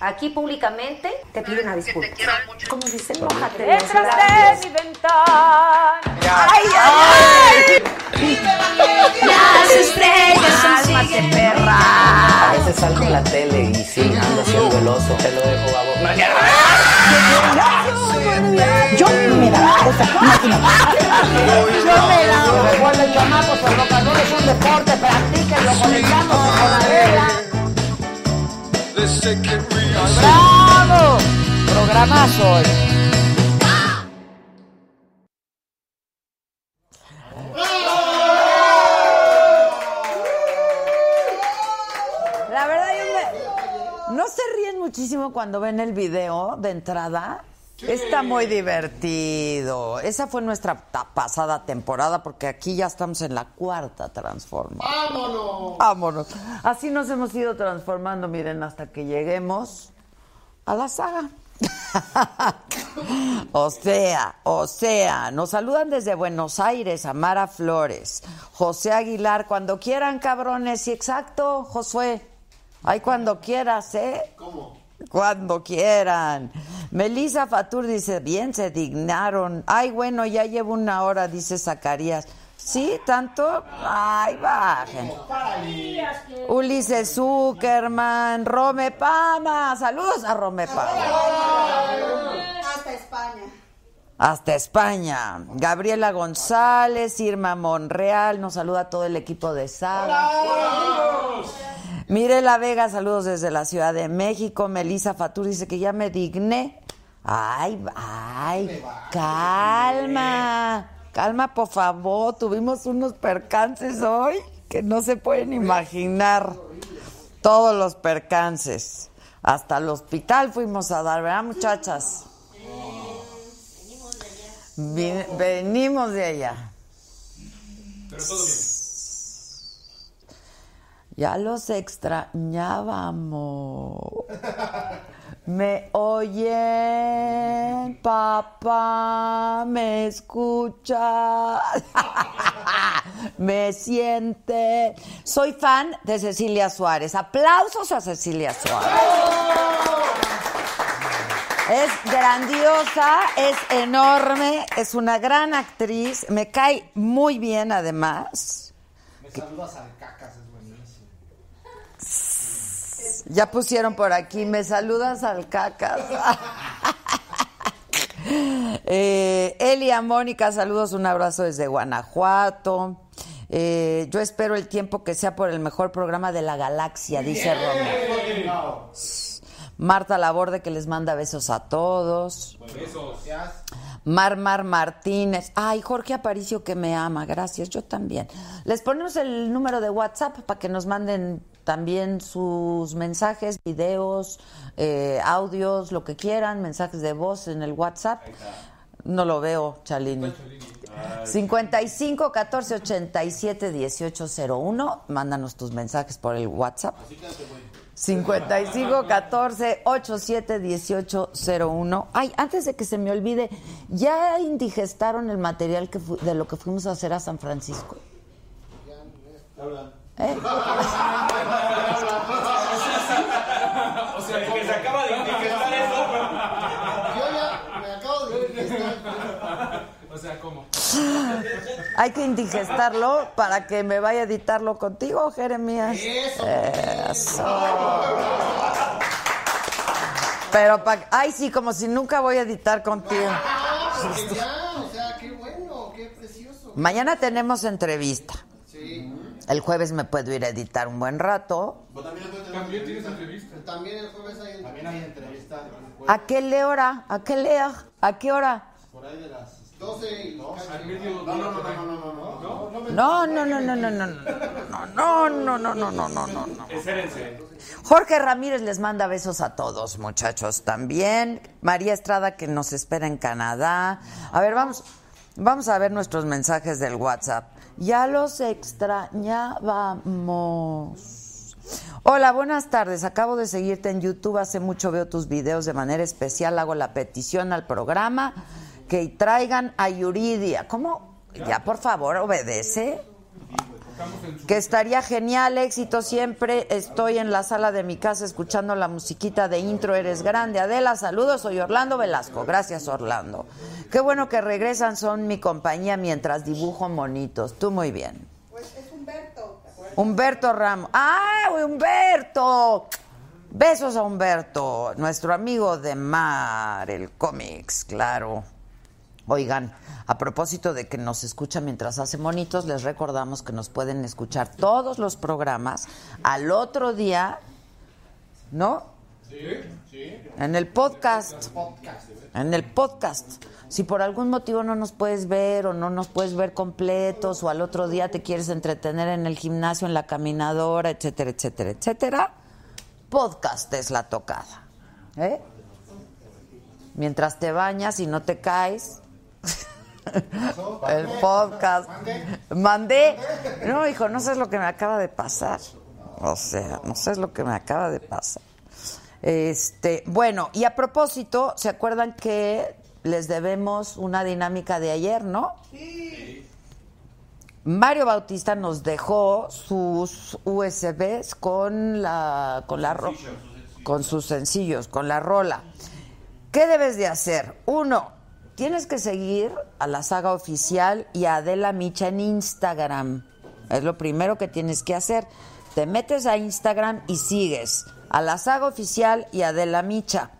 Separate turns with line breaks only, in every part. Aquí públicamente te pido una disculpa. Como dicen, mójate los
Detrás
labios.
de mi ventana. ¡Ay,
Las estrellas son
Cálmate,
siguen-
perra.
A veces salgo en la tele y sí, ando haciendo el oso. Te lo dejo a vos.
Yo me la bajo, esta máquina. Yo me la bajo. Recuerden, chamacos, el rock and roll es un deporte. Practíquenlo, conectamos con la vela. ¡Bravo! Programazo hoy.
La verdad, yo me- ¿no se ríen muchísimo cuando ven el video de entrada? Está muy divertido. Esa fue nuestra ta- pasada temporada porque aquí ya estamos en la cuarta transformación. ¡Vámonos! ¡Vámonos! Así nos hemos ido transformando, miren, hasta que lleguemos a la saga. o sea, o sea, nos saludan desde Buenos Aires, Amara Flores, José Aguilar, cuando quieran, cabrones, y exacto, Josué, ahí cuando quieras, ¿eh? ¿Cómo? Cuando quieran. Melissa Fatur dice, bien, se dignaron. Ay, bueno, ya llevo una hora, dice Zacarías. ¿Sí? ¿Tanto? Ay, bajen. Ulises Zuckerman, Rome Pama. Saludos a Rome Pama. Hasta España. Gabriela González, Irma Monreal, nos saluda todo el equipo de Saga. Mirela Vega, saludos desde la Ciudad de México. Melissa Fatur dice que ya me digné. Ay, ay, calma. Calma, por favor. Tuvimos unos percances hoy que no se pueden imaginar. Todos los percances. Hasta el hospital fuimos a dar, ¿verdad, muchachas? Vin- venimos de allá. Ya los extrañábamos. Me oyen, papá, me escucha, me siente. Soy fan de Cecilia Suárez. Aplausos a Cecilia Suárez. Es grandiosa, es enorme, es una gran actriz, me cae muy bien además. Me saludas al cacas, es buenísimo. Ya pusieron por aquí, me saludas al cacas. Eh, Elia Mónica, saludos, un abrazo desde Guanajuato. Eh, yo espero el tiempo que sea por el mejor programa de la galaxia, dice Romeo. Marta Laborde que les manda besos a todos. Mar Mar Martínez. Ay, Jorge Aparicio que me ama. Gracias, yo también. Les ponemos el número de WhatsApp para que nos manden también sus mensajes, videos, eh, audios, lo que quieran, mensajes de voz en el WhatsApp. No lo veo, Chalini. 55 14 87 18 01. Mándanos tus mensajes por el WhatsApp. 55 14 87 18 01. Ay, antes de que se me olvide, ¿ya indigestaron el material que fu- de lo que fuimos a hacer a San Francisco? ¿Eh?
O sea, ¿cómo?
Hay que indigestarlo para que me vaya a editarlo contigo, Jeremías. Eso. Pero, pa- ay, sí, como si nunca voy a editar contigo.
Ah, Ya, o sea, qué bueno, qué precioso.
Mañana tenemos entrevista. El jueves me puedo ir a editar un buen rato.
También tienes entrevista.
También el jueves hay entrevista. También hay entrevista.
¿A qué le hora? ¿A qué le ¿A qué hora?
este,
12 y
Al medio día por ahí.
No, no, no, no, no, no, no, no, no, no, no, no, no, no, no.
Espérense.
Jorge Ramírez les manda besos a todos, muchachos, también. María Estrada que nos espera en Canadá. A ver, vamos, vamos a ver nuestros mensajes del WhatsApp. Ya los extrañábamos. Hola, buenas tardes. Acabo de seguirte en YouTube. Hace mucho veo tus videos de manera especial. Hago la petición al programa que traigan a Yuridia. ¿Cómo? Ya, por favor, obedece que estaría genial, éxito siempre. Estoy en la sala de mi casa escuchando la musiquita de intro Eres Grande. Adela, saludos, soy Orlando Velasco. Gracias, Orlando. Qué bueno que regresan, son mi compañía mientras dibujo monitos. Tú muy bien.
Pues
Humberto Ramos. ¡Ah, Humberto! Besos a Humberto, nuestro amigo de Mar, el cómics, claro. Oigan, a propósito de que nos escucha mientras hace monitos, les recordamos que nos pueden escuchar todos los programas al otro día, ¿no? Sí, sí. En el podcast. En el podcast. Si por algún motivo no nos puedes ver o no nos puedes ver completos o al otro día te quieres entretener en el gimnasio, en la caminadora, etcétera, etcétera, etcétera, podcast es la tocada. ¿Eh? mientras te bañas y no te caes. El podcast. Mandé. No, hijo, no sabes lo que me acaba de pasar. O sea, no sabes lo que me acaba de pasar. Este, bueno, y a propósito, ¿se acuerdan que les debemos una dinámica de ayer, no? Mario Bautista nos dejó sus USBs con la con la ro- con sus sencillos, con la rola. ¿Qué debes de hacer? Uno, tienes que seguir a la saga oficial y a Adela Micha en Instagram. Es lo primero que tienes que hacer. Te metes a Instagram y sigues a la saga oficial y a Adela Micha.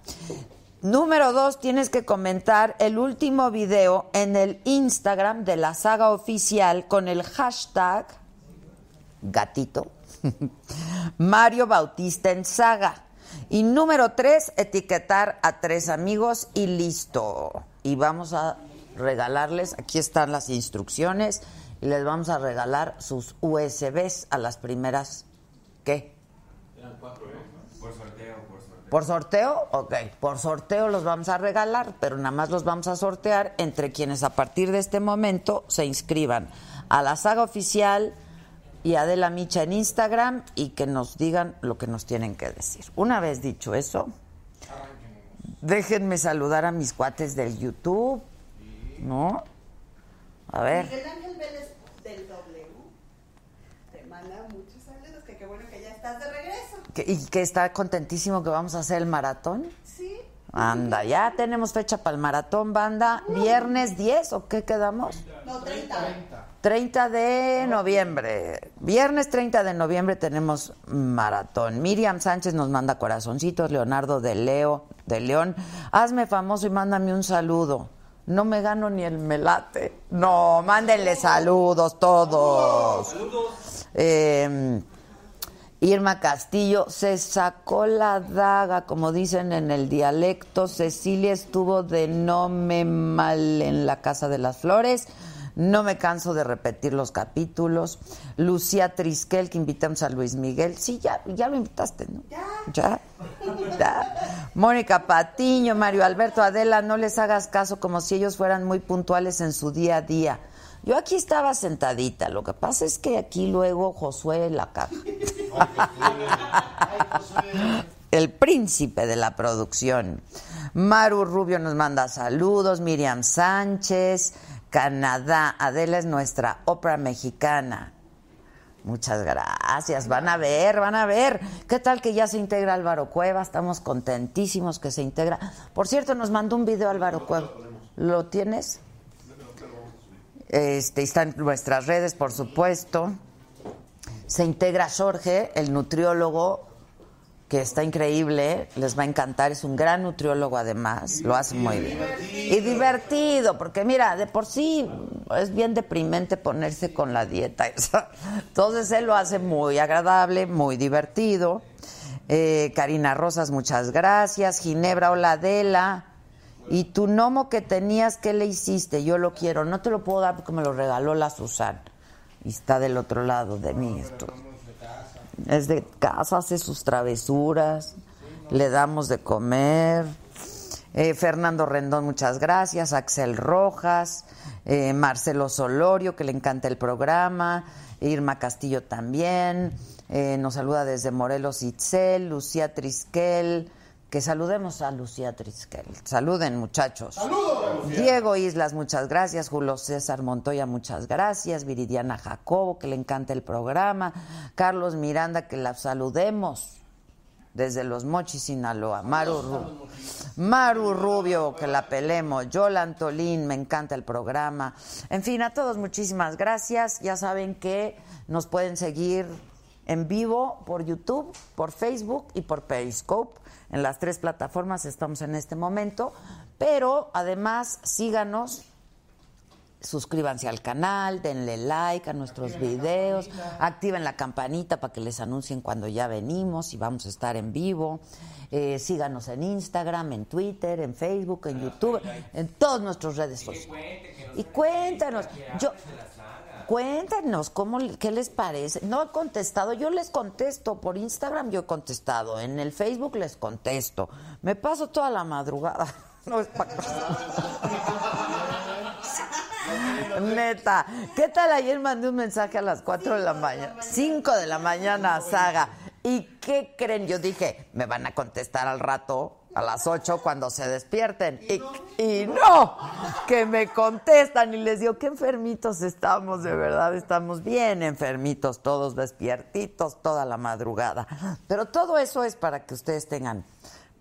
Número dos, tienes que comentar el último video en el Instagram de la saga oficial con el hashtag gatito Mario Bautista en saga. Y número tres, etiquetar a tres amigos y listo. Y vamos a regalarles, aquí están las instrucciones, y les vamos a regalar sus USBs a las primeras, ¿qué?
¿eh?
Por sorteo, ok, por sorteo los vamos a regalar, pero nada más los vamos a sortear entre quienes a partir de este momento se inscriban a la saga oficial y a Adela Micha en Instagram y que nos digan lo que nos tienen que decir. Una vez dicho eso, déjenme saludar a mis cuates del YouTube, ¿no? A ver,
Miguel Ángel Vélez del W te manda muchos saludos, que qué bueno que ya estás de regreso.
que- y que está contentísimo que vamos a hacer el maratón.
Sí,
Anda, ya tenemos fecha para el maratón, banda. Viernes 10, ¿o qué quedamos?
no 30.
30 de noviembre. Viernes 30 de noviembre tenemos maratón. Miriam Sánchez nos manda corazoncitos. Leonardo de Leo, de León. Hazme famoso y mándame un saludo. No me gano ni el melate. No, mándenle saludos todos. Eh, Irma Castillo se sacó la daga, como dicen en el dialecto. Cecilia estuvo de no me mal en la Casa de las Flores. No me canso de repetir los capítulos. Lucía Trisquel, que invitamos a Luis Miguel. Sí, ya, ya lo invitaste, ¿no? Ya. Ya. Mónica Patiño, Mario Alberto, Adela, no les hagas caso como si ellos fueran muy puntuales en su día a día. Yo aquí estaba sentadita, lo que pasa es que aquí luego Josué la caja. El príncipe de la producción. Maru Rubio nos manda saludos, Miriam Sánchez, Canadá, Adela es nuestra ópera mexicana. Muchas gracias, van a ver, van a ver. ¿Qué tal que ya se integra Álvaro Cueva? Estamos contentísimos que se integra. Por cierto, nos mandó un video Álvaro Cueva. ¿Lo tienes? Este, están nuestras redes, por supuesto. Se integra Jorge, el nutriólogo, que está increíble, les va a encantar, es un gran nutriólogo además, lo hace muy bien. Y divertido, porque mira, de por sí es bien deprimente ponerse con la dieta. esa. Entonces él lo hace muy agradable, muy divertido. Eh, Karina Rosas, muchas gracias. Ginebra, hola Adela. Y tu gnomo que tenías, ¿qué le hiciste? Yo lo quiero. No te lo puedo dar porque me lo regaló la Susana. Y está del otro lado de mí. Esto. Es de casa, hace sus travesuras. Le damos de comer. Eh, Fernando Rendón, muchas gracias. Axel Rojas. eh, Marcelo Solorio, que le encanta el programa. Irma Castillo también. eh, nos saluda desde Morelos Itzel. Lucía Trisquel. Que saludemos a Lucía Trisquel. Saluden, muchachos. Diego Islas, muchas gracias. Julio César Montoya, muchas gracias. Viridiana Jacobo, que le encanta el programa. Carlos Miranda, que la saludemos desde los Mochis, Sinaloa. Maru, Ru- Maru Rubio, que la pelemos. Yolan Tolín, me encanta el programa. En fin, a todos muchísimas gracias. Ya saben que nos pueden seguir en vivo por YouTube, por Facebook y por Periscope. En las tres plataformas estamos en este momento. Pero además síganos suscríbanse al canal, denle like a nuestros videos, activen la campanita para que les anuncien cuando ya venimos y vamos a estar en vivo. Eh, síganos en Instagram, en Twitter, en Facebook, en YouTube, en todas nuestras redes sociales. Y cuéntanos, yo, cuéntanos cómo, qué les parece. No he contestado, yo les contesto por Instagram, yo he contestado, en el Facebook les contesto. Me paso toda la madrugada. No es para Neta, ¿qué tal? Ayer mandé un mensaje a las 4 de la mañana, 5 de la mañana, Saga. ¿Y qué creen? Yo dije, me van a contestar al rato, a las 8 cuando se despierten. Y, y no, que me contestan. Y les digo, qué enfermitos estamos, de verdad, estamos bien enfermitos, todos despiertitos, toda la madrugada. Pero todo eso es para que ustedes tengan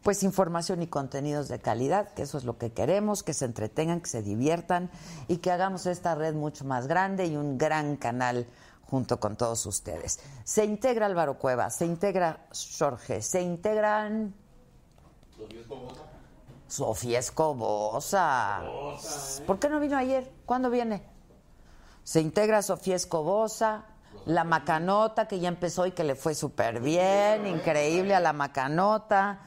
pues información y contenidos de calidad, que eso es lo que queremos, que se entretengan, que se diviertan y que hagamos esta red mucho más grande y un gran canal junto con todos ustedes. Se integra Álvaro Cueva, se integra Jorge, se integran Sofía Escobosa. ¿Por qué no vino ayer? ¿Cuándo viene? Se integra Sofía Escobosa, la Macanota, que ya empezó y que le fue súper bien, increíble a la Macanota.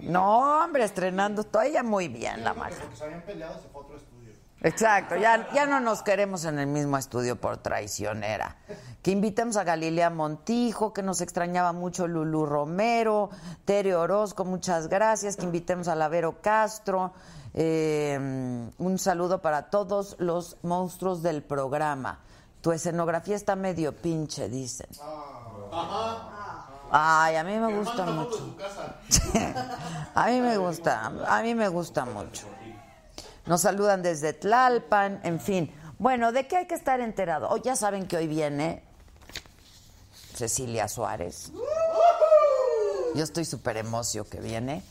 No, hombre, estrenando todo ella muy bien, la Maca.
Porque se habían peleado, se fue a otro estudio.
Exacto, ya, ya no nos queremos en el mismo estudio por traicionera. Que invitemos a Galilea Montijo, que nos extrañaba mucho Lulú Romero, Tere Orozco, muchas gracias. Que invitemos a Lavero Castro. Eh, un saludo para todos los monstruos del programa. Tu escenografía está medio pinche, dicen. Ay, a mí me gusta mucho. a mí me gusta, a mí me gusta mucho. Nos saludan desde Tlalpan, en fin. Bueno, ¿de qué hay que estar enterado? Hoy ya saben que hoy viene Cecilia Suárez. Yo estoy súper emocio que viene.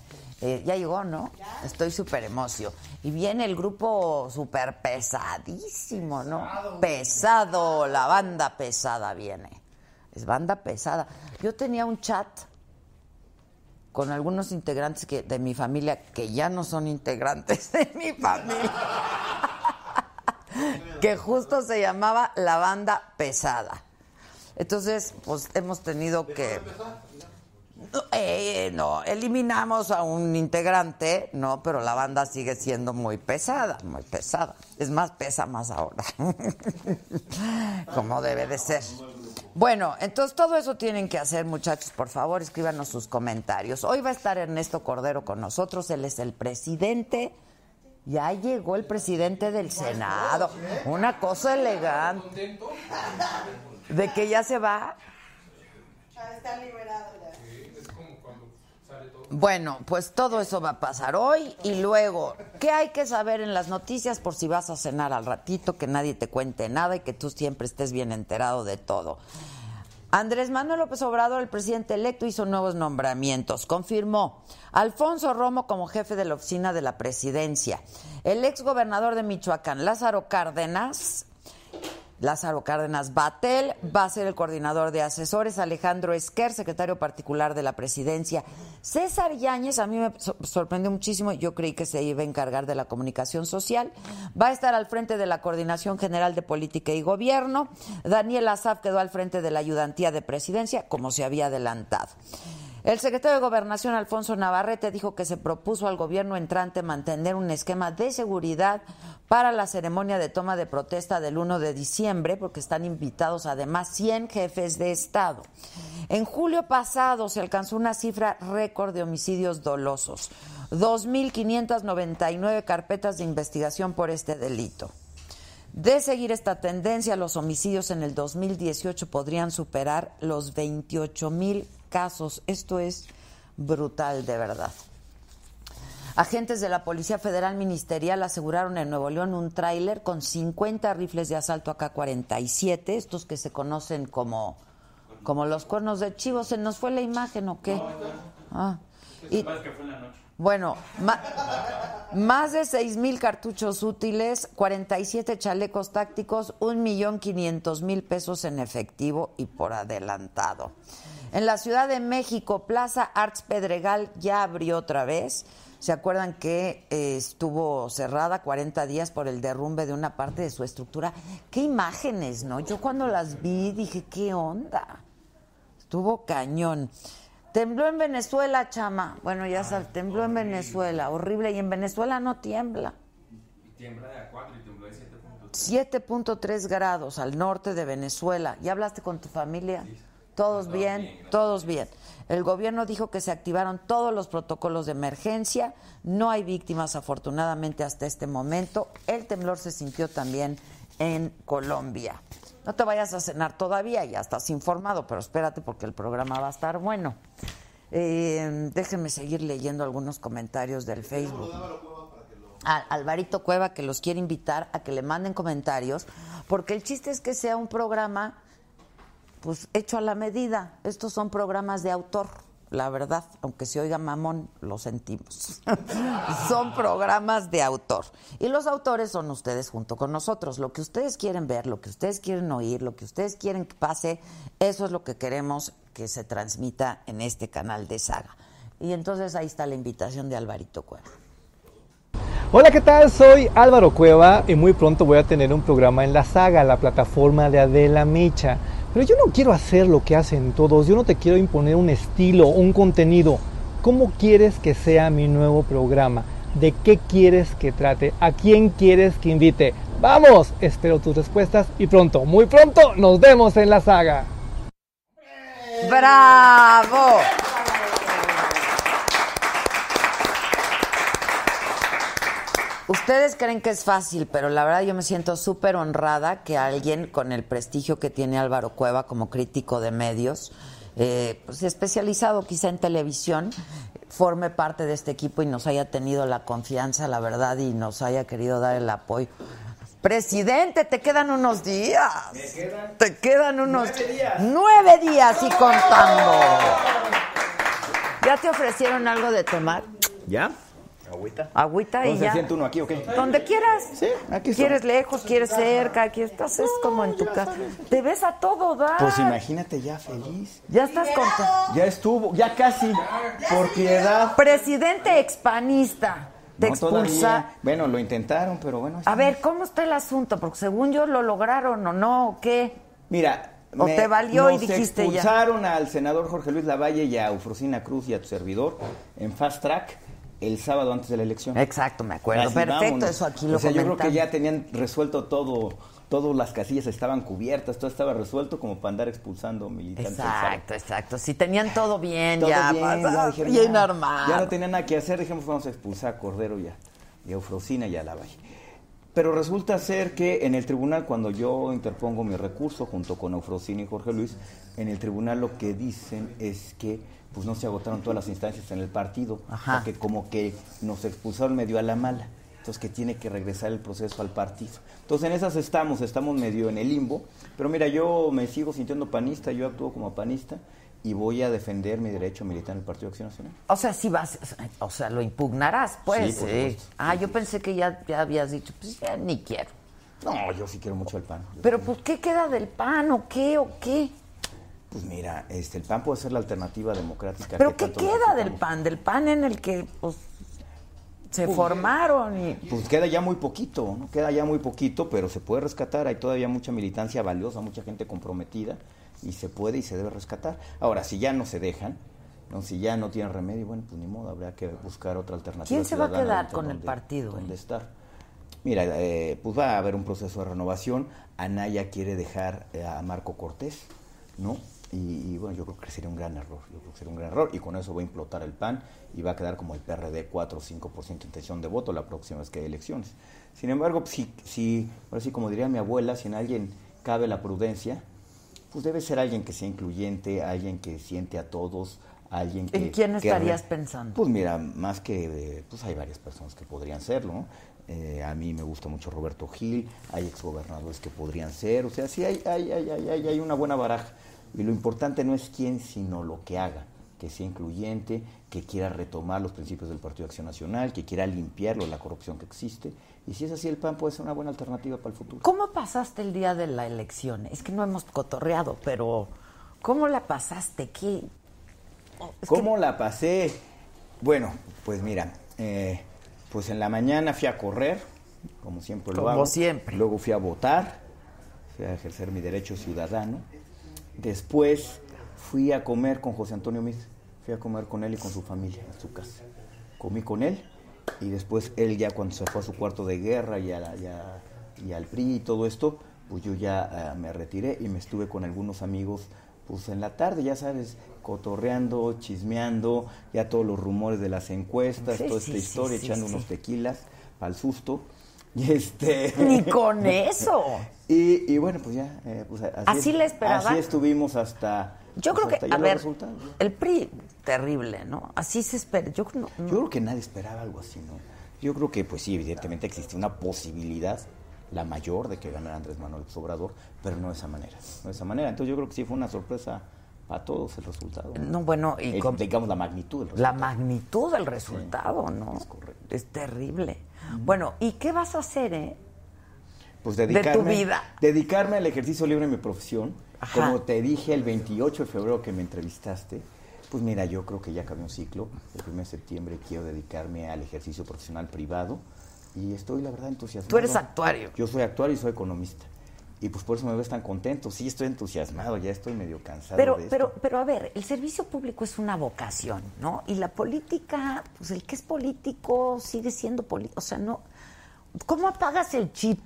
Eh, ya llegó, ¿no? Estoy súper emocio. Y viene el grupo súper pesadísimo, ¿no? Pesado, la banda pesada viene. Es banda pesada. Yo tenía un chat con algunos integrantes que, de mi familia que ya no son integrantes de mi familia, que justo se llamaba la banda pesada. Entonces, pues hemos tenido que... No, eh, eh, no, eliminamos a un integrante, no, pero la banda sigue siendo muy pesada, muy pesada. Es más, pesa más ahora. Como debe de ser. Bueno, entonces todo eso tienen que hacer, muchachos, por favor, escríbanos sus comentarios. Hoy va a estar Ernesto Cordero con nosotros, él es el presidente. Ya llegó el presidente del Senado. Una cosa elegante. De que ya se va.
Ah, está liberado ya.
Bueno, pues todo eso va a pasar hoy y luego, ¿qué hay que saber en las noticias por si vas a cenar al ratito, que nadie te cuente nada y que tú siempre estés bien enterado de todo? Andrés Manuel López Obrador, el presidente electo, hizo nuevos nombramientos. Confirmó a Alfonso Romo como jefe de la oficina de la presidencia. El exgobernador de Michoacán, Lázaro Cárdenas, Lázaro Cárdenas Batel va a ser el coordinador de asesores, Alejandro Esquer, secretario particular de la presidencia, César Yáñez, a mí me so- sorprendió muchísimo, yo creí que se iba a encargar de la comunicación social, va a estar al frente de la Coordinación General de Política y Gobierno, Daniel Azaf quedó al frente de la ayudantía de presidencia, como se había adelantado. El secretario de Gobernación, Alfonso Navarrete, dijo que se propuso al gobierno entrante mantener un esquema de seguridad para la ceremonia de toma de protesta del 1 de diciembre, porque están invitados además 100 jefes de Estado. En julio pasado se alcanzó una cifra récord de homicidios dolosos, 2.599 carpetas de investigación por este delito. De seguir esta tendencia, los homicidios en el 2018 podrían superar los 28 mil casos. Esto es brutal, de verdad. Agentes de la Policía Federal Ministerial aseguraron en Nuevo León un tráiler con 50 rifles de asalto AK-47, estos que se conocen como, como los cuernos de chivo. ¿Se nos fue la imagen o qué? Ah, y- bueno, ma- más de 6.000 cartuchos útiles, 47 chalecos tácticos, 1.500.000 pesos en efectivo y por adelantado. En la Ciudad de México, Plaza Arts Pedregal ya abrió otra vez. ¿Se acuerdan que eh, estuvo cerrada 40 días por el derrumbe de una parte de su estructura? Qué imágenes, ¿no? Yo cuando las vi dije, ¿qué onda? Estuvo cañón. Tembló en Venezuela, chama. Bueno, ya sabes, tembló en Venezuela, horrible. Y en Venezuela no tiembla.
Tiembla de a 4 y tembló de 7.3.
7.3 grados al norte de Venezuela. ¿Ya hablaste con tu familia? Todos bien, todos bien. El gobierno dijo que se activaron todos los protocolos de emergencia. No hay víctimas, afortunadamente, hasta este momento. El temblor se sintió también en Colombia. No te vayas a cenar todavía, ya estás informado, pero espérate porque el programa va a estar bueno. Eh, déjenme seguir leyendo algunos comentarios del Facebook a Alvarito Cueva que los quiere invitar a que le manden comentarios, porque el chiste es que sea un programa pues hecho a la medida. Estos son programas de autor, la verdad, aunque se oiga mamón, lo sentimos. son programas de autor. Y los autores son ustedes junto con nosotros. Lo que ustedes quieren ver, lo que ustedes quieren oír, lo que ustedes quieren que pase, eso es lo que queremos que se transmita en este canal de saga. Y entonces ahí está la invitación de Alvarito Cueva.
Hola, ¿qué tal? Soy Álvaro Cueva y muy pronto voy a tener un programa en la saga, la plataforma de Adela Micha. Pero yo no quiero hacer lo que hacen todos, yo no te quiero imponer un estilo, un contenido. ¿Cómo quieres que sea mi nuevo programa? ¿De qué quieres que trate? ¿A quién quieres que invite? Vamos, espero tus respuestas y pronto, muy pronto, nos vemos en la saga.
¡Bravo! Ustedes creen que es fácil, pero la verdad yo me siento súper honrada que alguien con el prestigio que tiene Álvaro Cueva como crítico de medios, eh, pues especializado quizá en televisión, forme parte de este equipo y nos haya tenido la confianza, la verdad, y nos haya querido dar el apoyo. Presidente, te quedan unos días. Te quedan unos nueve días, y contando. ¿Ya te ofrecieron algo de tomar?
¿Ya? Agüita.
Agüita y
¿Dónde
ya. Ah.
se siente uno aquí o qué?
Donde quieras.
aquí estoy.
Quieres lejos, quieres cerca, aquí estás, es como en tu casa. Te ves a todo dar.
Pues imagínate ya feliz.
Ya estás contento.
Ya estuvo, ya casi. Por piedad.
Presidente expanista. Te
No,
expulsa.
todavía. Bueno, lo intentaron, pero bueno.
A ver, ¿cómo está el asunto? Porque según yo lo lograron o no, o qué.
Mira,
O te valió y
nos
dijiste ya.
expulsaron al senador Jorge Luis Lavalle y a Eufrosina Cruz y a tu servidor en Fast Track el sábado antes de la elección.
Exacto, me acuerdo.
Así,
Perfecto,
vámonos.
eso aquí lo
O sea, yo creo que
comentamos.
ya tenían resuelto todo, todas las casillas estaban cubiertas, todo estaba resuelto como para andar expulsando militantes.
Exacto, exacto. Si tenían todo bien,
Todo
ya,
bien,
pasa-
ya dijeron,
bien
ya,
armado.
Ya no tenía nada que hacer, dijimos vamos a expulsar a Cordero ya, y a Eufrosina y a Lavalle. Pero resulta ser que en el tribunal, cuando yo interpongo mi recurso junto con Eufrosina y Jorge Luis, en el tribunal lo que dicen es que pues no se agotaron todas las instancias en el partido,
Ajá.
o que como que nos expulsaron medio a la mala. entonces que tiene que regresar el proceso al partido. Entonces en esas estamos, estamos medio en el limbo, pero mira, yo me sigo sintiendo panista, yo actúo como panista y voy a defender mi derecho a militar en el Partido de Acción Nacional.
O sea, si vas, o sea, lo impugnarás, pues.
Sí, por supuesto.
Ah, yo pensé que ya, ya habías dicho, pues ya ni quiero.
No, yo sí quiero mucho al PAN.
Pero pues, ¿qué queda del pan o qué o qué?
Pues mira, este, el PAN puede ser la alternativa democrática.
¿Pero
que
qué
tanto
queda del pan? Del pan en el que pues, se formaron y...
Pues queda ya muy poquito, ¿no? Queda ya muy poquito, pero se puede rescatar. Hay todavía mucha militancia valiosa, mucha gente comprometida, y se puede y se debe rescatar. Ahora, si ya no se dejan, ¿no? si ya no tienen remedio, bueno, pues ni modo, habrá que buscar otra alternativa.
¿Quién se va a
ciudadana
quedar
ahorita
con el
donde-
partido, eh?
Donde estar. Mira, eh, pues va a haber un proceso de renovación. Anaya quiere dejar eh, a Marco Cortés, ¿no? Y, y, bueno, yo creo que sería un gran error. Yo creo que sería un gran error. Y con eso va a implotar el PAN y va a quedar como el PRD 4 o 5% de intención de voto la próxima vez que hay elecciones. Sin embargo, si, si, ahora sí, como diría mi abuela, si en alguien cabe la prudencia, pues debe ser alguien que sea incluyente, alguien que siente a todos, alguien que...
¿En quién
que
estarías
re-
pensando?
Pues mira, más que... eh, Pues hay varias personas que podrían serlo, ¿no? Eh, a mí me gusta mucho Roberto Gil, hay exgobernadores que podrían ser, o sea, sí hay, hay, hay, hay, hay, hay una buena baraja. Y lo importante no es quién, sino lo que haga, que sea incluyente, que quiera retomar los principios del Partido de Acción Nacional, que quiera limpiarlo, la corrupción que existe. Y si es así, el PAN puede ser una buena alternativa para el futuro.
¿Cómo pasaste el día de la elección? Es que no hemos cotorreado, pero ¿cómo la pasaste? ¿Qué?
¿Cómo la pasé? Bueno, pues mira, eh, pues en la mañana fui a correr, como siempre lo
Como
hago.
siempre.
Luego fui a votar, fui a ejercer mi derecho ciudadano. Después fui a comer con José Antonio Miz, fui a comer con él y con su familia a su casa. Comí con él y después él ya cuando se fue a su cuarto de guerra y, a la- y a- y al PRI y todo esto, pues yo ya ah, me retiré y me estuve con algunos amigos pues en la tarde, ya sabes, cotorreando, chismeando, ya todos los rumores de las encuestas,
Sí,
toda
sí,
esta
sí,
historia,
sí,
echando
sí.
unos tequilas al susto. Y este...
Ni con eso.
Y, y bueno, pues ya, eh, pues a-
Así
es-
la esperaban.
Así estuvimos hasta...
Yo
pues
creo
hasta
que,
ya
a
los
ver,
resultados.
el PRI, terrible, ¿no? Así se espera. Yo, no- no.
Yo creo que nadie esperaba algo así, ¿no? Yo creo que, pues sí, evidentemente existe una posibilidad, la mayor, de que ganara Andrés Manuel López Obrador, pero no de esa manera, no de esa manera. Entonces yo creo que sí fue una sorpresa para todos el resultado.
No, bueno, y
El-
con-
digamos la magnitud del
La
resultado.
magnitud del resultado, ¿no? Es correcto. Es terrible. Bueno, ¿y qué vas a hacer, eh?
pues
de tu
dedicarme,
vida.
Dedicarme al ejercicio libre de mi profesión.
Ajá.
Como te dije el 28 de febrero que me entrevistaste, pues mira, yo creo que ya acabé un ciclo. El 1 de septiembre quiero dedicarme al ejercicio profesional privado y estoy, la verdad, entusiasmado.
Tú eres actuario.
Yo soy actuario y soy economista. Y pues por eso me ves tan contento. Sí, estoy entusiasmado, ya estoy medio cansado
Pero,
de esto.
pero, pero a ver, el servicio público es una vocación, ¿no? Y la política, pues el que es político sigue siendo político. O sea, no. ¿Cómo apagas el chip?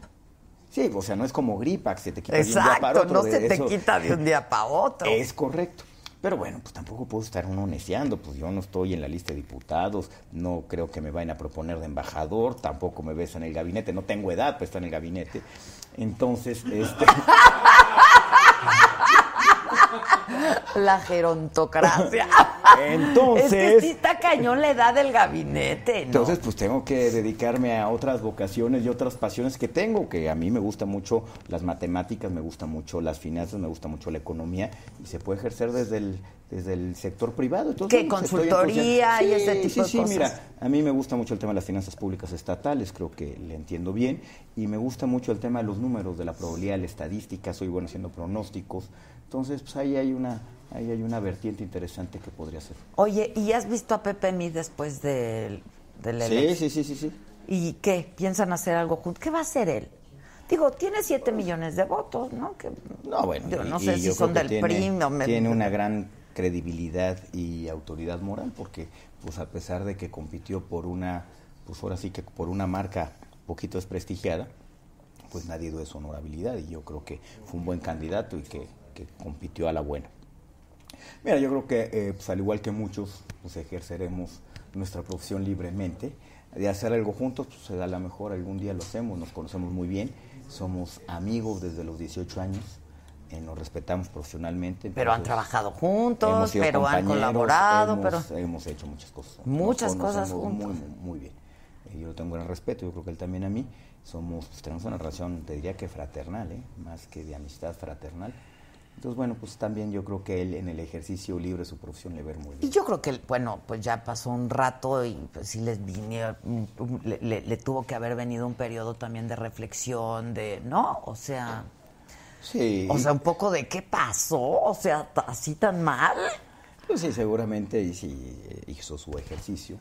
Sí, o sea, no es como gripa que se te quita de un día para
Exacto,
otro.
no
de Eh.
se te
eso-
quita de un día para otro.
Es correcto. Pero bueno, pues tampoco puedo estar uno neciando, pues yo no estoy en la lista de diputados, no creo que me vayan a proponer de embajador, tampoco me ves en el gabinete, no tengo edad para estar en el gabinete. Entonces, este,
La gerontocracia.
Entonces-
Es que sí está cañón la edad del gabinete, ¿no?
entonces pues tengo que dedicarme a otras vocaciones y otras pasiones que tengo, que a mí me gusta mucho las matemáticas, me gusta mucho las finanzas, me gusta mucho la economía y se puede ejercer desde el desde el sector privado. Entonces,
¿Qué,
bueno, pues, estoy
consultoría y
entusiasmado.
ese tipo de
sí,
cosas?
Sí, mira, A mí me gusta mucho el tema de las finanzas públicas estatales, creo que le entiendo bien, y me gusta mucho el tema de los números, de la probabilidad, la estadística, soy bueno haciendo pronósticos, entonces pues ahí hay una, ahí hay una vertiente interesante que podría ser.
Oye, ¿y has visto a Pepe Mí después del, del
Sí, sí, sí, sí, sí.
¿Y qué? ¿Piensan hacer algo juntos? ¿Qué va a hacer él? Digo, tiene 7 millones de votos, ¿no? Que,
No, bueno,
Yo
y-
no
y
sé si
yo
son
creo
del
que
PRI.
tiene,
no me-
tiene una gran credibilidad y autoridad moral, porque pues a pesar de que compitió por una, pues ahora sí que por una marca poquito desprestigiada, pues nadie duda de su honorabilidad y yo creo que fue un buen candidato y que, que compitió a la buena. Mira, yo creo que eh, pues, al igual que muchos, pues ejerceremos nuestra profesión libremente. De hacer algo juntos, pues se da la mejor, algún día lo hacemos, nos conocemos muy bien, somos amigos desde los 18 años, eh, nos respetamos profesionalmente.
Pero han
entonces,
trabajado
hemos
juntos,
sido
pero han
compañeros,
colaborado,
hemos-
pero...
Hemos hecho muchas cosas.
Muchas
Nos conocemos
cosas juntos.
Muy, muy, muy bien. y yo le tengo gran respeto, yo creo que él también a mí, somos, pues, tenemos una relación, te diría que fraternal, ¿eh? más que de amistad fraternal. Entonces, bueno, pues también yo creo que él en el ejercicio libre de su profesión le ver muy bien.
Y yo creo que, bueno, pues ya pasó un rato y pues sí les vine- le, le- le tuvo que haber venido un periodo también de reflexión, de, ¿no? O sea,
Sí.
o sea, un poco de qué pasó, o sea, ta- así tan mal.
Pues sí, seguramente y sí, eh, hizo su ejercicio.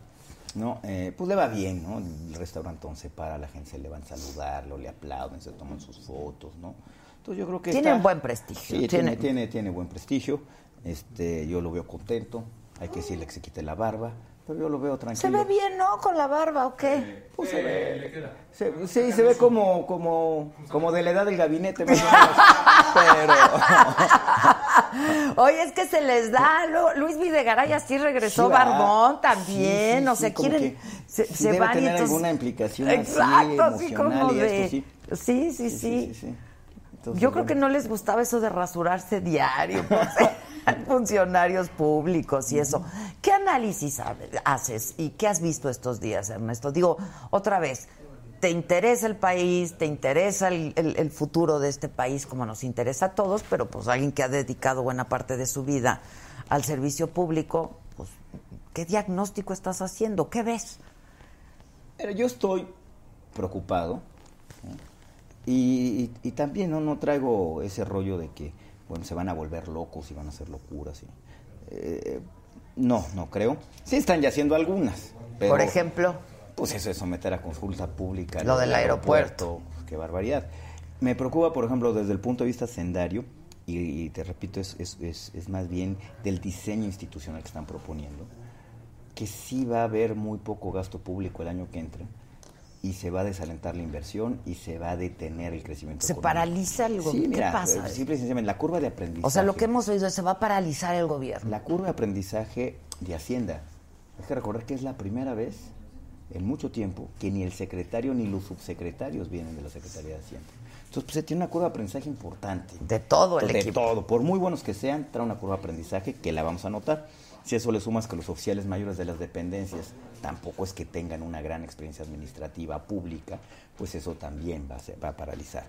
No, Eh, pues le va bien, ¿no? El restaurantón se para, la gente se le van a saludarlo, le aplauden, se toman sus fotos, ¿no? Entonces yo creo que
Tiene
está-
un buen prestigio.
Sí, tiene,
tiene-
tiene, tiene buen prestigio. Este, yo lo veo contento. Hay que decirle que se quite la barba, pero yo lo veo
Se
tranquilo.
ve bien, ¿no? Con la barba, ¿o qué?
Pues se ve. Se- sí, se ve como, como, como de la edad del gabinete, más o menos.
Oye, es que se les da. Lu- Luis Videgaray así regresó
Sí, ¿verdad?
barbón también.
Sí, sí,
o
sí,
sea,
como
quieren.
que
Se,
sí
se
debe
van y
tener
entonces-
alguna implicación así,
Exacto, así, como
emocional y
de.
esto, sí.
sí, sí, sí.
Entonces,
Yo creo que no les gustaba eso de rasurarse diario, pues, eran funcionarios públicos y eso. ¿Qué análisis ha- haces y qué has visto estos días, Ernesto? Digo, otra vez, ¿te interesa el país? ¿Te interesa el, el- el futuro de este país como nos interesa a todos? Pero pues alguien que ha dedicado buena parte de su vida al servicio público, pues, ¿qué diagnóstico estás haciendo? ¿Qué ves?
Pero yo estoy preocupado ¿no? y, y- y también ¿no? no traigo ese rollo de que, bueno, se van a volver locos y van a hacer locuras. y- eh, no, no creo. Sí están ya haciendo algunas. pero-
Por ejemplo.
Pues eso es someter a consulta pública.
Lo del
aeropuerto, pues, Qué barbaridad. Me preocupa, por ejemplo, desde el punto de vista sendario, y, y te repito, es, es- es- es más bien del diseño institucional que están proponiendo, que sí va a haber muy poco gasto público el año que entra y se va a desalentar la inversión y se va a detener el crecimiento.
¿Se
económico.
paraliza algo?
Sí,
¿Qué
mira,
pasa?
eh, simple y sencillamente, la curva de aprendizaje.
O sea, lo que hemos oído es se va a paralizar el gobierno.
La curva de aprendizaje de Hacienda. Hay que recordar que es la primera vez en mucho tiempo que ni el secretario ni los subsecretarios vienen de la Secretaría de Hacienda. Entonces, pues se tiene una curva de aprendizaje importante.
De todo el
de
equipo.
todo. Por muy buenos que sean, trae una curva de aprendizaje que la vamos a notar. Si a eso le sumas que los oficiales mayores de las dependencias tampoco es que tengan una gran experiencia administrativa pública, pues eso también va a, ser- va a paralizar.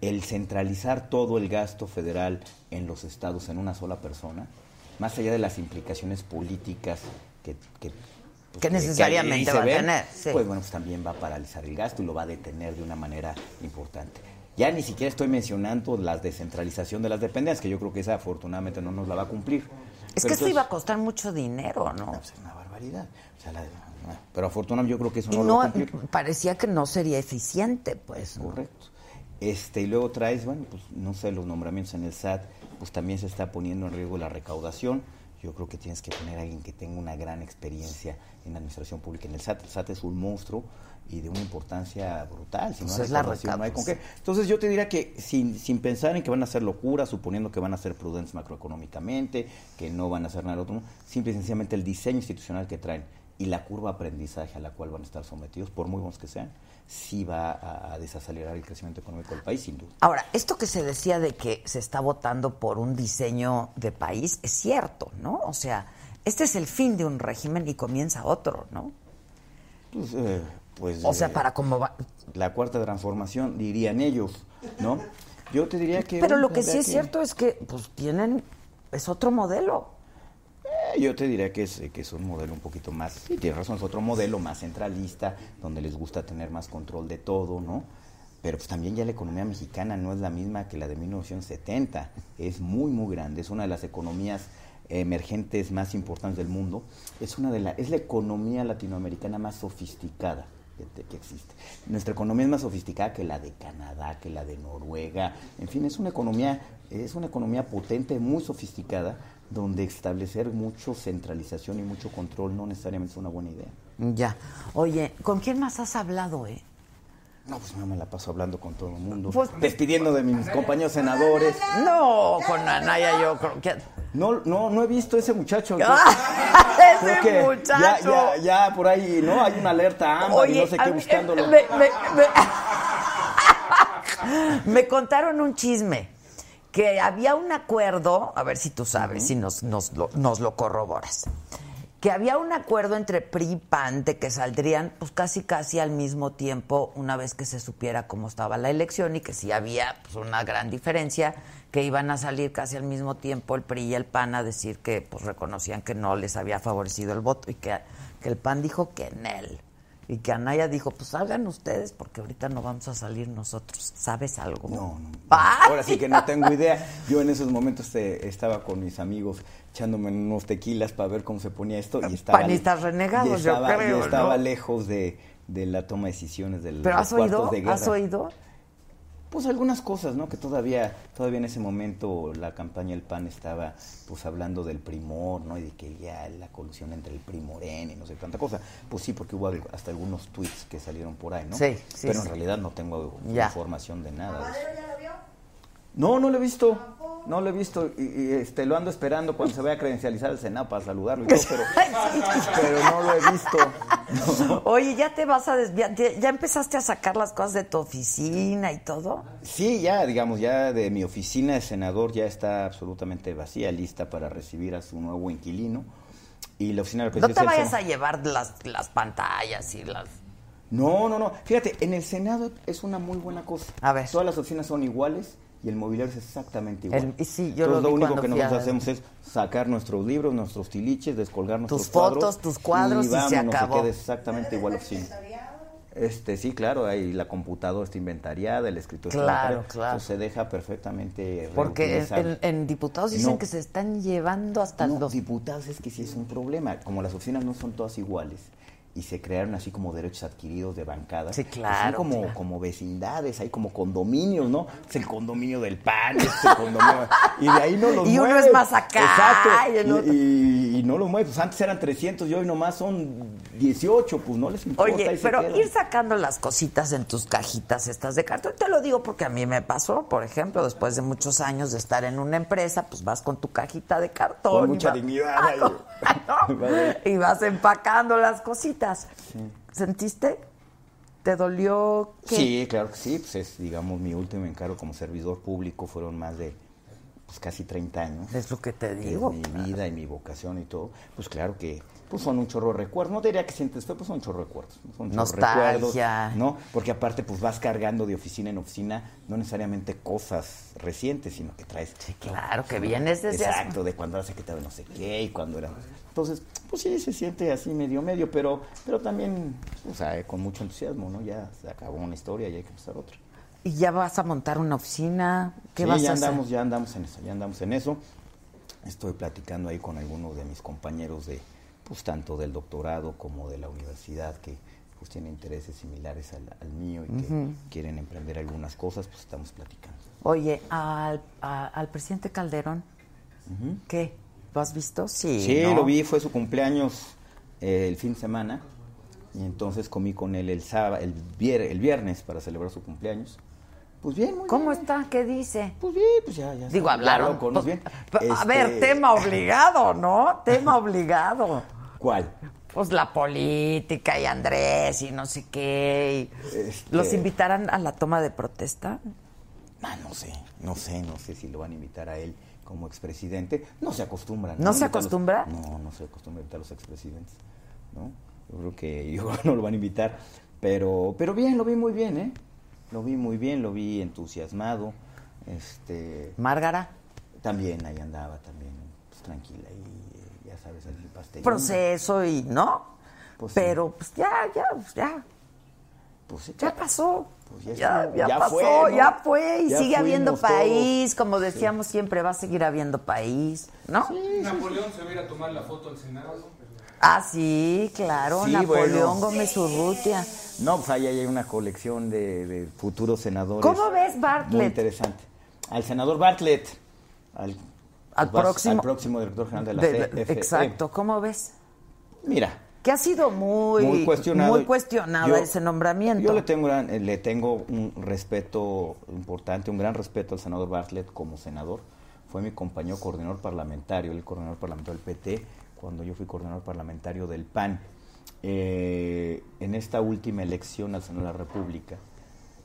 El centralizar todo el gasto federal en los estados en una sola persona, más allá de las implicaciones políticas que, que, pues,
Que necesariamente
ahí se
va a
ven,
tener, sí.
Pues bueno, pues también va a paralizar el gasto y lo va a detener de una manera importante. Ya ni siquiera estoy mencionando la descentralización de las dependencias, que yo creo que esa afortunadamente no nos la va a cumplir.
Es que esto iba a costar mucho dinero, ¿no?
pues, es una barbaridad. O sea, la- la- pero afortunadamente yo creo que eso
Y
no, lo va
no,
a cumplir.
parecía que no sería eficiente, pues. ¿no?
Correcto. Este, y luego traes, bueno, pues no sé, los nombramientos en el SAT, pues también se está poniendo en riesgo la recaudación. Yo creo que tienes que poner a alguien que tenga una gran experiencia en la administración pública en el SAT. El SAT es un monstruo y de una importancia brutal. Si
Pues
no hay
es la
recaudación, no hay con qué.
recaudación.
Entonces yo te diría que sin, sin pensar en que van a hacer locuras, suponiendo que van a ser prudentes macroeconómicamente, que no van a hacer nada del otro, mundo, simple y sencillamente el diseño institucional que traen y la curva de aprendizaje a la cual van a estar sometidos, por muy buenos que sean, sí va a, a desacelerar el crecimiento económico del país, sin duda.
Ahora, esto que se decía de que se está votando por un diseño de país es cierto, ¿no? O sea, este es el fin de un régimen y comienza otro, ¿no?
Pues, eh, pues,
O sea,
eh,
para cómo va.
la cuarta transformación, dirían ellos, ¿no? Yo te diría que...
Pero
bueno,
lo que sí
habría
es cierto es que, pues, tienen. Es otro modelo.
Eh, Yo te diría que es, que es un modelo un poquito más, sí, tienes razón, es otro modelo más centralista, donde les gusta tener más control de todo, ¿no? Pero pues también ya la economía mexicana no es la misma que la de 1970, es muy, muy grande, es una de las economías emergentes más importantes del mundo, es, una de la, es la economía latinoamericana más sofisticada que, te- que existe. Nuestra economía es más sofisticada que la de Canadá, que la de Noruega, en fin, es una economía, es una economía potente, muy sofisticada, donde establecer mucho centralización y mucho control no necesariamente es una buena idea.
Ya. Oye, ¿con quién más has hablado, eh?
No, pues no me la paso hablando con todo el mundo,
Pues-
despidiendo de mis compañeros senadores.
No, con Anaya yo creo que. Ah,
No, no, no he visto ese muchacho.
¡Ese
Creo que ya,
muchacho!
ya, ya por ahí, ¿no? Hay una alerta AMBA y no sé
a
qué
mí- eh,
buscándolo.
Me, me- me- me contaron un chisme que había un acuerdo, a ver si tú sabes, si nos, nos lo, nos lo corroboras, que había un acuerdo entre PRI y PAN de que saldrían pues casi casi al mismo tiempo una vez que se supiera cómo estaba la elección y que si había pues, una gran diferencia que iban a salir casi al mismo tiempo el PRI y el PAN a decir que pues reconocían que no les había favorecido el voto y que, que el PAN dijo que en él y que Anaya dijo pues salgan ustedes porque ahorita no vamos a salir nosotros ¿sabes algo?
No, no, Ahora sí que no tengo idea. Yo en esos momentos eh, estaba con mis amigos echándome unos tequilas para ver cómo se ponía esto y estaba
Panistas renegados,
y
yo
estaba,
creo,
y estaba
¿no?
lejos de, de la toma de decisiones del
¿Pero has oído?
de guerra.
¿Has oído?
Pues algunas cosas, ¿no? Que todavía, todavía en ese momento la campaña del PAN estaba pues hablando del primor, ¿no? Y de que ya la colusión entre el PRI y Morena y no sé tanta cosa. Pues sí, porque hubo algo- hasta algunos tweets que salieron por ahí, ¿no?
Sí, sí,
Pero
sí.
en realidad no tengo
Ya.
información de nada. de eso. No, no lo he visto. No lo he visto. Y, y, este, lo ando esperando cuando se vaya a credencializar al Senado para saludarlo y todo, pero, pero no lo he visto.
Oye, ya te vas a desviar, ¿Te- ya empezaste a sacar las cosas de tu oficina y todo.
Sí, ya, digamos, ya de mi oficina de senador ya está absolutamente vacía, lista para recibir a su nuevo inquilino. Y la oficina del
No
presidente.
te
del
vayas a
Senado-
llevar las, las pantallas y las...
No, no, no. Fíjate, en el Senado es una muy buena cosa.
A ver.
Todas las oficinas son iguales y el mobiliario es exactamente igual.
El- y sí, yo
Entonces,
lo vi
único
cuando
que
fui
nosotros
a-
hacemos es sacar nuestros libros, nuestros tiliches, descolgar nuestros
Tus fotos,
cuadros,
tus cuadros, y se
vámonos,
acabó.
queda exactamente igual la oficina. Este, sí, claro, ahí la computadora está inventariada, el escritorio
Claro,
está inventariado,
claro.
entonces se deja perfectamente
Porque en,
reutilizable.
en diputados dicen
No.
que se están llevando hasta
No,
los...
diputados es que sí es un problema. Como las oficinas no son todas iguales y se crearon así como derechos adquiridos de bancadas.
Sí,
pues son
claro,
como,
claro.
como vecindades, hay como condominios, ¿no? Es el condominio del PAN, es el condominio... y de ahí no los
Y uno
mueves.
es más acá,
Exacto.
y el otro-
y- y no los mueves. Pues antes eran 300 y hoy nomás son 18. Pues no les importa.
Oye,
ahí se
pero
quedan.
ir sacando las cositas en tus cajitas estas de cartón, te lo digo porque a mí me pasó, por ejemplo, después de muchos años de estar en una empresa, pues vas con tu cajita de cartón.
Con
y
mucha
vas-
dignidad.
Ah,
ahí.
no, ah, no.
Vale.
y vas empacando las cositas.
Sí.
¿Sentiste? ¿Te dolió? que
Sí, claro que sí, pues es, digamos, mi último encargo como servidor público fueron más de pues, casi 30 años.
Es lo que te
que es
digo,
mi vida y mi vocación y todo. Pues claro que pues, son un chorro de recuerdos. No te diría que sientes fue, pues son un chorro de recuerdos. ¿no? Son un chorro de
Nostalgia.
recuerdos, ¿no? Porque aparte, pues vas cargando de oficina en oficina, no necesariamente cosas recientes, sino que traes.
claro, que vienes desde hace-
Exacto, de cuando era secretario de no sé qué y cuando era. Entonces, pues sí, se siente así medio medio, pero, pero también, o sea, con mucho entusiasmo, ¿no? Ya se acabó una historia y hay que empezar otra.
¿Y ya vas a montar una oficina? ¿Qué
sí,
vas
ya
a hacer?
andamos, ya andamos en eso, ya andamos en eso. Estoy platicando ahí con algunos de mis compañeros de, pues tanto del doctorado como de la universidad que pues tienen intereses similares al, al mío y que
Ujú.
quieren emprender algunas cosas, pues estamos platicando.
Oye, al, a- al presidente Calderón, ¿qué? ¿Lo has visto? Sí.
Sí,
¿no?
lo vi, fue su cumpleaños eh, el fin de semana y entonces comí con él el sábado, el, vier- el viernes para celebrar su cumpleaños. Pues bien, muy
¿Cómo
bien.
está? ¿Qué dice?
Pues bien, pues ya, ya.
Digo,
ya
hablaron.
lo conoces bien.
Pero, A
Este,
ver, tema obligado, ¿no? Tema obligado.
¿Cuál?
Pues la política y Andrés y no sé qué. y-
Este-
¿Los invitarán a la toma de protesta?
Ah, no sé, no sé, no sé si lo van a invitar a él como expresidente. No se acostumbra.
¿No se
Invitar a los-
acostumbra?
no, no se acostumbra invitar a los expresidentes. ¿no? Yo creo que yo no lo van a invitar. Pero, pero bien, lo vi muy bien, ¿eh? Lo vi muy bien, lo vi entusiasmado. Este,
Márgara.
también ahí andaba, también pues, tranquila y eh, ya sabes, el pastel.
Proceso y no.
Pues sí.
Pero pues ya, ya, pues, ya.
Pues, sí,
Ya pasó.
Pues ya
Ya,
estuvo,
ya,
ya
pasó,
fue, ¿no?
ya fue y
Ya
sigue habiendo
fuimos todos.
país, como decíamos siempre, va a seguir habiendo país, ¿no?
Napoleón se va a ir a tomar la foto al Senado.
Ah, sí, claro,
Sí,
Napoleón
bueno.
Gómez Urrutia.
No, pues ahí hay una colección de, de futuros senadores.
¿Cómo ves Bartlett?
Muy interesante. Al senador Bartlett. Al,
Al
vas-
próximo-
Al próximo director general de la
De- de-
CFE.
exacto, ¿cómo ves?
Mira,
Que ha sido muy,
muy cuestionado.
muy cuestionado
Yo-
ese nombramiento.
Yo le tengo, gran- eh, le tengo un respeto importante, un gran respeto al senador Bartlett como senador. Fue mi compañero coordinador parlamentario, el coordinador parlamentario del PT, cuando yo fui coordinador parlamentario del PAN. Eh, en esta última elección al Senado de la República,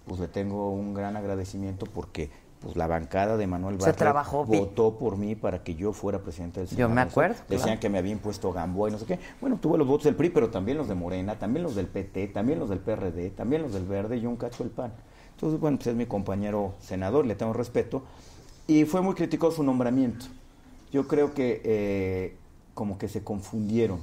pues le tengo un gran agradecimiento porque pues la bancada de Manuel
Se
Bartlett
trabajó bi-
votó por mí para que yo fuera presidente del Senado.
me
¿no? O sea,
acuerdo,
Decían
claro.
que me había impuesto Gamboa y no sé qué. Bueno, tuve los votos del PRI, pero también los de Morena, también los del PT, también los del PRD, también los del Verde y un cacho el PAN. Entonces, bueno, pues es mi compañero senador, le tengo respeto. Y fue muy criticado su nombramiento. Yo creo que eh, como que se confundieron,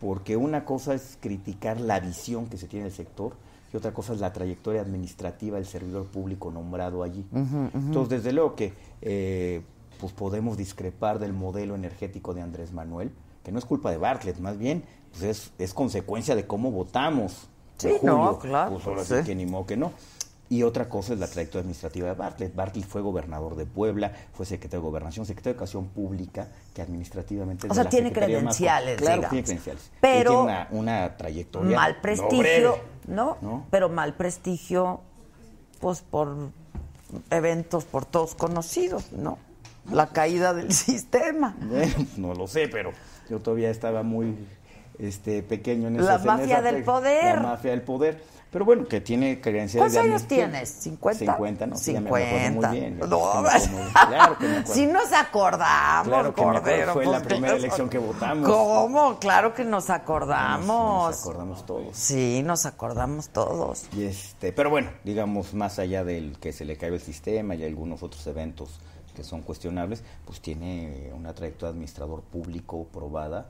porque una cosa es criticar la visión que se tiene del sector y otra cosa es la trayectoria administrativa del servidor público nombrado allí. Entonces, desde luego que eh, pues podemos discrepar del modelo energético de Andrés Manuel, que no es culpa de Bartlett, más bien pues es, es consecuencia de cómo votamos. en
Sí, no,
julio.
claro,
Pues ahora
pues
sí
sí.
que ni modo que no. Y otra cosa es la trayectoria administrativa de Bartlett. Bartlett fue gobernador de Puebla, fue secretario de Gobernación, secretario de Educación Pública, que administrativamente...
O
es de
sea,
las
tiene
secretarías más-
credenciales,
Claro,
digamos.
tiene credenciales.
Pero-
Y tiene una, una trayectoria...
mal
no
prestigio,
breve.
¿no? Pero mal prestigio, pues por eventos por todos conocidos, ¿no? La caída del sistema.
Bueno, no lo sé, pero yo todavía estaba muy este pequeño en
La
esas- en
mafia
esa
del
tec-
poder.
La mafia del poder. Pero bueno, que tiene credenciales de
¿Cuántos años
amnistía.
tienes? ¿50?
50, no, sí, ya me acuerdo
50.
muy bien.
No,
Como- claro que me acuerdo.
Si nos acordamos,
Claro que me acuerdo,
Cordero.
fue la
pues,
primera
¿cómo?
elección que votamos.
¿Cómo? Claro que nos acordamos.
Nos acordamos todos.
Sí, nos acordamos todos.
Ah, Y este, pero bueno, digamos, más allá del que se le caiga el sistema y algunos otros eventos que son cuestionables, pues tiene una trayectoria de administrador público probada.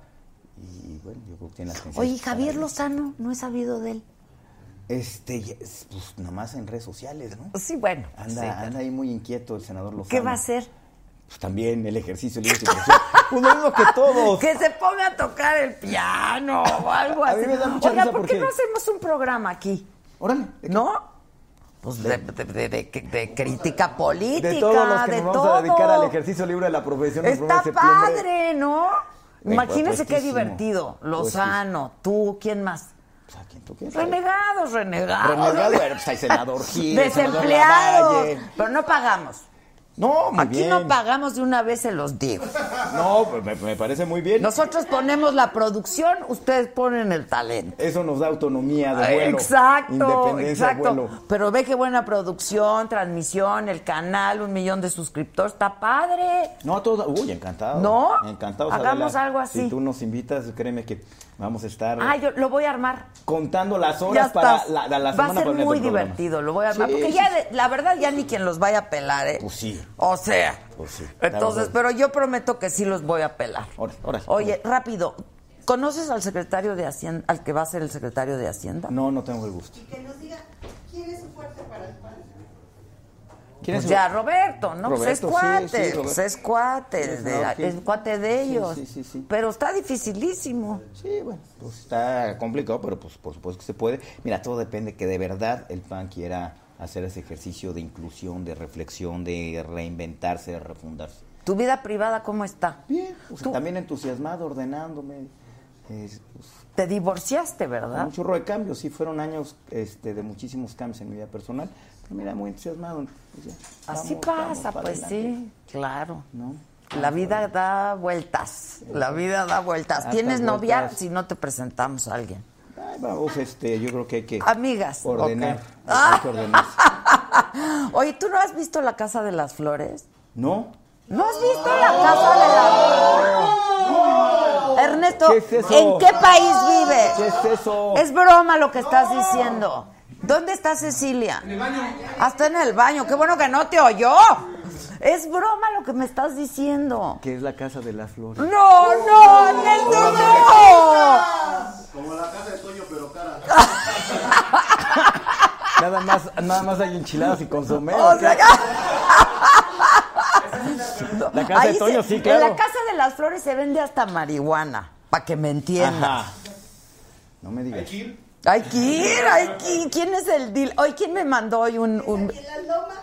Y bueno, yo creo que tiene las credenciales
Oye, ¿y Javier Lozano, no he sabido de él.
Este, ya es, pues nada más en redes sociales, ¿no?
Sí, bueno.
Anda,
sí.
anda ahí muy inquieto el senador Lozano.
¿Qué va a hacer?
Pues también el ejercicio libre de expresión. Pues lo mismo que todos.
Que se ponga a tocar el piano o algo
A
así.
mí me da mucha
Oiga,
risa
¿por qué
porque-
no hacemos un programa aquí?
Órale.
¿No? Pues de, de- de- de- de crítica política,
De todos los que
de
nos vamos
todo.
a dedicar al ejercicio libre de la profesión el
Está
1 de septiembre.
padre, ¿no?
Ey, pues,
Imagínense qué
puestísimo. pues,
divertido. Lozano, tú, ¿quién más?
quieres?
Renegados, renegados.
Renegado, bueno, pues hay senador Gil,
Desempleados.
senador Lavalle.
Pero no pagamos.
No, muy
Aquí
bien.
no pagamos de una vez, se los digo.
No, pues, me, me parece muy bien.
Nosotros ponemos la producción, ustedes ponen el talento.
Eso nos da autonomía de
Ay,
vuelo.
Exacto,
Independencia de
exacto.
vuelo.
Pero ve qué buena producción, transmisión, el canal, un millón de suscriptores, está padre.
No, todo. Uy, encantado.
¿No?
Encantado.
Hagamos algo así.
Si tú nos invitas, créeme que vamos a estar
Ah, yo lo voy a armar.
contando las
Ya
horas
está.
para la, la- la
Va
semana
a ser
para el
muy
programa.
divertido, lo voy a armar.
Sí,
porque
sí,
ya, de- la verdad, ya ni quien los vaya a pelar, ¿eh?
Pues sí.
O sea.
Pues sí. la verdad.
Entonces, pero yo prometo que sí los voy a pelar.
Órale, órale.
Oye, rápido, ¿conoces al secretario de Hacienda, al que va a ser el secretario de Hacienda?
No, no tengo el gusto.
Que nos diga quién es su fuerte para el pan.
¿Quién es el-
Pues ya, Roberto, ¿no? Pues
Roberto,
es
sí,
cuate,
sí, Roberto.
pues es cuate,
Sí,
de-
no, sí.
es cuate de
Sí,
ellos.
sí, sí, sí.
Pero está dificilísimo.
Sí, bueno, pues está complicado, pero pues por supuesto que se puede. Mira, todo depende que de verdad el PAN quiera hacer ese ejercicio de inclusión, de reflexión, de reinventarse, de refundarse.
¿Tu vida privada cómo está?
Bien, pues,
Tú-
también entusiasmado, ordenándome. eh, pues,
Te divorciaste,
con
¿verdad?
un chorro de cambios, sí, fueron años este, de muchísimos cambios en mi vida personal. Pero mira, muy entusiasmado. pues, ya,
Así
vamos,
pasa,
vamos para
pues
adelante,
sí, claro.
¿no?
La vida da vueltas, la vida da vueltas.
Hartas
¿Tienes novia?
vueltas.
Si no te presentamos a alguien.
Ay, vamos, este, yo creo que hay que
Amigas,
ordenar.
ok. Ah.
Hay que ordenarse.
Oye, ¿tú no has visto la Casa de las Flores?
¿No?
¿No has visto la Casa de las Flores? Ernesto,
¿Qué es eso?
¿en qué país vives?
¿Qué es eso?
Es broma lo que estás diciendo. ¿Dónde está Cecilia? En el baño. Hasta en el baño. Qué bueno que no te oyó. Es broma lo que me estás diciendo.
Que es la casa de las flores.
No, no, Ernesto, no.
Como la casa de Toño, pero cara.
Nada más, nada más hay enchiladas y consomé.
O sea,
la casa
ahí
de
se-
Toño, sí, claro.
En la Casa de las Flores se vende hasta marihuana, para que me entiendas.
Ajá. No me digas.
Hay que ir, hay que ir. ¿Quién es el deal? Hoy, ¿quién me mandó hoy un...? un-
Y las lomas.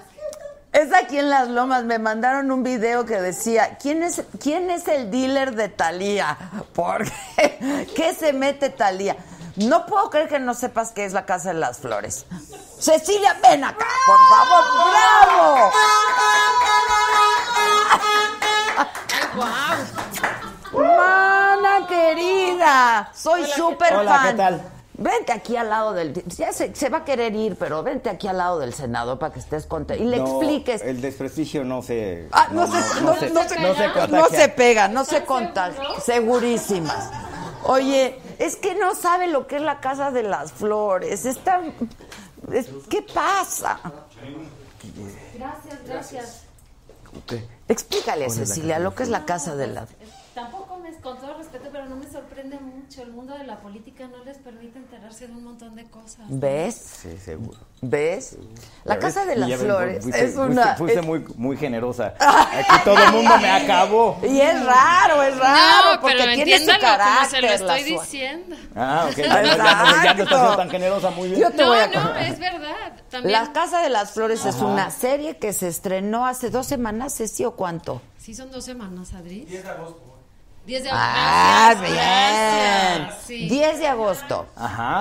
Es aquí en Las Lomas, me mandaron un video que decía, ¿quién es, quién es el dealer de Talía? ¿Por qué? ¿Qué se mete Talía? No puedo creer que no sepas qué es la Casa de las Flores. Cecilia, ven acá, por favor, bravo. Mana querida, soy súper fan.
Hola, ¿qué tal?
Vente aquí al lado del. Ya se, se va a querer ir, pero vente aquí al lado del Senado para que estés contento. Y le
No,
expliques.
El desprestigio no se.
Ah, no, se, no, no se-
no se contagia.
no se pega, no se contagia. Segurísimas. Oye, es que no sabe lo que es la casa de las flores. Está, es- ¿Qué pasa?
Gracias, gracias.
Explícale,
¿Cuál es la
Cecilia,
casa de
lo que es la casa de las.
Tampoco me, con todo respeto, pero no me sorprende mucho. El mundo de la política no les permite enterarse de un montón de cosas.
¿Ves?
Sí, seguro.
¿Ves? La
Ya
Casa
ves,
de
y
las
ya ven,
Flores
fuiste-
es
fuiste-
una-
Fuiste
es-
muy, muy generosa. Aquí todo el mundo me acabó.
Y es raro, es raro,
No,
porque
pero
tiene su
entiéndanlo como se
carácter.
lo
la
estoy
sua-
diciendo.
Ah, ok. Ya, no- ya no, ya no estás siendo tan generosa, muy bien.
Yo te
no,
voy a
no,
contar.
es verdad. También.
La Casa de las Flores es
Ajá.
una serie que se estrenó hace dos semanas, ¿sí o cuánto?
Sí, son dos semanas, Adri. 10 de agosto. 10 de agosto.
Ah, bien.
gracias. Sí.
10 de agosto.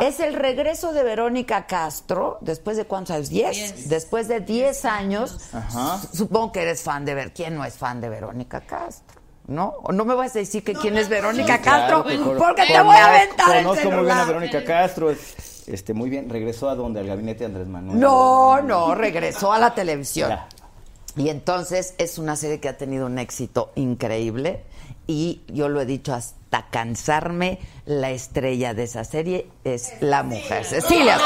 Es el regreso de Verónica Castro, después de cuántos años? 10.
Diez.
Después de 10 años.
Ajá.
S- Supongo que eres fan de ver. ¿Quién no es fan de Verónica Castro? ¿No? ¿O no me vas a decir que quién es Verónica
Sí,
Castro?
claro, te cono-
porque te voy a aventar el
Conozco muy bien a
celular.
Verónica Castro. es- Este, muy bien, regresó a donde, al gabinete de Andrés Manuel.
No, no, regresó a la televisión.
Ya.
Y entonces es una serie que ha tenido un éxito increíble y yo lo he dicho hasta cansarme, la estrella de esa serie es la mujer. Cecilia.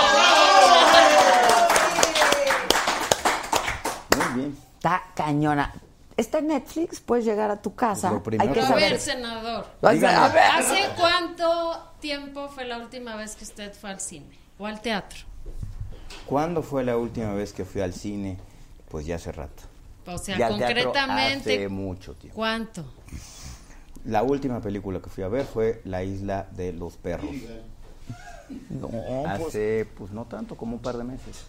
Muy bien.
Está cañona. Está en Netflix, puedes llegar a tu casa.
Lo primero
Hay que
a ver,
saber.
senador.
Ay, a ver. Ah,
¿Hace cuánto tiempo fue la última vez que usted fue al cine o al teatro?
¿Cuándo fue la última vez que fui al cine? Pues ya hace rato.
O sea,
Y al teatro
concretamente.
hace mucho tiempo.
¿Cuánto?
La última película que fui a ver fue La Isla de los Perros.
No,
hace, pues no tanto, como un par de meses.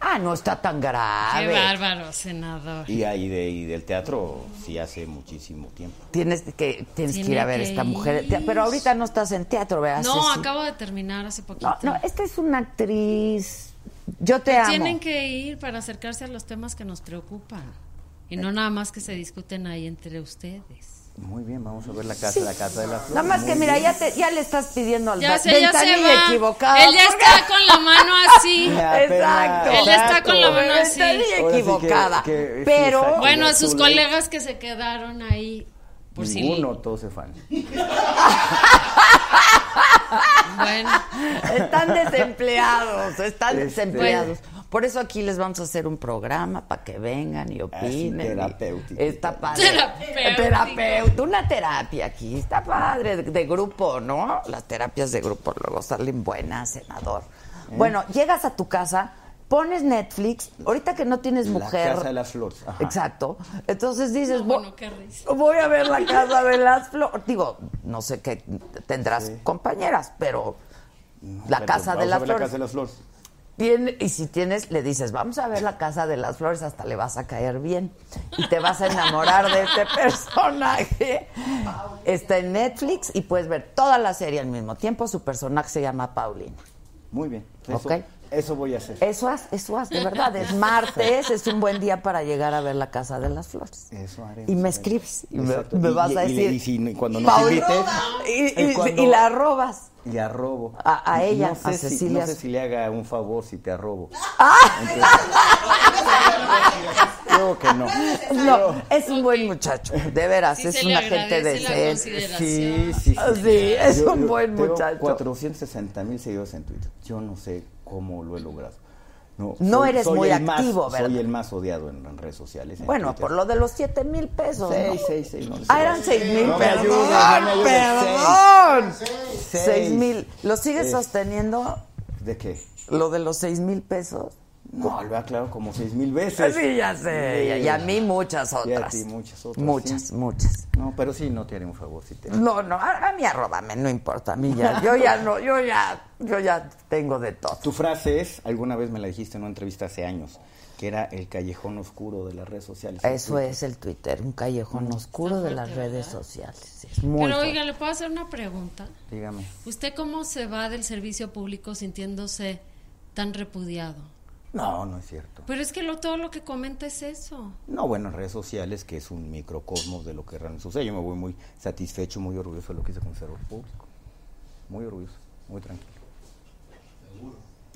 Ah, no está tan
Qué
grave.
bárbaro, senador.
Y ahí de, y del teatro sí hace muchísimo tiempo.
Tienes que, tienes que
Tiene
ir a ver
que
esta mujer.
ir.
Pero ahorita no estás en teatro, ¿verdad?
No,
Ceci?
acabo de terminar hace poquito.
No, no, esta es una actriz. Yo te amo.
Tienen que ir para acercarse a los temas que nos preocupan. Y no nada más que se discuten ahí entre ustedes.
Muy bien, vamos a ver la casa,
Sí.
la casa de las
Nada más que mira, ya, te- ya le estás pidiendo al
Ya
ba-
sé, ya se
ventanilla
va.
equivocada.
Él ya
¿Por qué?
está con la mano así.
Exacto.
Él ya está con la mano así.
Ventanilla equivocada.
eh, pero- exacto,
Bueno, a
ya
sus
tú
colegas que se quedaron ahí. Por si-
Ninguno, todos se fan.
Bueno.
Están desempleados, están
Este-
desempleados. Por eso aquí les vamos a hacer un programa para que vengan y opinen.
Ah, terapéutico.
Está padre.
Terapéutico.
Terapeuta, una terapia aquí. Está padre, de, de grupo, ¿no? Las terapias de grupo luego salen buenas, senador.
¿Eh?
Bueno, llegas a tu casa, pones Netflix, ahorita que no tienes
La
mujer.
casa de las flores. Ajá.
Exacto. Entonces dices,
No,
"Bo-
bueno, qué risa.
Voy a ver la casa de las flores. Digo, no sé qué tendrás compañeras, pero la
Pero
casa
vamos a
de las
ver
flores.
La casa de las flores.
Tiene- y si tienes, le dices, vamos a ver la casa de las flores, hasta le vas a caer bien. Y te vas a enamorar de este personaje. Está en Netflix y puedes ver toda la serie al mismo tiempo. Su personaje se llama Paulina.
Muy bien. Eso,
Ok.
eso voy a hacer.
Eso haz, eso haz, de verdad. Es martes, es un buen día para llegar a ver la casa de las flores.
Eso haré.
Y me escribes y me,
Exacto.
me
Y-
vas a
y- y-
decir.
y si- cuando nos
Paul-
invites,
y,
es
y-
cuando-
y la robas.
Y arrobo.
A- a ella,
no sé
a
si-
Cecilia.
no sé si le haga un favor si te arrobo.
Ah.
Creo que no.
No, es un buen muchacho, de veras,
Sí
es
se le
una gente
agradece la
decente.
consideración.
Sí,
Ah, Sí, es
Yo-
un
yo
buen
tengo
muchacho.
460 mil seguidores en Twitter. Yo no sé cómo lo he logrado. No,
No eres muy
el más-
activo, ¿verdad?
Soy el más odiado en, en redes sociales. en
Bueno,
Twitter.
por lo de los 7 mil pesos.
Seis,
¿no?
seis, seis, no,
Ah, eran 6 mil,
No me
perdón.
ayudes, no me ayudes,
perdón.
seis.
6 mil. ¿Lo sigues
Es-
sosteniendo
¿De qué?
lo de los 6 mil pesos?
No, lo he aclarado como seis mil veces.
Sí, ya sé. Y a mí muchas
Y a
otras.
ti muchas otras.
Muchas,
sí.
muchas.
No, pero sí, no te haré un favor si te...
No, no, a, a mí arróbame, no importa, a mí ya. Yo ya no, yo ya, yo ya tengo de todo.
Tu frase es, alguna vez me la dijiste en una entrevista hace años, que era el callejón oscuro de las redes sociales.
Eso es el Twitter, un callejón oscuro de las redes sociales. Es muy
Pero
fuerte.
oiga, ¿le puedo hacer una pregunta?
Dígame.
¿Usted cómo se va del servicio público sintiéndose tan repudiado?
No, no es cierto.
Pero es que lo, todo lo que comenta es eso.
No, bueno, en redes sociales, que es un microcosmos de lo que realmente sucede. Yo me voy muy satisfecho, muy orgulloso de lo que hice con Servidor Público. Muy orgulloso, muy tranquilo.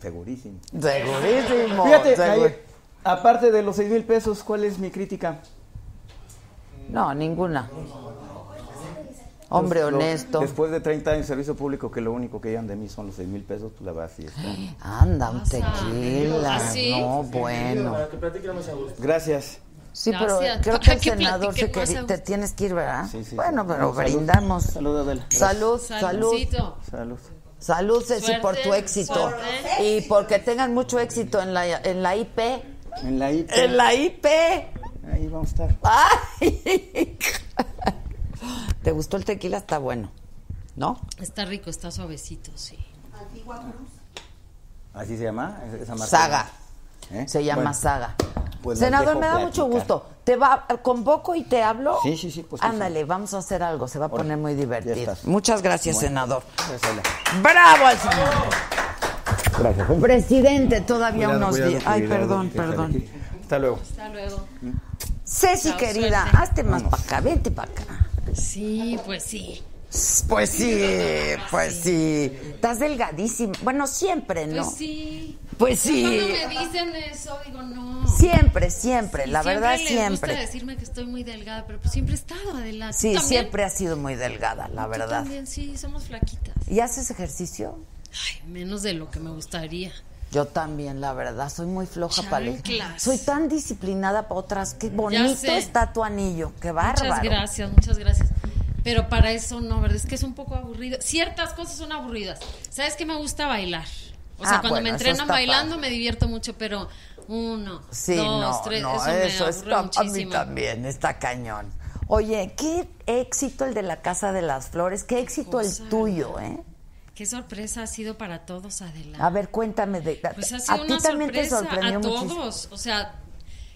Segurísimo.
Segurísimo.
Fíjate,
Segu-
ahí, aparte de los seis mil pesos, ¿cuál es mi crítica?
No, ninguna. Hombre
Los- los-
honesto.
después de 30 años de servicio público, que lo único que llevan de mí son los seis mil pesos, pues la verdad sí está.
Anda, un tequila. No, bueno.
Para que platiquen más a gusto.
Gracias.
Sí, pero
Gracias.
creo que
Para
el
que
senador se
platiquen más
queri-
a gusto.
te tienes que ir, ¿verdad?
Sí, sí, sí.
bueno, pero
Salud.
brindamos.
Salud, Adela.
Salud, salud.
Saludcito.
Salud.
Salud, Ceci,
Suerte,
por tu éxito.
suerte.
Y porque tengan mucho éxito en la, en la IP.
En la IP.
En la IP.
Ahí vamos a estar.
¡Ay! ¿Te gustó el tequila? Está bueno. ¿No?
Está rico, está suavecito, sí.
Antigua Cruz.
¿Así se llama? ¿Es- Esa marca?
Saga.
¿Eh?
Se llama
Bueno,
Saga.
pues los
Senador,
dejo
me da mucho
platicar.
gusto. Te va, convoco y te hablo.
Sí, sí, sí, pues, sí,
Ándale, vamos a hacer algo, se va a
Órale,
poner muy divertido.
estás.
Muchas gracias,
Bueno.
senador.
Gracias, Adela.
¡Bravo al senador!
Gracias.
Presidente, todavía
Cuidado,
unos
cuidado,
días. Ay,
cuidado,
perdón,
que está
perdón.
aquí. Hasta luego.
Hasta luego.
Ceci,
Chao,
querida,
suerte.
hazte más para acá, vente para acá.
Sí, pues sí.
Pues sí, pues sí. Estás delgadísima. Bueno, siempre, ¿no?
Pues sí.
Pues sí.
Yo Cuando me dicen eso, digo no.
Siempre, siempre, la verdad,
les
siempre.
gusta decirme que estoy muy delgada, pero pues siempre he estado adelante.
Sí, siempre has sido muy delgada, la verdad.
También sí, somos flaquitas.
¿Y haces ejercicio?
Ay, menos de lo que me gustaría.
Yo también, la verdad, soy muy floja para el...
Chanclas.
Soy tan disciplinada para otras. Qué bonito
sé.
está tu anillo, qué bárbaro.
Muchas gracias, muchas gracias. Pero para eso no, ¿verdad? Es que es un poco aburrido. Ciertas cosas son aburridas. ¿Sabes qué me gusta bailar? O sea,
Ah,
cuando
bueno,
me
eso
entrenan
está
bailando me divierto mucho, pero uno,
Sí,
dos,
no,
tres,
no,
eso,
eso,
me
está,
aburre
a mí
muchísimo.
también, está cañón. Oye, qué éxito el de la Casa de las Flores, qué éxito
Cosa.
el tuyo, ¿eh?
Qué sorpresa ha sido para todos, Adela.
A ver, cuéntame de...
Pues ha
a
sido
ti
una
también te
sorpresa
sorprendió
a
muchísimo.
todos. O sea,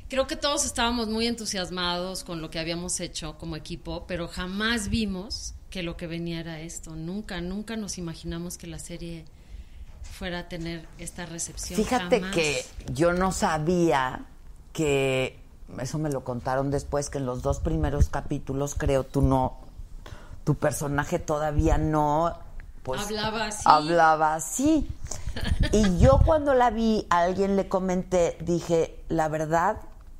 creo que todos estábamos muy entusiasmados con lo que habíamos hecho como equipo, pero jamás vimos que lo que venía era esto. Nunca, nunca nos imaginamos que la serie fuera a tener esta recepción.
Fíjate
Jamás.
que yo no sabía que eso me lo contaron después que en los dos primeros capítulos creo tú no tu personaje todavía no pues
Hablaba así.
hablaba así. Y yo cuando la vi, a alguien le comenté, dije, la verdad,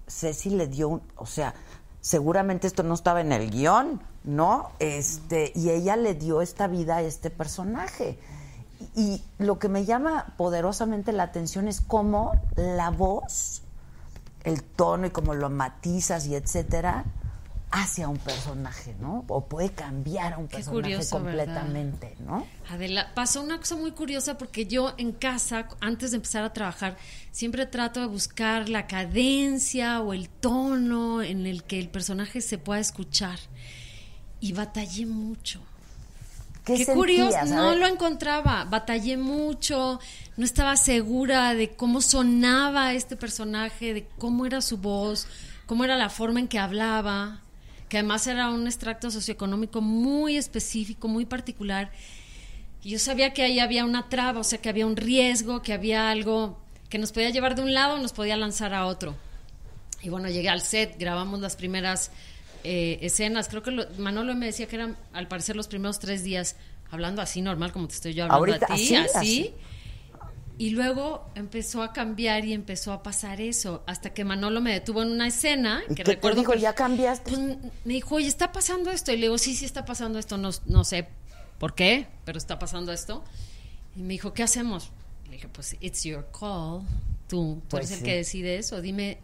Ceci le dio un, o sea, seguramente esto no estaba en el guión, ¿no? Este, y ella le dio esta vida a este personaje. Y lo que me llama poderosamente la atención es cómo la voz, el tono y cómo lo matizas y etcétera, hacia un personaje, ¿no? O puede cambiar a un
Qué
personaje
curioso, ¿verdad?
completamente, ¿no?
Adela, pasó una cosa muy curiosa porque yo en casa, antes de empezar a trabajar, siempre trato de buscar la cadencia o el tono en el que el personaje se pueda escuchar. Y batallé mucho.
¿Qué, sentías?
curioso,
A
no
ver.
lo encontraba, batallé mucho, no estaba segura de cómo sonaba este personaje, de cómo era su voz, cómo era la forma en que hablaba, que además era un extracto socioeconómico muy específico, muy particular. Y yo sabía que ahí había una traba, o sea, que había un riesgo, que había algo que nos podía llevar de un lado o nos podía lanzar a otro. Y bueno, llegué al set, grabamos las primeras eh, escenas. Creo que lo- Manolo me decía que eran, al parecer, los primeros tres días hablando así normal, como te estoy yo hablando
Ahorita,
a ti,
así,
así,
así.
Y luego empezó a cambiar y empezó a pasar eso, hasta que Manolo me detuvo en una escena.
¿Y
Que
qué te
recuerdo
dijo?
per-
¿Ya cambiaste?
pues m- me dijo, oye, ¿está pasando esto? Y le digo, sí, sí está pasando esto, no, no sé por qué, pero está pasando esto. Y me dijo, ¿qué hacemos? Le dije, pues, it's your call, tú, tú
Pues
eres
sí.
el que decide eso, dime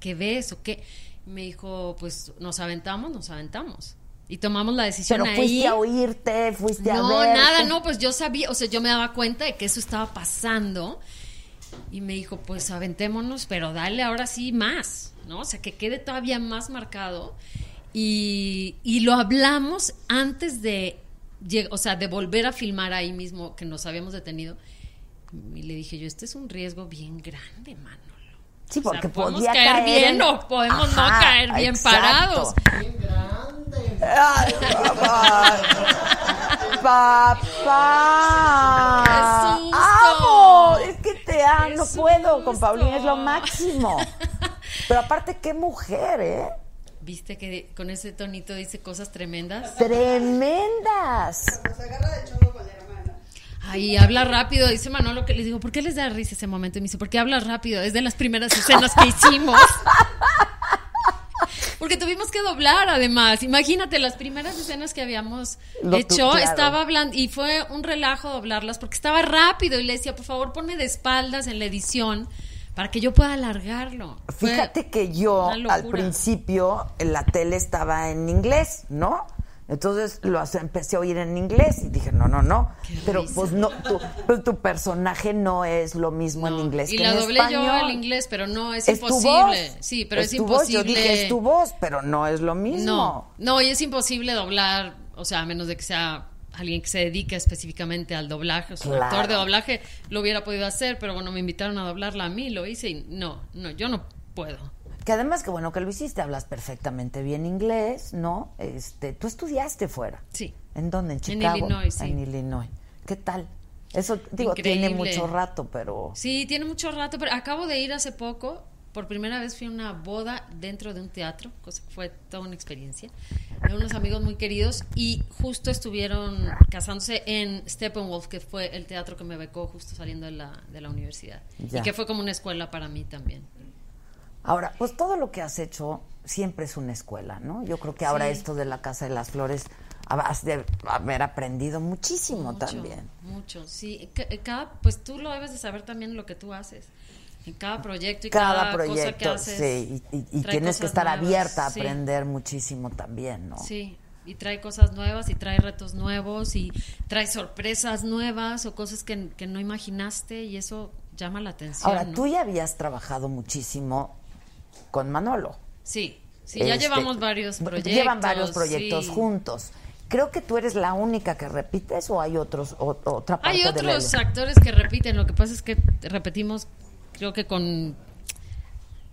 qué ves o qué. Me dijo, pues, nos aventamos, nos aventamos. Y tomamos la decisión
Pero
ahí.
fuiste a oírte, fuiste a
No,
ver.
nada, no, pues yo sabía, o sea, yo me daba cuenta de que eso estaba pasando y me dijo, pues aventémonos, pero dale ahora sí más, ¿no? O sea, que quede todavía más marcado y, y lo hablamos antes de, lleg- o sea, de volver a filmar ahí mismo que nos habíamos detenido y le dije yo, este es un riesgo bien grande, mano.
Sí,
O sea,
porque
podemos
podía
caer, bien
en-
o podemos
Ajá,
no caer bien parados.
exacto. Ay, papá. Papá.
¡Qué susto!
¡Amo! Es que te amo.
¡Qué
No puedo. Con
susto!
Paulina es lo máximo. Pero aparte, qué mujer, ¿eh?
¿Viste que con ese tonito dice cosas tremendas?
Tremendas.
Nos agarra de chongo con la hermana.
Ay, habla rápido, dice Manolo que le digo, ¿por qué les da risa ese momento? Y me dice, porque habla rápido, es de las primeras escenas que hicimos. Porque tuvimos que doblar además. Imagínate, las primeras escenas que habíamos
Lo tu-
hecho,
claro.
estaba hablando y fue un relajo doblarlas porque estaba rápido y le decía, por favor, ponme de espaldas en la edición para que yo pueda alargarlo.
Fíjate que yo
una
al
locura.
principio eh, la tele estaba en inglés, ¿no? Entonces lo hace- empecé a oír en inglés y dije, no, no, no. Pero pues no, tu, pues, tu personaje no es lo mismo en inglés.
Y
que
la
en
doblé
español.
yo al inglés, pero no, es,
Es tu
imposible.
voz.
Sí, pero es,
tu voz.
imposible.
Yo dije, es tu voz, pero no es lo mismo.
No, no, y es imposible doblar, o sea, a menos de que sea alguien que se dedica específicamente al doblaje, o sea, un
Claro.
actor de doblaje lo hubiera podido hacer, pero bueno, me invitaron a doblarla a mí, lo hice y no, no, yo no puedo.
Que además, que bueno que lo hiciste, hablas perfectamente bien inglés, ¿no? Este, tú estudiaste fuera.
Sí.
¿En dónde? En Chicago.
Illinois, sí.
En Illinois. ¿Qué tal? Eso, digo, tiene
Increíble.
mucho rato, pero.
Sí, tiene mucho rato, pero acabo de ir hace poco. Por primera vez fui a una boda dentro de un teatro, cosa que fue toda una experiencia, de unos amigos muy queridos y justo estuvieron casándose en Steppenwolf, que fue el teatro que me becó justo saliendo de la, de la universidad
Ya.
y que fue como una escuela para mí también.
Ahora, pues todo lo que has hecho siempre es una escuela, ¿no? Yo creo que ahora
Sí.
esto de la Casa de las Flores has de haber aprendido muchísimo
Mucho,
también.
Mucho, sí. Ca- Cada, pues tú lo debes de saber también lo que tú haces. En cada proyecto y cada,
Cada
cosa que
proyecto,
haces.
sí, y, y- y
trae
tienes que
cosas
estar
nuevas,
abierta a
sí.
aprender muchísimo también, ¿no?
Sí, y trae cosas nuevas y trae retos nuevos y trae sorpresas nuevas o cosas que, que no imaginaste y eso llama la atención.
Ahora,
¿no?
tú ya habías trabajado muchísimo con Manolo.
Sí, sí, ya
Este,
llevamos varios proyectos.
Llevan varios proyectos
sí.
juntos. Creo que tú eres la única que repites o hay otros o- otra parte
Hay
de la-
otros actores que repiten, lo que pasa es que repetimos, creo que con,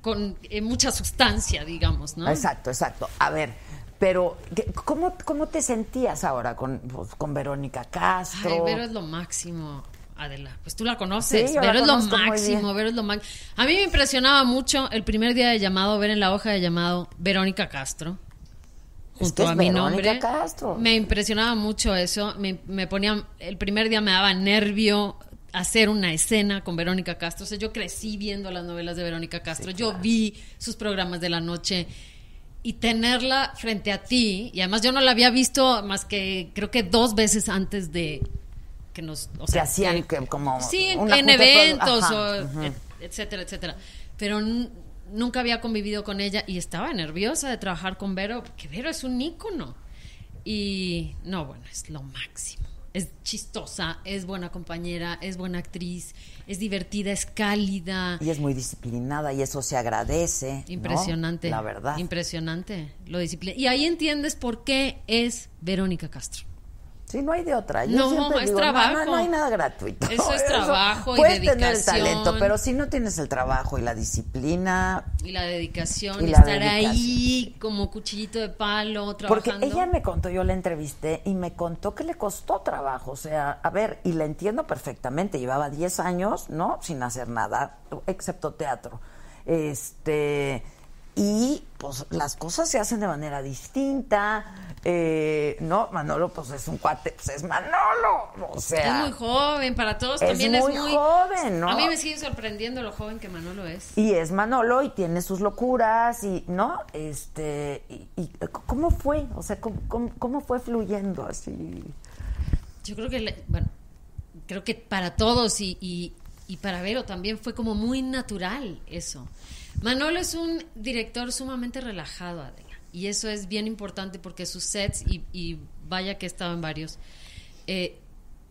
con eh, mucha sustancia, digamos, ¿no?
Exacto, exacto. A ver, pero ¿qué- ¿cómo, cómo te sentías ahora con, pues, con Verónica Castro?
Ay, Vero es lo máximo, Adela. Pues tú la conoces.
Sí, yo la
Vero es lo
conozco muy
máximo,
bien.
Vero es lo máximo. A mí me impresionaba mucho el primer día de llamado ver en la hoja de llamado Verónica Castro.
Es
Junto
que Este es
a mi
Verónica
nombre.
Castro.
Me impresionaba mucho eso. Me, me ponía, el primer día me daba nervio hacer una escena con Verónica Castro. O sea, yo crecí viendo las novelas de Verónica Castro. Yo vi sus programas de la noche y tenerla frente a ti. Y además yo no la había visto más que creo que dos veces antes de que nos... O
Se
sea, eh,
hacían que como
Sí, en,
una
en
junta de produ-
eventos,
Ajá,
o
ujú.
et- etcétera, etcétera. Pero n- nunca había convivido con ella y estaba nerviosa de trabajar con Vero, porque Vero es un ícono. Y no, bueno, es lo máximo. Es chistosa, es buena compañera, es buena actriz, es divertida, es cálida.
Y es muy disciplinada y eso se agradece. ¿no?
Impresionante.
La verdad.
Impresionante. Lo disciplina. Y ahí entiendes por qué es Verónica Castro.
Sí, no hay de otra. Yo
No,
siempre
es
digo, no, no, No,
trabajo.
hay nada gratuito.
Eso es trabajo y
puedes tener el
dedicación.
talento, pero si no tienes el trabajo y la disciplina,
Y la dedicación,
Y la
estar
dedicación.
ahí como cuchillito de palo,
Porque
trabajando.
ella me contó, yo la entrevisté y me contó que le costó trabajo. O sea, a ver, y la entiendo perfectamente. Llevaba 10 años, ¿no? Sin hacer nada, excepto teatro. Este. Y pues las cosas se hacen de manera distinta. eh, no, Manolo, pues es un cuate, pues es Manolo. O
es
sea.
muy joven, para todos
es
también
muy
es muy
joven, ¿no?
A mí me sigue sorprendiendo lo joven que Manolo es.
Y es Manolo y tiene sus locuras y, ¿no? Este, y, y ¿cómo fue? O sea, ¿cómo, cómo, cómo fue fluyendo así?
Yo creo que, le- bueno, creo que para todos y, y- y para Vero también fue como muy natural eso. Manolo es un director sumamente relajado, Adela, y eso es bien importante porque sus sets, y, y vaya que he estado en varios, eh,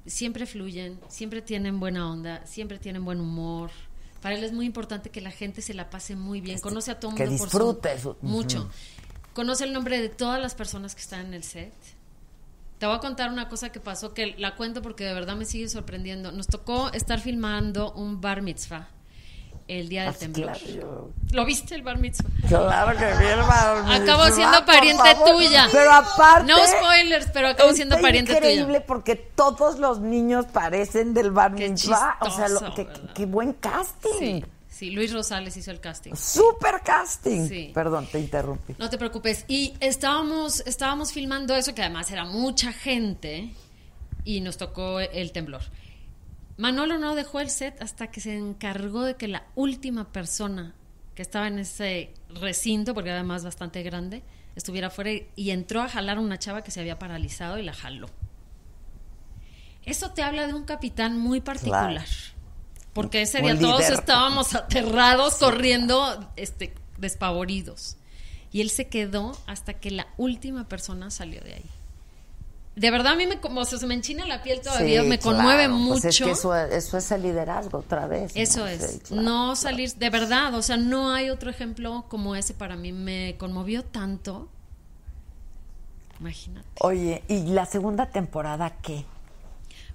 siempre fluyen, siempre tienen buena onda, siempre tienen buen humor. Para él es muy importante que la gente se la pase muy bien, conoce a todo el
Este, que
mundo por su-
disfrute su-
mucho.
Ujú.
Conoce el nombre de todas las personas que están en el set. Te voy a contar una cosa que pasó que la cuento porque de verdad me sigue sorprendiendo. Nos tocó estar filmando un bar mitzvah el día del
Así,
temblor.
Ah, claro, yo-
¿Lo viste el bar mitzvah?
Claro que bien, Manolo.
Acabo siendo
Ah, por
pariente
favor.
tuya.
Pero aparte.
No spoilers, pero acabo
está
siendo pariente
increíble
tuya.
porque todos los niños parecen del bar mitzvah. O sea, lo-
chistoso,
qué-
¿verdad?
qué buen casting.
Sí, sí, Luis Rosales hizo el casting.
Super casting.
Sí.
Perdón, te interrumpí.
No te preocupes. Y estábamos, estábamos filmando eso, que además era mucha gente, y nos tocó el temblor. Manolo no dejó el set hasta que se encargó de que la última persona que estaba en ese recinto, porque era además bastante grande, estuviera afuera y- y entró a jalar a una chava que se había paralizado y la jaló. Eso te habla de un capitán muy particular. Porque ese
Un
día todos
líder.
estábamos aterrados, corriendo, este, despavoridos. Y él se quedó hasta que la última persona salió de ahí. De verdad, a mí me, como se me enchina la piel todavía,
Sí,
me conmueve
claro.
mucho.
Pues es que eso, eso es el liderazgo otra vez. ¿no?
Eso es,
Sí,
no salir, de verdad, o sea, no hay otro ejemplo como ese para mí, me conmovió tanto. Imagínate.
Oye, ¿y la segunda temporada qué?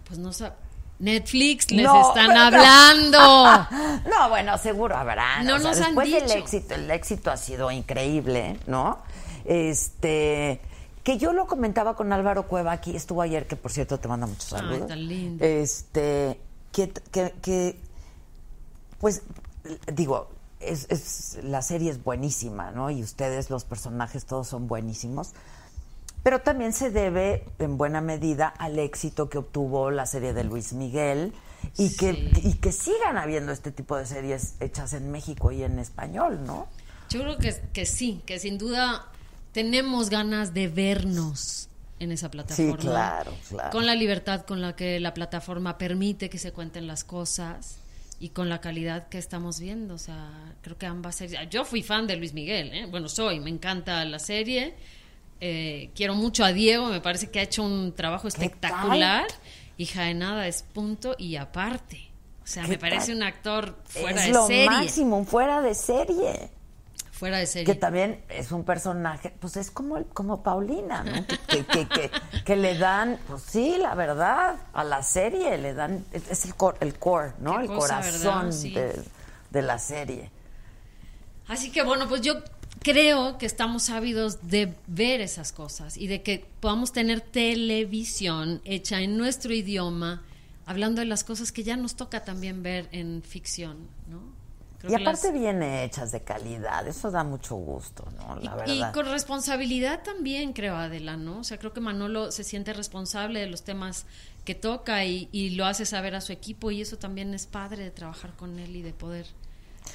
Pues no sé, Netflix les
No,
están
pero-
hablando.
no, bueno, seguro habrá.
No
Ah, o sea,
nos han
después
dicho.
el éxito, el éxito ha sido increíble, ¿no? Este, que yo lo comentaba con Álvaro Cueva aquí, estuvo ayer, que por cierto te manda muchos
Ay,
saludos.
tan lindo.
Este, que, que- que, pues, digo, es, es- la serie es buenísima, ¿no? Y ustedes, los personajes, todos son buenísimos. Pero también se debe, en buena medida, al éxito que obtuvo la serie de Luis Miguel y, que, y que sigan habiendo este tipo de series hechas en México y en español, ¿no?
Yo creo que, que sí, que sin duda tenemos ganas de vernos en esa plataforma.
claro, claro.
Con la libertad con la que la plataforma permite que se cuenten las cosas y con la calidad que estamos viendo. O sea, creo que ambas series. ah, Yo fui fan de Luis Miguel, ¿eh? bueno, soy, me encanta la serie. Eh, quiero mucho a Diego, me parece que ha hecho un trabajo espectacular. Hija de nada es punto y aparte. O sea,
¿Qué
me parece
tal?
un actor fuera
es
de
lo
serie.
máximo, un fuera de serie.
Fuera de serie.
Que también es un personaje, pues es como, el- como Paulina, ¿no? Que, que- que- que- que le dan, pues sí, la verdad, a la serie le dan, es, es el, core, el core, ¿no?
Qué
El
cosa,
corazón
¿verdad? Sí.
de, de la serie.
Así que bueno, pues yo creo que estamos ávidos de ver esas cosas y de que podamos tener televisión hecha en nuestro idioma, hablando de las cosas que ya nos toca también ver en ficción, ¿no? Creo
y
que las-
aparte viene hechas de calidad, eso da mucho gusto, ¿no? La
Y
verdad.
con responsabilidad también, creo, Adela, ¿no? O sea, creo que Manolo se siente responsable de los temas que toca y, y lo hace saber a su equipo y eso también es padre de trabajar con él y de poder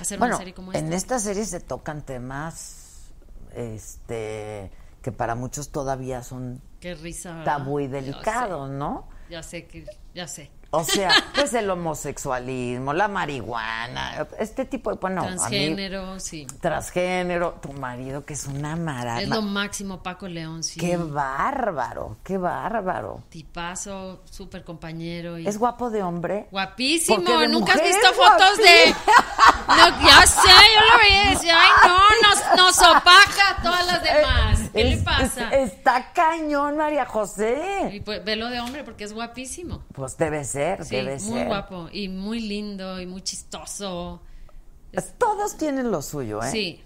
hacer
bueno,
una serie como
en este
esta.
esta serie se tocan temas, este, que para muchos todavía son
Qué risa. ¿verdad?
tabú y
Ah, Ya sé,
delicados, ¿no?
Ya sé, que, ya sé.
O sea, pues el homosexualismo, la marihuana, este tipo de, bueno, a mí-
Transgénero, sí.
transgénero, tu marido que es una
Es lo
maravilla.
máximo, Paco León, sí.
Qué bárbaro, qué bárbaro.
Tipazo, súper compañero. Y...
Es guapo de hombre.
Guapísimo,
Porque de
nunca has
mujer
visto
es
fotos de... No, ya sé, yo lo veía y decía, ay no, nos, nos opaca a todas las demás. ¿Qué
Es-
le pasa?
es- está cañón, María José.
Y pues, velo de hombre porque es guapísimo.
Pues debe ser,
Sí,
debe
muy
ser.
guapo y muy lindo y muy chistoso.
Todos tienen lo suyo, ¿eh?
Sí,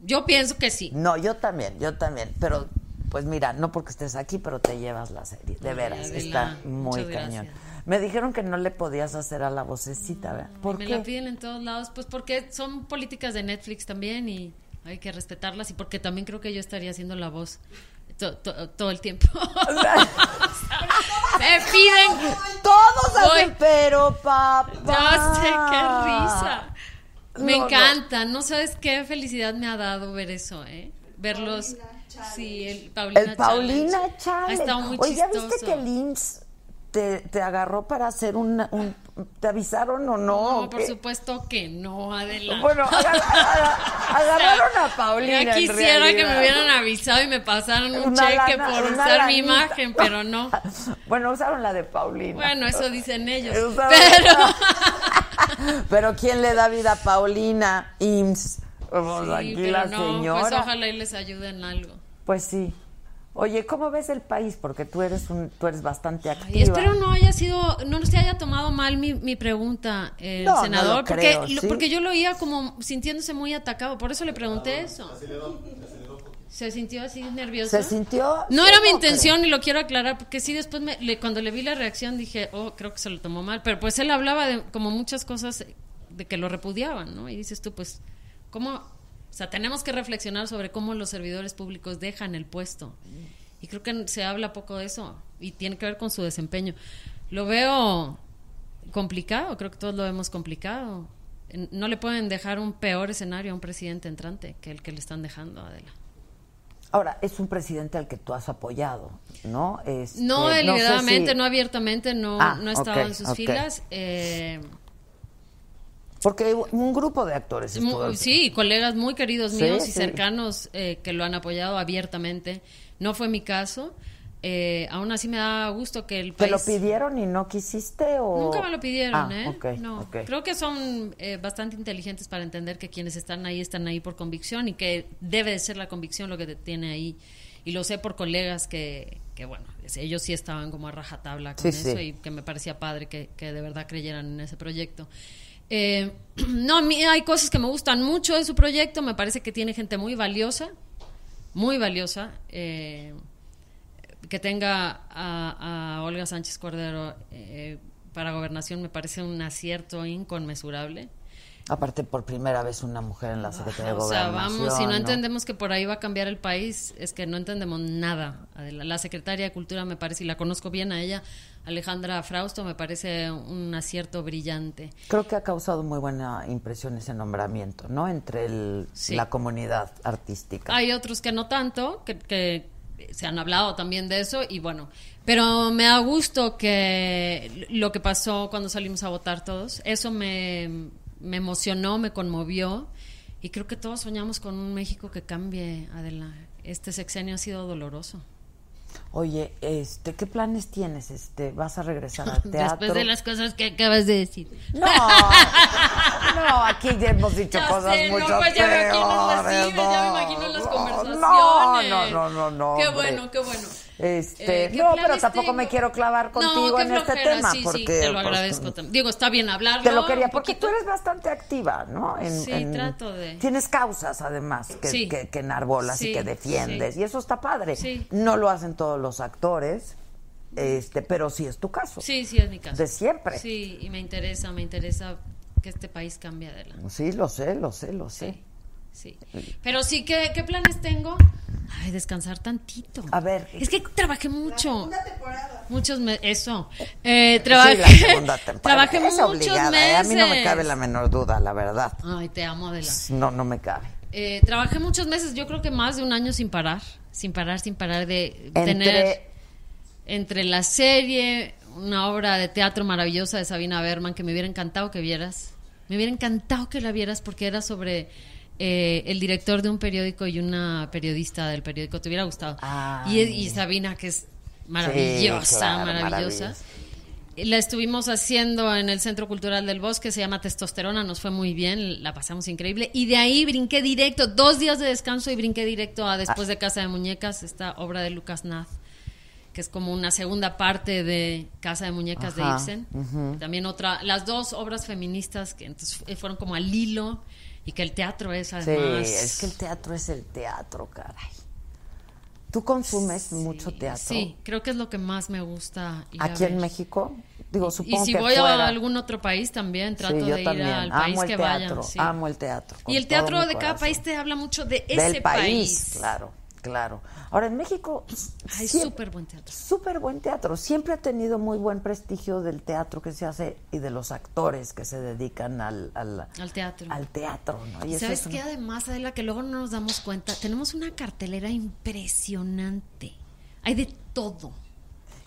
yo pienso que sí.
No, yo también, yo también. Pero, pues mira, no porque estés aquí, pero te llevas la serie. De
Ay,
veras,
Adela,
está muy
muchas
cañón. Me dijeron que no le podías hacer a la vocecita, ¿verdad? ¿Por
me
qué?
la piden en todos lados, pues porque son políticas de Netflix también y hay que respetarlas y porque también creo que yo estaría haciendo la voz to- to- todo el tiempo. me piden.
Todos
Voy.
hacen, pero papá.
Ya sé qué risa. Me
No, no.
encanta, no. sabes qué felicidad me ha dado ver eso, ¿eh? Verlos. Sí, el Paulina
El Paulina
Challenge.
Chávez.
Ha estado muy
Oye, ¿ya
chistoso.
viste que el IMSS te, te agarró para hacer una- un, ¿Te avisaron o no?
No,
¿O
por
qué?
supuesto que no, adelante.
Bueno, agar- agar- agarraron a Paulina.
Ya
en
quisiera que
realidad.
me hubieran avisado y me pasaron un
Una
cheque
lana-
por
una
usar mi
lanita.
imagen, pero no.
Bueno, usaron la de Paulina.
Bueno, eso dicen ellos.
Usaron-
Pero
Pero ¿quién le da vida a Paulina? IMSS. Pues
Sí,
aquí
pero
la
no,
señora.
Pues ojalá y les ayuden algo.
Pues sí. Oye, ¿cómo ves el país? Porque tú eres un, tú eres bastante activa.
Y espero no haya sido, no se haya tomado mal mi, mi pregunta, eh, el
No, no
senador,
lo
porque,
creo,
lo-
¿sí?
porque yo lo oía como sintiéndose muy atacado, por eso le pregunté eso. Se sintió así nervioso.
Se sintió.
No era mi
¿Cómo
intención y lo quiero aclarar porque sí después me- le- cuando le vi la reacción dije, oh, creo que se lo tomó mal, pero pues él hablaba de como muchas cosas de que lo repudiaban, ¿no? Y dices tú, pues, ¿cómo? O sea, tenemos que reflexionar sobre cómo los servidores públicos dejan el puesto. Y creo que se habla poco de eso y tiene que ver con su desempeño. Lo veo complicado, creo que todos lo hemos complicado. No le pueden dejar un peor escenario a un presidente entrante que el que le están dejando a Adela.
Ahora, es un presidente al que tú has apoyado, ¿no? Este,
No
sé
deliberadamente,
si-
no abiertamente, no,
Ah,
no estaba
ok,
en sus
ok.
filas. Eh,
Porque un grupo de actores Pues estuvo-
mu- sí, colegas muy queridos
Sí,
míos y
sí.
cercanos eh, que lo han apoyado abiertamente. No fue mi caso. Eh, aún así me da gusto que el
¿Te
país...
lo pidieron y no quisiste o...?
Nunca me lo pidieron,
Ah,
¿eh?
ok,
no.
ok.
Creo que son eh, bastante inteligentes para entender que quienes están ahí están ahí por convicción y que debe de ser la convicción lo que te tiene ahí. Y lo sé por colegas que, que bueno, es- ellos sí estaban como a rajatabla con
Sí,
eso
sí.
y que me parecía padre que, que de verdad creyeran en ese proyecto. Eh, no, a mí hay cosas que me gustan mucho de su proyecto, me parece que tiene gente muy valiosa, muy valiosa. eh, que tenga a, a Olga Sánchez Cordero eh, para gobernación me parece un acierto inconmensurable.
Aparte, por primera vez una mujer en la Secretaría de
Ah, O sea,
Gobernación.
vamos, si no entendemos que por ahí va a cambiar el país, es que no entendemos nada. Adela- La secretaria de Cultura me parece, y la conozco bien a ella, Alejandra Frausto, me parece un acierto brillante.
Creo que ha causado muy buena impresión ese nombramiento, ¿no? Entre el-
Sí.
la comunidad artística.
Hay otros que no tanto, que, que se han hablado también de eso y bueno, pero me da gusto que lo que pasó cuando salimos a votar todos, eso me, me emocionó, me conmovió y creo que todos soñamos con un México que cambie, Adela. Este sexenio ha sido doloroso.
Oye, este, ¿qué planes tienes? Este, ¿Vas a regresar al teatro?
Después de las cosas que acabas de decir.
No, Ah, no, aquí ya hemos dicho
Ya
cosas
sé, no,
mucho
pues ya me imagino las
peores,
citas, ya me
no,
imagino las
no,
conversaciones.
No, no, no, no, no.
Qué
hombre.
bueno, qué bueno.
Este,
Eh, ¿qué
no, pero
planes
tampoco
tengo?
me quiero clavar contigo
no, qué
en este
flojera,
tema,
sí, sí,
porque
te lo
pues,
agradezco también. Digo, está bien hablarlo.
te lo quería, porque tú eres bastante activa, ¿no?
Sí, trato de-
Tienes causas, además, que,
Sí.
que, que enarbolas
Sí,
y que defiendes,
sí.
y eso está padre.
Sí.
No lo hacen todos los actores, este, pero sí es tu caso.
Sí, sí, es mi caso.
De siempre.
Sí, y me interesa, me interesa que este país cambie adelante.
Sí, lo sé, lo sé, lo sé.
Sí. Pero sí, ¿qué, qué planes tengo? Ay, descansar tantito.
A ver.
Es que trabajé mucho. Muchos meses. Eso.
Sí,
Eh,
la
trabajé.
segunda temporada.
trabajé
Es
muchos
obligada,
meses.
¿eh? A mí no me cabe la menor duda, la verdad. Pues,
Ay, te amo, Adela.
No, no me cabe.
Eh, trabajé muchos meses, yo creo que más de un año sin parar. Sin parar, sin parar de
Entre-
tener. Entre la serie, una obra de teatro maravillosa de Sabina Berman que me hubiera encantado que vieras. Me hubiera encantado que la vieras porque era sobre. eh, el director de un periódico y una periodista del periódico, te hubiera gustado. Y, y Sabina, que es maravillosa,
Sí, claro,
maravillosa.
maravillosa.
La estuvimos haciendo en el Centro Cultural del Bosque, se llama Testosterona, nos fue muy bien, la pasamos increíble. Y de ahí brinqué directo, dos días de descanso y brinqué directo a
Ah.
Después de Casa de Muñecas, esta obra de Lucas Naz, que es como una segunda parte de Casa de Muñecas de
Ajá,
Ibsen.
ujú.
También otra, las dos obras feministas que entonces eh, fueron como al hilo y que el teatro es
Sí,
además.
es que el teatro es el teatro, caray. ¿Tú consumes mucho teatro?
Sí, creo que es lo que más me gusta. ir a
¿Aquí en
ver.
México? Digo,
Y
supongo
si
que
voy
fuera.
a algún otro país también, trato
sí, yo
de ir
también.
al país
amo el
que
teatro,
vayan. sí.
amo el teatro. con
Y el
todo
teatro
mi
de cada
corazón.
país te habla mucho de ese
Del país, claro, claro. Ahora, en México... pues,
Hay
siempre-
súper buen teatro.
Súper buen teatro. Siempre ha tenido muy buen prestigio del teatro que se hace y de los actores que se dedican al, al,
Al teatro.
al teatro. ¿no?
¿Y
eso
¿Sabes
es un-
qué? Además, Adela, que luego no nos damos cuenta, tenemos una cartelera impresionante. Hay de todo.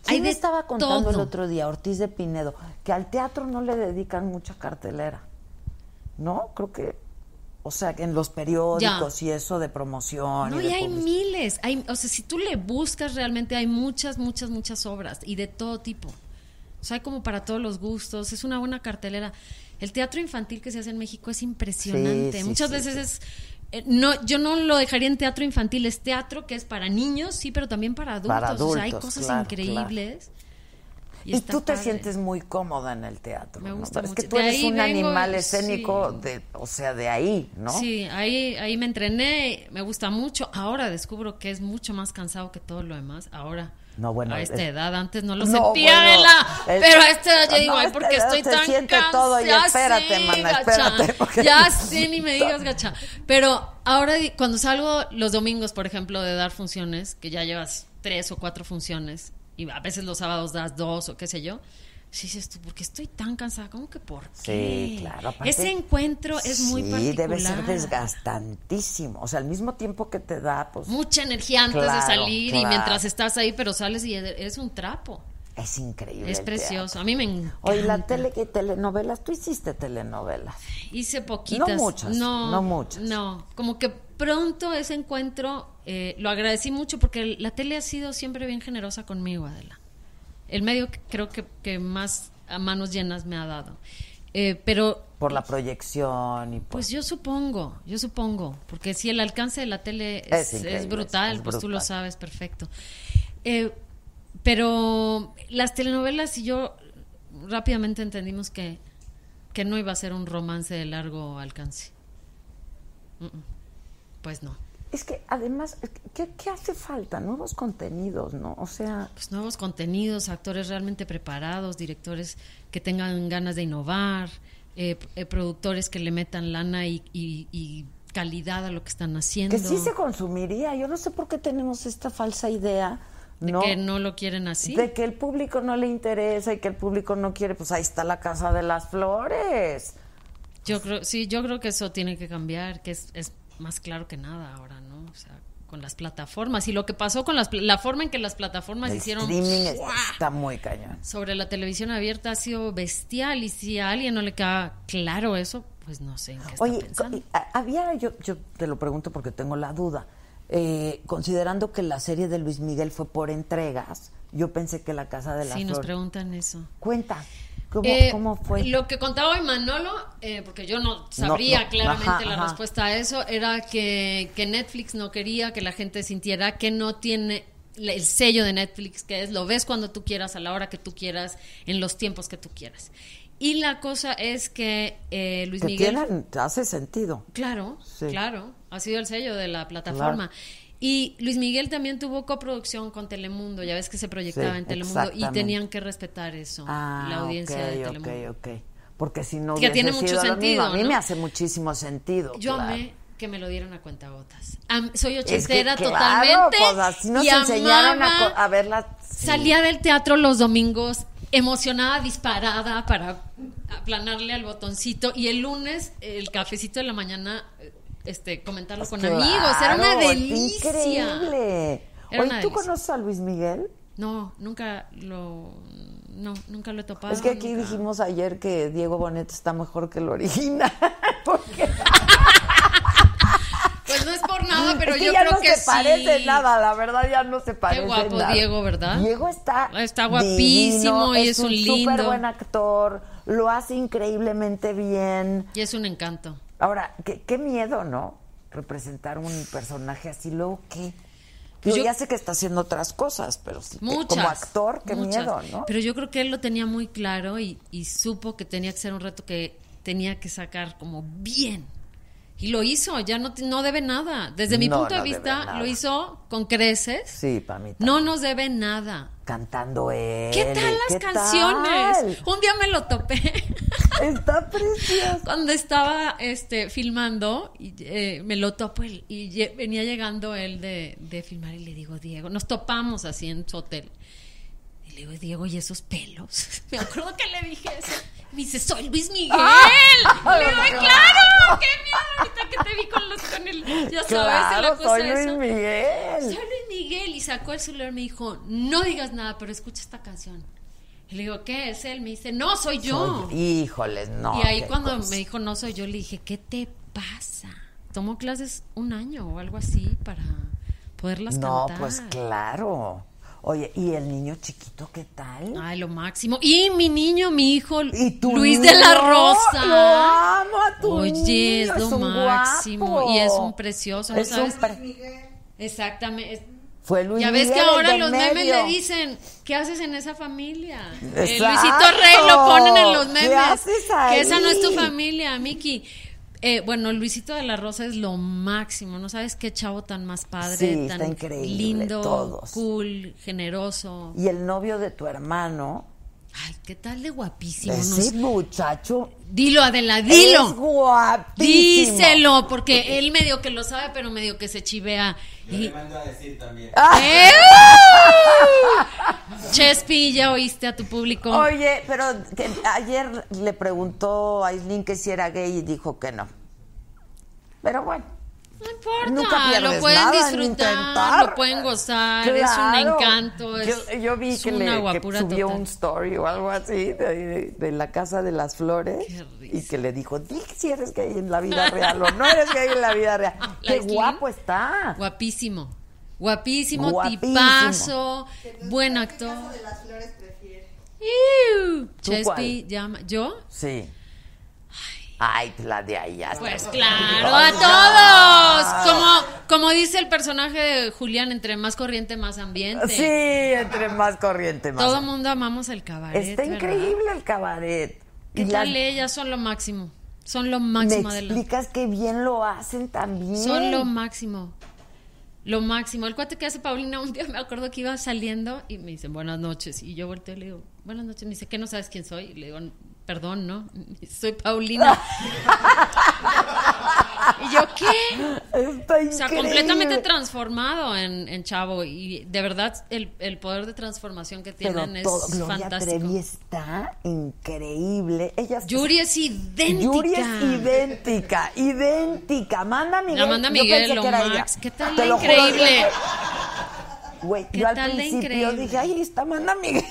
Hay
¿Quién me
de
estaba contando el
todo.
otro día, Ortiz de Pinedo, que al teatro no le dedican mucha cartelera? ¿No? Creo que. O sea, que en los periódicos y eso de promoción.
No,
y de
y hay
publicidad.
miles. Hay, o sea, si tú le buscas realmente, hay muchas, muchas, muchas obras y de todo tipo. O sea, hay como para todos los gustos. Es una buena cartelera. El teatro infantil que se hace en México es impresionante.
Sí, sí,
muchas
sí,
veces
sí.
es. eh, no, yo no lo dejaría en teatro infantil. Es teatro que es para niños, sí, pero también para adultos.
Para
o sea, hay
adultos,
cosas
claro,
increíbles.
Y,
está
tú te
padre.
sientes muy cómoda en el teatro.
Me
¿no?
gusta
Es que
mucho.
tú
De
eres
ahí
un
vengo,
animal
sí.
escénico, de, o sea, de ahí, ¿no?
Sí, ahí, ahí me entrené, me gusta mucho. Ahora descubro que es mucho más cansado que todo lo demás. Ahora,
No, bueno,
a esta
es-
edad, antes no lo
No,
sentía,
bueno,
Adela,
es-
pero a esta edad yo
no,
digo,
a
ay,
esta
porque
edad
estoy
se
tan
siente
cansada.
todo y espérate,
sí,
mana,
gacha.
espérate, porque-
Ya sí, ni me digas, gacha. Pero ahora, di- cuando salgo los domingos, por ejemplo, de dar funciones, que ya llevas tres o cuatro funciones, y a veces los sábados das dos o qué sé yo, Sí, dices tú, porque estoy tan cansada, ¿cómo que por
Sí,
qué?
claro. aparte-
Ese encuentro es muy
Sí,
particular.
debe ser desgastantísimo. O sea, al mismo tiempo que te da, pues.
Mucha energía antes de
Claro,
salir y
claro.
mientras estás ahí, pero sales y es un trapo.
Es increíble.
Es
el
precioso.
teatro.
A mí me encanta.
Oye, la tele, ¿qué telenovelas? Tú hiciste telenovelas.
Hice poquitas.
No muchas,
No,
no muchas.
No, como que pronto ese encuentro eh, lo agradecí mucho porque la tele ha sido siempre bien generosa conmigo, Adela. El medio que creo que, que más a manos llenas me ha dado. Eh, pero
Por la proyección y por.
Pues yo supongo, yo supongo, porque si el alcance de la tele
Es
es,
increíble,
es brutal,
es
pues tú lo
brutal.
sabes perfecto. Eh, pero las telenovelas y yo rápidamente entendimos que, que no iba a ser un romance de largo alcance. Mm, mm. Pues no.
Es que además, ¿qué, qué hace falta? Nuevos contenidos, ¿no? O sea.
Pues nuevos contenidos, actores realmente preparados, directores que tengan ganas de innovar, eh, eh, productores que le metan lana y, y- y calidad a lo que están haciendo.
Que sí se consumiría. Yo no sé por qué tenemos esta falsa idea, ¿no?
que no lo quieren así.
De que el público no le interesa y que el público no quiere. Pues ahí está la Casa de las Flores.
Yo creo, sí, yo creo que eso tiene que cambiar, que es, es más claro que nada ahora, ¿no? O sea, con las plataformas y lo que pasó con las pla- la forma en que las plataformas
el
hicieron
streaming
¡fua!
está, está muy cañón.
sobre la televisión abierta ha sido bestial y si a alguien no le queda claro eso, pues no sé en qué está
Oye, co-
pensando.
y a- había, yo, yo te lo pregunto porque tengo la duda. Eh, considerando que la serie de Luis Miguel fue por entregas, yo pensé que la Casa de las
Sí, nos
Flores.
preguntan eso.
Cuenta, ¿cómo,
Eh,
cómo fue?
Lo que contaba hoy Manolo, eh, porque yo no sabría
no,
claramente
ajá,
la
ajá.
respuesta a eso, era que, que Netflix no quería que la gente sintiera que no tiene la- el sello de Netflix, que es lo ves cuando tú quieras, a la hora que tú quieras, en los tiempos que tú quieras. Y la cosa es que eh, Luis
que
Miguel...
tienen- hace sentido.
Claro,
Sí.
claro. Ha sido el sello de la plataforma. Y Luis Miguel también tuvo coproducción con Telemundo. Ya ves que se proyectaba
Sí,
en Telemundo y
exactamente.
tenían que respetar eso,
Ah,
la audiencia
ok,
de Telemundo.
ok, ok. Porque si no
Que
hubiese
tiene mucho
sido lo
sentido,
mismo. A mí
¿no?
me hace muchísimo sentido.
Yo
claro.
amé que me lo dieron a cuentagotas. Am- soy
Es que,
ochentera
claro,
totalmente.
pues, así nos
y
enseñaron a
amaba-
co- a ver la- sí.
Salía del teatro los domingos emocionada, disparada para aplanarle al botoncito y el lunes el cafecito de la mañana eh, este comentarlo con
Claro,
amigos, era una
qué
delicia.
Increíble.
Era
Oye,
una
¿tú
delicia.
conoces a Luis Miguel?
No, nunca lo no, nunca lo he topado.
Es que aquí
nunca.
dijimos ayer que Diego Bonet está mejor que el original. Porque
Pues no es por nada, pero
es que
yo
ya
creo
no
que
se parece
sí.
nada, la verdad ya no se parece
guapo
nada.
Diego, ¿verdad?
Diego está
Está guapísimo
divino,
y es un lindo.
súper buen actor, lo hace increíblemente bien.
Y es un encanto.
Ahora, qué, qué miedo, ¿no? Representar un personaje así, luego qué.
Pues
yo,
yo-
ya sé que está haciendo otras cosas, pero sí, que
Muchas.
como actor, qué
muchas.
miedo, ¿no?
Pero yo creo que él lo tenía muy claro y, y supo que tenía que ser un reto que tenía que sacar como bien. Y lo hizo, ya no, te- no debe nada. Desde mi
No,
punto
no
de
debe
vista,
nada.
lo hizo con creces.
Sí, para mí.
No nos debe nada.
Cantando él.
¿Qué tal las
¿qué
canciones? Un día me lo topé.
Está precioso.
Cuando estaba este, filmando, y, eh, me lo topo él, y lle- venía llegando él de, de filmar y le digo, Diego, nos topamos así en su hotel. Y le digo, Diego, ¿y esos pelos? Me acuerdo que le dije eso. Y Me dice, soy Luis Miguel.
¡Ah!
Y le digo, "Ay, claro, qué miedo ahorita que te vi con los con el, ya sabes, la
Claro,
cosa
soy
esa".
Luis Miguel.
Soy Luis Miguel y sacó el celular y me dijo, no digas nada, pero escucha esta canción. Y le digo, ¿qué es él? Me dice, no, soy yo.
Soy- híjoles, no.
y ahí
qué
cuando
cosa.
me dijo no soy yo, le dije, ¿qué te pasa? Tomó clases un año o algo así para poderlas
No,
cantar.
pues claro. Oye, ¿y el niño chiquito qué tal?
Ay, lo máximo. Y mi niño, mi hijo,
Tu
Luis de la
niño,
Rosa.
Lo amo a tu
Oye,
niño,
es lo
un
máximo.
guapo.
Y es un precioso. ¿no
Es un
sabes?
pre-
Exactamente. Es-
Fue Luis
ya ves que
Miguel, el
ahora
del
los memes
medio.
le dicen, ¿qué haces en esa familia? Eh,
Exacto.
Luisito Rey lo ponen en los
¿Qué
memes.
haces ahí?
Que esa no es tu familia, Miki. Eh, bueno, Luisito de la Rosa es lo máximo, ¿no sabes qué chavo tan más padre,
Sí, está
tan
increíble,
lindo,
todos.
cool, generoso?
Y el novio de tu hermano
Ay, qué tal de guapísimo.
Ese muchacho.
Dilo, Adela, dilo.
Es guapísimo.
Díselo, porque él medio que lo sabe, pero medio que se chivea.
Yo
Y-
le mando a decir también.
¡Eh!
Ah.
Chespi, ya oíste a tu público.
Oye, pero te- ayer le preguntó a Aislinn que si era gay y dijo que no. Pero bueno.
No importa,
Nunca pierdes
lo pueden
nada en
disfrutar,
intentar.
lo pueden gozar, Ah, es un
Claro.
encanto. Es,
yo, yo vi
es
que,
una
le, que
guapura
subió
total.
un story o algo así de, de- de la Casa de las Flores y que le dijo, di si eres gay en la vida real o no eres gay en la vida real. ¡Qué
Aislinn?
guapo está!
Guapísimo. Guapísimo,
Guapísimo.
tipazo, buen actor. Iu.
¿Tú
Chespi,
cuál?
llama. ¿Yo?
Sí. Ay, la de allá.
Pues claro, a todos. Como, como dice el personaje de Julián, entre más corriente, más ambiente.
Sí, entre más corriente, más.
Todo mundo amamos el cabaret.
Está
¿verdad?
increíble el cabaret.
¿Qué
Y la-
tal ellas? Son lo máximo. Son lo
me
máximo de la...
explicas que bien lo hacen también.
Son lo máximo. Lo máximo. El cuate que hace Paulina un día me acuerdo que iba saliendo y me dicen buenas noches. Y yo volteo y le digo, buenas noches. Me dice, ¿qué no sabes quién soy? Y le digo, perdón, ¿no? Soy Paulina. y yo,
Ah,
¿qué? o sea,
increíble.
completamente transformado en, en Chavo. Y de verdad, el, el poder de transformación que
Pero
tienen
todo,
es
Gloria
fantástico.
Trevi está increíble. Ella
Yuri es idéntica.
Yuri es idéntica, idéntica. Amanda Miguel.
Amanda
yo pensé
Miguel, lo
que era
max.
ella.
¿Qué tal
Te
de
lo juro,
increíble?
yo- Güey,
¿Qué
yo al
tal de
principio
increíble?
dije, ay, está Amanda Miguel.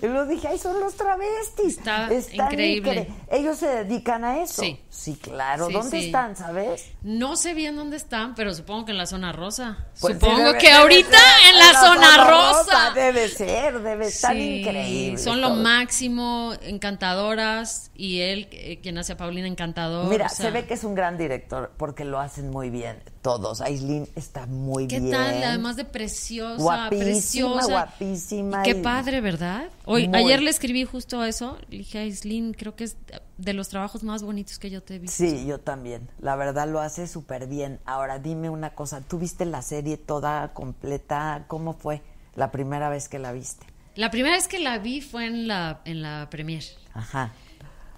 Y luego dije, ay, son los travestis. Está
increíble.
Ellos se dedican a eso.
Sí.
claro.
Sí,
¿Dónde
sí.
están, sabes?
No sé bien dónde están, pero supongo que en la zona rosa.
Pues
supongo
debe-
que
debe
ahorita
ser
en la zona, rosa.
Debe ser, debe estar
Sí,
increíble.
Son lo
todo.
máximo, encantadoras. Y él, eh, quien hace a Paulina, encantador.
Mira,
o sea,
se ve que es un gran director porque lo hacen muy bien todos. Aislinn está muy
¿Qué
bien.
tal? Además de preciosa,
Guapísima,
preciosa.
guapísima
Y qué
y-
padre, ¿verdad? Hoy,
Muy.
ayer le escribí justo a eso. Le dije a Islin, creo que es de los trabajos más bonitos que yo te he visto.
Sí, yo también. La verdad lo hace súper bien. Ahora dime una cosa, ¿tú viste la serie toda completa? ¿Cómo fue la primera vez que la viste?
La primera vez que la vi fue en la, en la premier.
Ajá.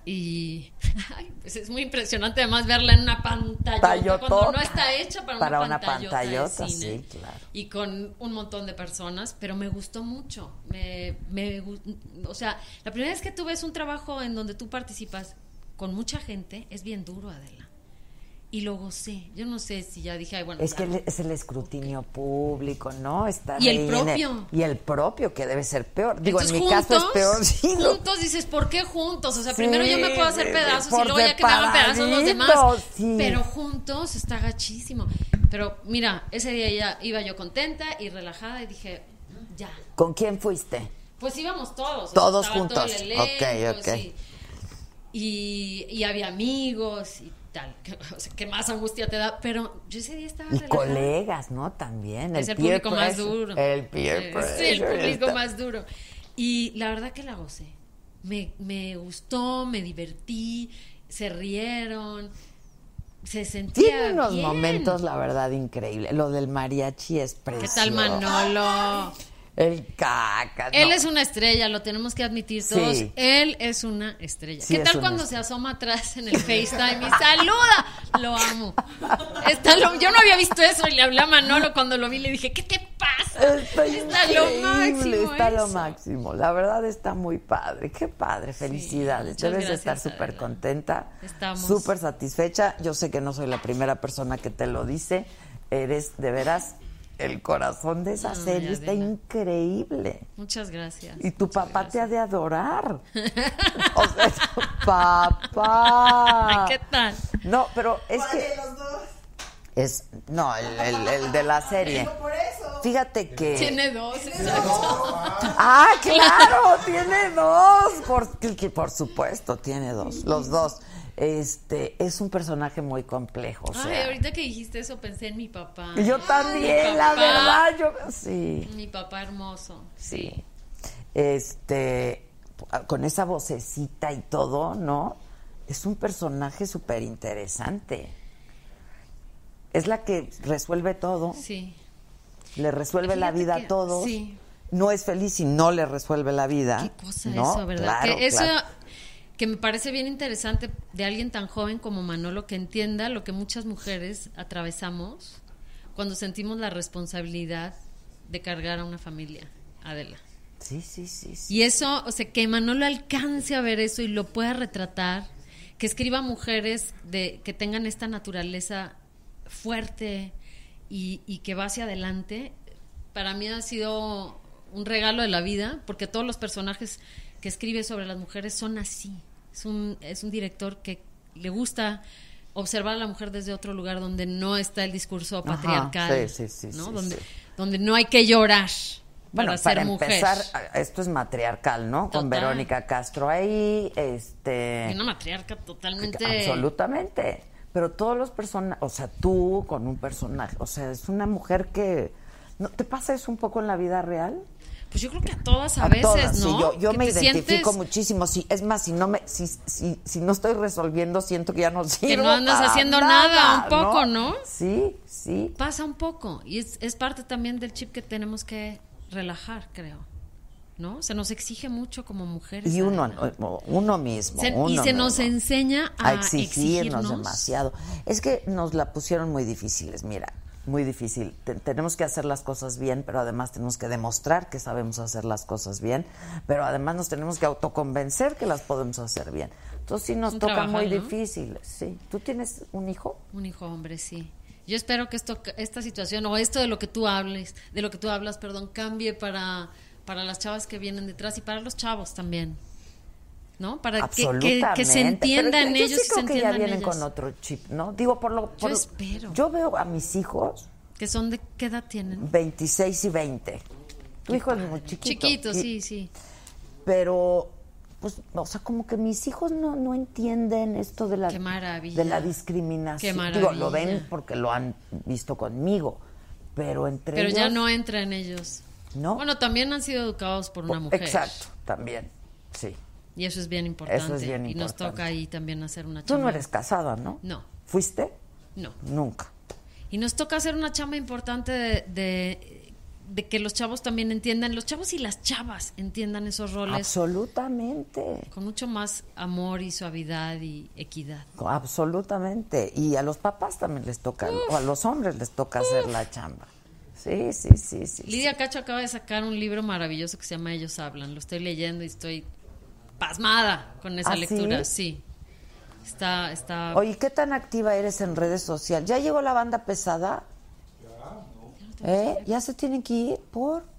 Y ay, pues es muy impresionante además verla en una pantalla cuando no
Tallotota.
está hecha para,
Para
una
una
pantallota, de
pantallota,
cine.
sí, claro.
Y con un montón de personas, pero me gustó mucho. Me, me gu- o sea, la primera vez que tú ves un trabajo en donde tú participas con mucha gente es bien duro, Adela. Y lo gocé. Yo no sé si ya dije, ay, bueno,
Es
ya
que le- es el escrutinio público, ¿no? Está
Y el
ahí en
propio.
y el propio, que debe ser peor. Digo,
Entonces,
en mi
juntos,
caso es peor. Sí, lo-
juntos dices, ¿por qué juntos? O sea,
Sí,
primero yo me puedo hacer pedazos y
por
luego ya que me hagan pedazos los demás.
separaditos, sí.
Pero juntos está gachísimo. Pero mira, ese día ya iba yo contenta y relajada y dije, ya.
¿Con quién fuiste?
Pues íbamos todos. o sea,
Todos
estaba todo el
juntos.
elenco,
Ok, ok.
sí. Y, y había amigos y tal. O sea, que más angustia te da. Pero yo ese día estaba
Y
relajada.
colegas, ¿no? También.
Es el
peer
público más
pressure.
duro.
El peer
Es el
pressure
público
está-
más duro. Y la verdad que la gocé. Me, me gustó, me divertí, se rieron, se sentía
Tiene unos
bien.
momentos, la verdad, increíble. Lo del mariachi es
¿Qué
precioso.
tal Manolo?
El caca.
Él
no.
es una estrella, lo tenemos que admitir todos.
Sí.
Él es una estrella.
Sí,
¿Qué
es
tal
una
cuando se asoma atrás en el FaceTime y saluda? Lo amo. Está lo- yo no había visto eso y le hablé a Manolo cuando lo vi le dije, ¿qué te pasa?
Está,
Está lo
increíble,
máximo
Está lo
eso.
máximo. La verdad está muy padre. Qué padre. Felicidades.
muchas
Debes de estar
gracias,
súper
Adela.
contenta.
Estamos.
Súper satisfecha. Yo sé que no soy la primera persona que te lo dice. Eres de veras el corazón de esa
Ay,
serie. Está
Adela.
increíble.
Muchas gracias.
Y tu papá te ha de adorar. O sea, tu papá.
Ah, ¿Qué tal?
No, pero Ah. es
¿Cuál de
que
los dos?
es no el, el- el de la serie.
Por eso.
Fíjate que
Tiene dos, exacto.
Eh, ah claro tiene dos por, que por supuesto tiene dos los dos este es un personaje muy complejo o
Ay,
sea
ahorita que dijiste eso pensé en mi papá.
yo
Mi
también la
papá.
verdad yo sí
Mi papá hermoso.
sí este con esa vocecita y todo no es un personaje súper interesante es la que resuelve todo
Sí.
le resuelve la
Fíjate
vida
que-
a todos
Sí.
no es feliz y no le resuelve la vida.
Qué cosa
¿no?
eso, ¿verdad?
Claro,
que eso
claro.
que me parece bien interesante de alguien tan joven como Manolo que entienda lo que muchas mujeres atravesamos cuando sentimos la responsabilidad de cargar a una familia, Adela.
Sí, sí, sí. sí.
Y eso, o sea, que Manolo alcance a ver eso y lo pueda retratar, que escriba mujeres de que tengan esta naturaleza fuerte y, y que va hacia adelante, para mí ha sido un regalo de la vida, porque todos los personajes que escribe sobre las mujeres son así. Es un, es un director que le gusta observar a la mujer desde otro lugar donde no está el discurso
Ajá,
patriarcal,
sí, sí, sí,
¿no?
sí,
donde,
sí.
donde no hay que llorar
Bueno,
para,
para
ser mujer.
empezar, a- esto es matriarcal, ¿no? Con
Total.
Verónica Castro ahí, este...
Y una matriarca totalmente...
Absolutamente. Pero todos los personajes, o sea, tú con un personaje, o sea, es una mujer que... ¿no ¿Te pasa eso un poco en la vida real?
Pues yo creo que a todas a,
A
veces,
todas,
¿no?
sí, yo, yo
Que
me
te
identifico
sientes-
muchísimo. Sí, es más, si no me, si, si, si no estoy resolviendo, siento que ya no sirvo.
no andas
para
haciendo nada, un poco, ¿no?
Sí, sí.
Pasa un poco. Y es, es parte también del chip que tenemos que relajar, creo. ¿No? Se nos exige mucho como mujeres.
Y uno,
Adela.
uno mismo.
Se-
uno
y se nos
mismo.
enseña a,
a exigirnos
exigirnos.
demasiado. Es que nos la pusieron muy difíciles, mira, muy difícil. Te- tenemos que hacer las cosas bien, pero además tenemos que demostrar que sabemos hacer las cosas bien, pero además nos tenemos que autoconvencer que las podemos hacer bien. Entonces sí nos
un
toca
trabajo,
muy
¿no?
difícil, sí. ¿Tú tienes un hijo?
Un hijo hombre, sí. Yo espero que esto, esta situación o esto de lo que tú hables, de lo que tú hablas, perdón, cambie para, para las chavas que vienen detrás y para los chavos también. ¿No? Para que- que, que se
Absolutamente.
entiendan
Pero yo- yo
ellos
sí
y se
creo que ya
entiendan
vienen
ellas.
con otro chip, ¿no? Digo, por lo... por-
espero.
Yo veo a mis hijos
Que son de qué edad tienen.
26 y 20. Tu hijo es muy chiquito.
Chiquitos,
Y-
sí, sí.
pero pues o sea como que mis hijos no, no entienden esto de la
Qué maravilla.
de la discriminación
Qué
digo lo
maravilla.
ven porque lo han visto conmigo pero entre
Pero ya
ellos,
no entra en ellos.
no
Bueno, también han sido educados por una mujer.
exacto también sí
Y eso es bien importante.
Eso es bien
Y nos
importante.
toca ahí también hacer una
tú
chamba.
no eres casada no
No,
fuiste
no.
nunca
Y nos toca hacer una chamba importante de, de- de que los chavos también entiendan, los chavos y las chavas entiendan esos roles
absolutamente
con mucho más amor y suavidad y equidad.
absolutamente y a los papás también les toca o a los hombres les toca hacer la chamba sí sí sí sí
Lidia Cacho acaba de sacar un libro maravilloso que se llama Ellos hablan. Lo estoy leyendo y estoy pasmada con esa
¿Ah, sí?
lectura. Sí. Está, está.
Oye, ¿qué tan activa eres en redes sociales? ¿Ya llegó la banda pesada? Ya, ¿Eh? ¿Ya se tienen que ir por?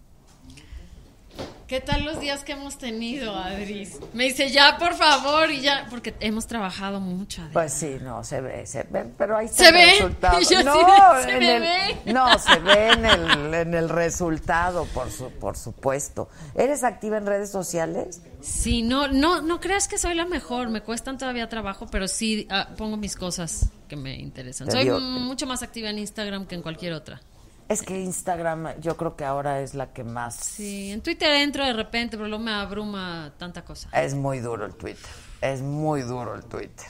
¿Qué tal los días que hemos tenido, Adri? Me dice, ya, por favor, y ya, porque hemos trabajado mucho, Adri.
Pues sí, no, se ve, se ve, pero ahí está
¿Se
el
ve?
resultado.
Y yo
no,
así de, ¿se
en
me
el-
ve?
no, se ve en el, en el resultado, por, su- por supuesto. ¿Eres activa en redes sociales?
Sí, no, no, no creas que soy la mejor, me cuestan todavía trabajo, pero sí ah, pongo mis cosas que me interesan.
Te
Soy
dio-
mucho más activa en Instagram que en cualquier otra.
Es que Instagram yo creo que ahora es la que más...
Sí, en Twitter entro de repente, pero luego me abruma tanta cosa.
Es muy duro el Twitter. Es muy duro el Twitter.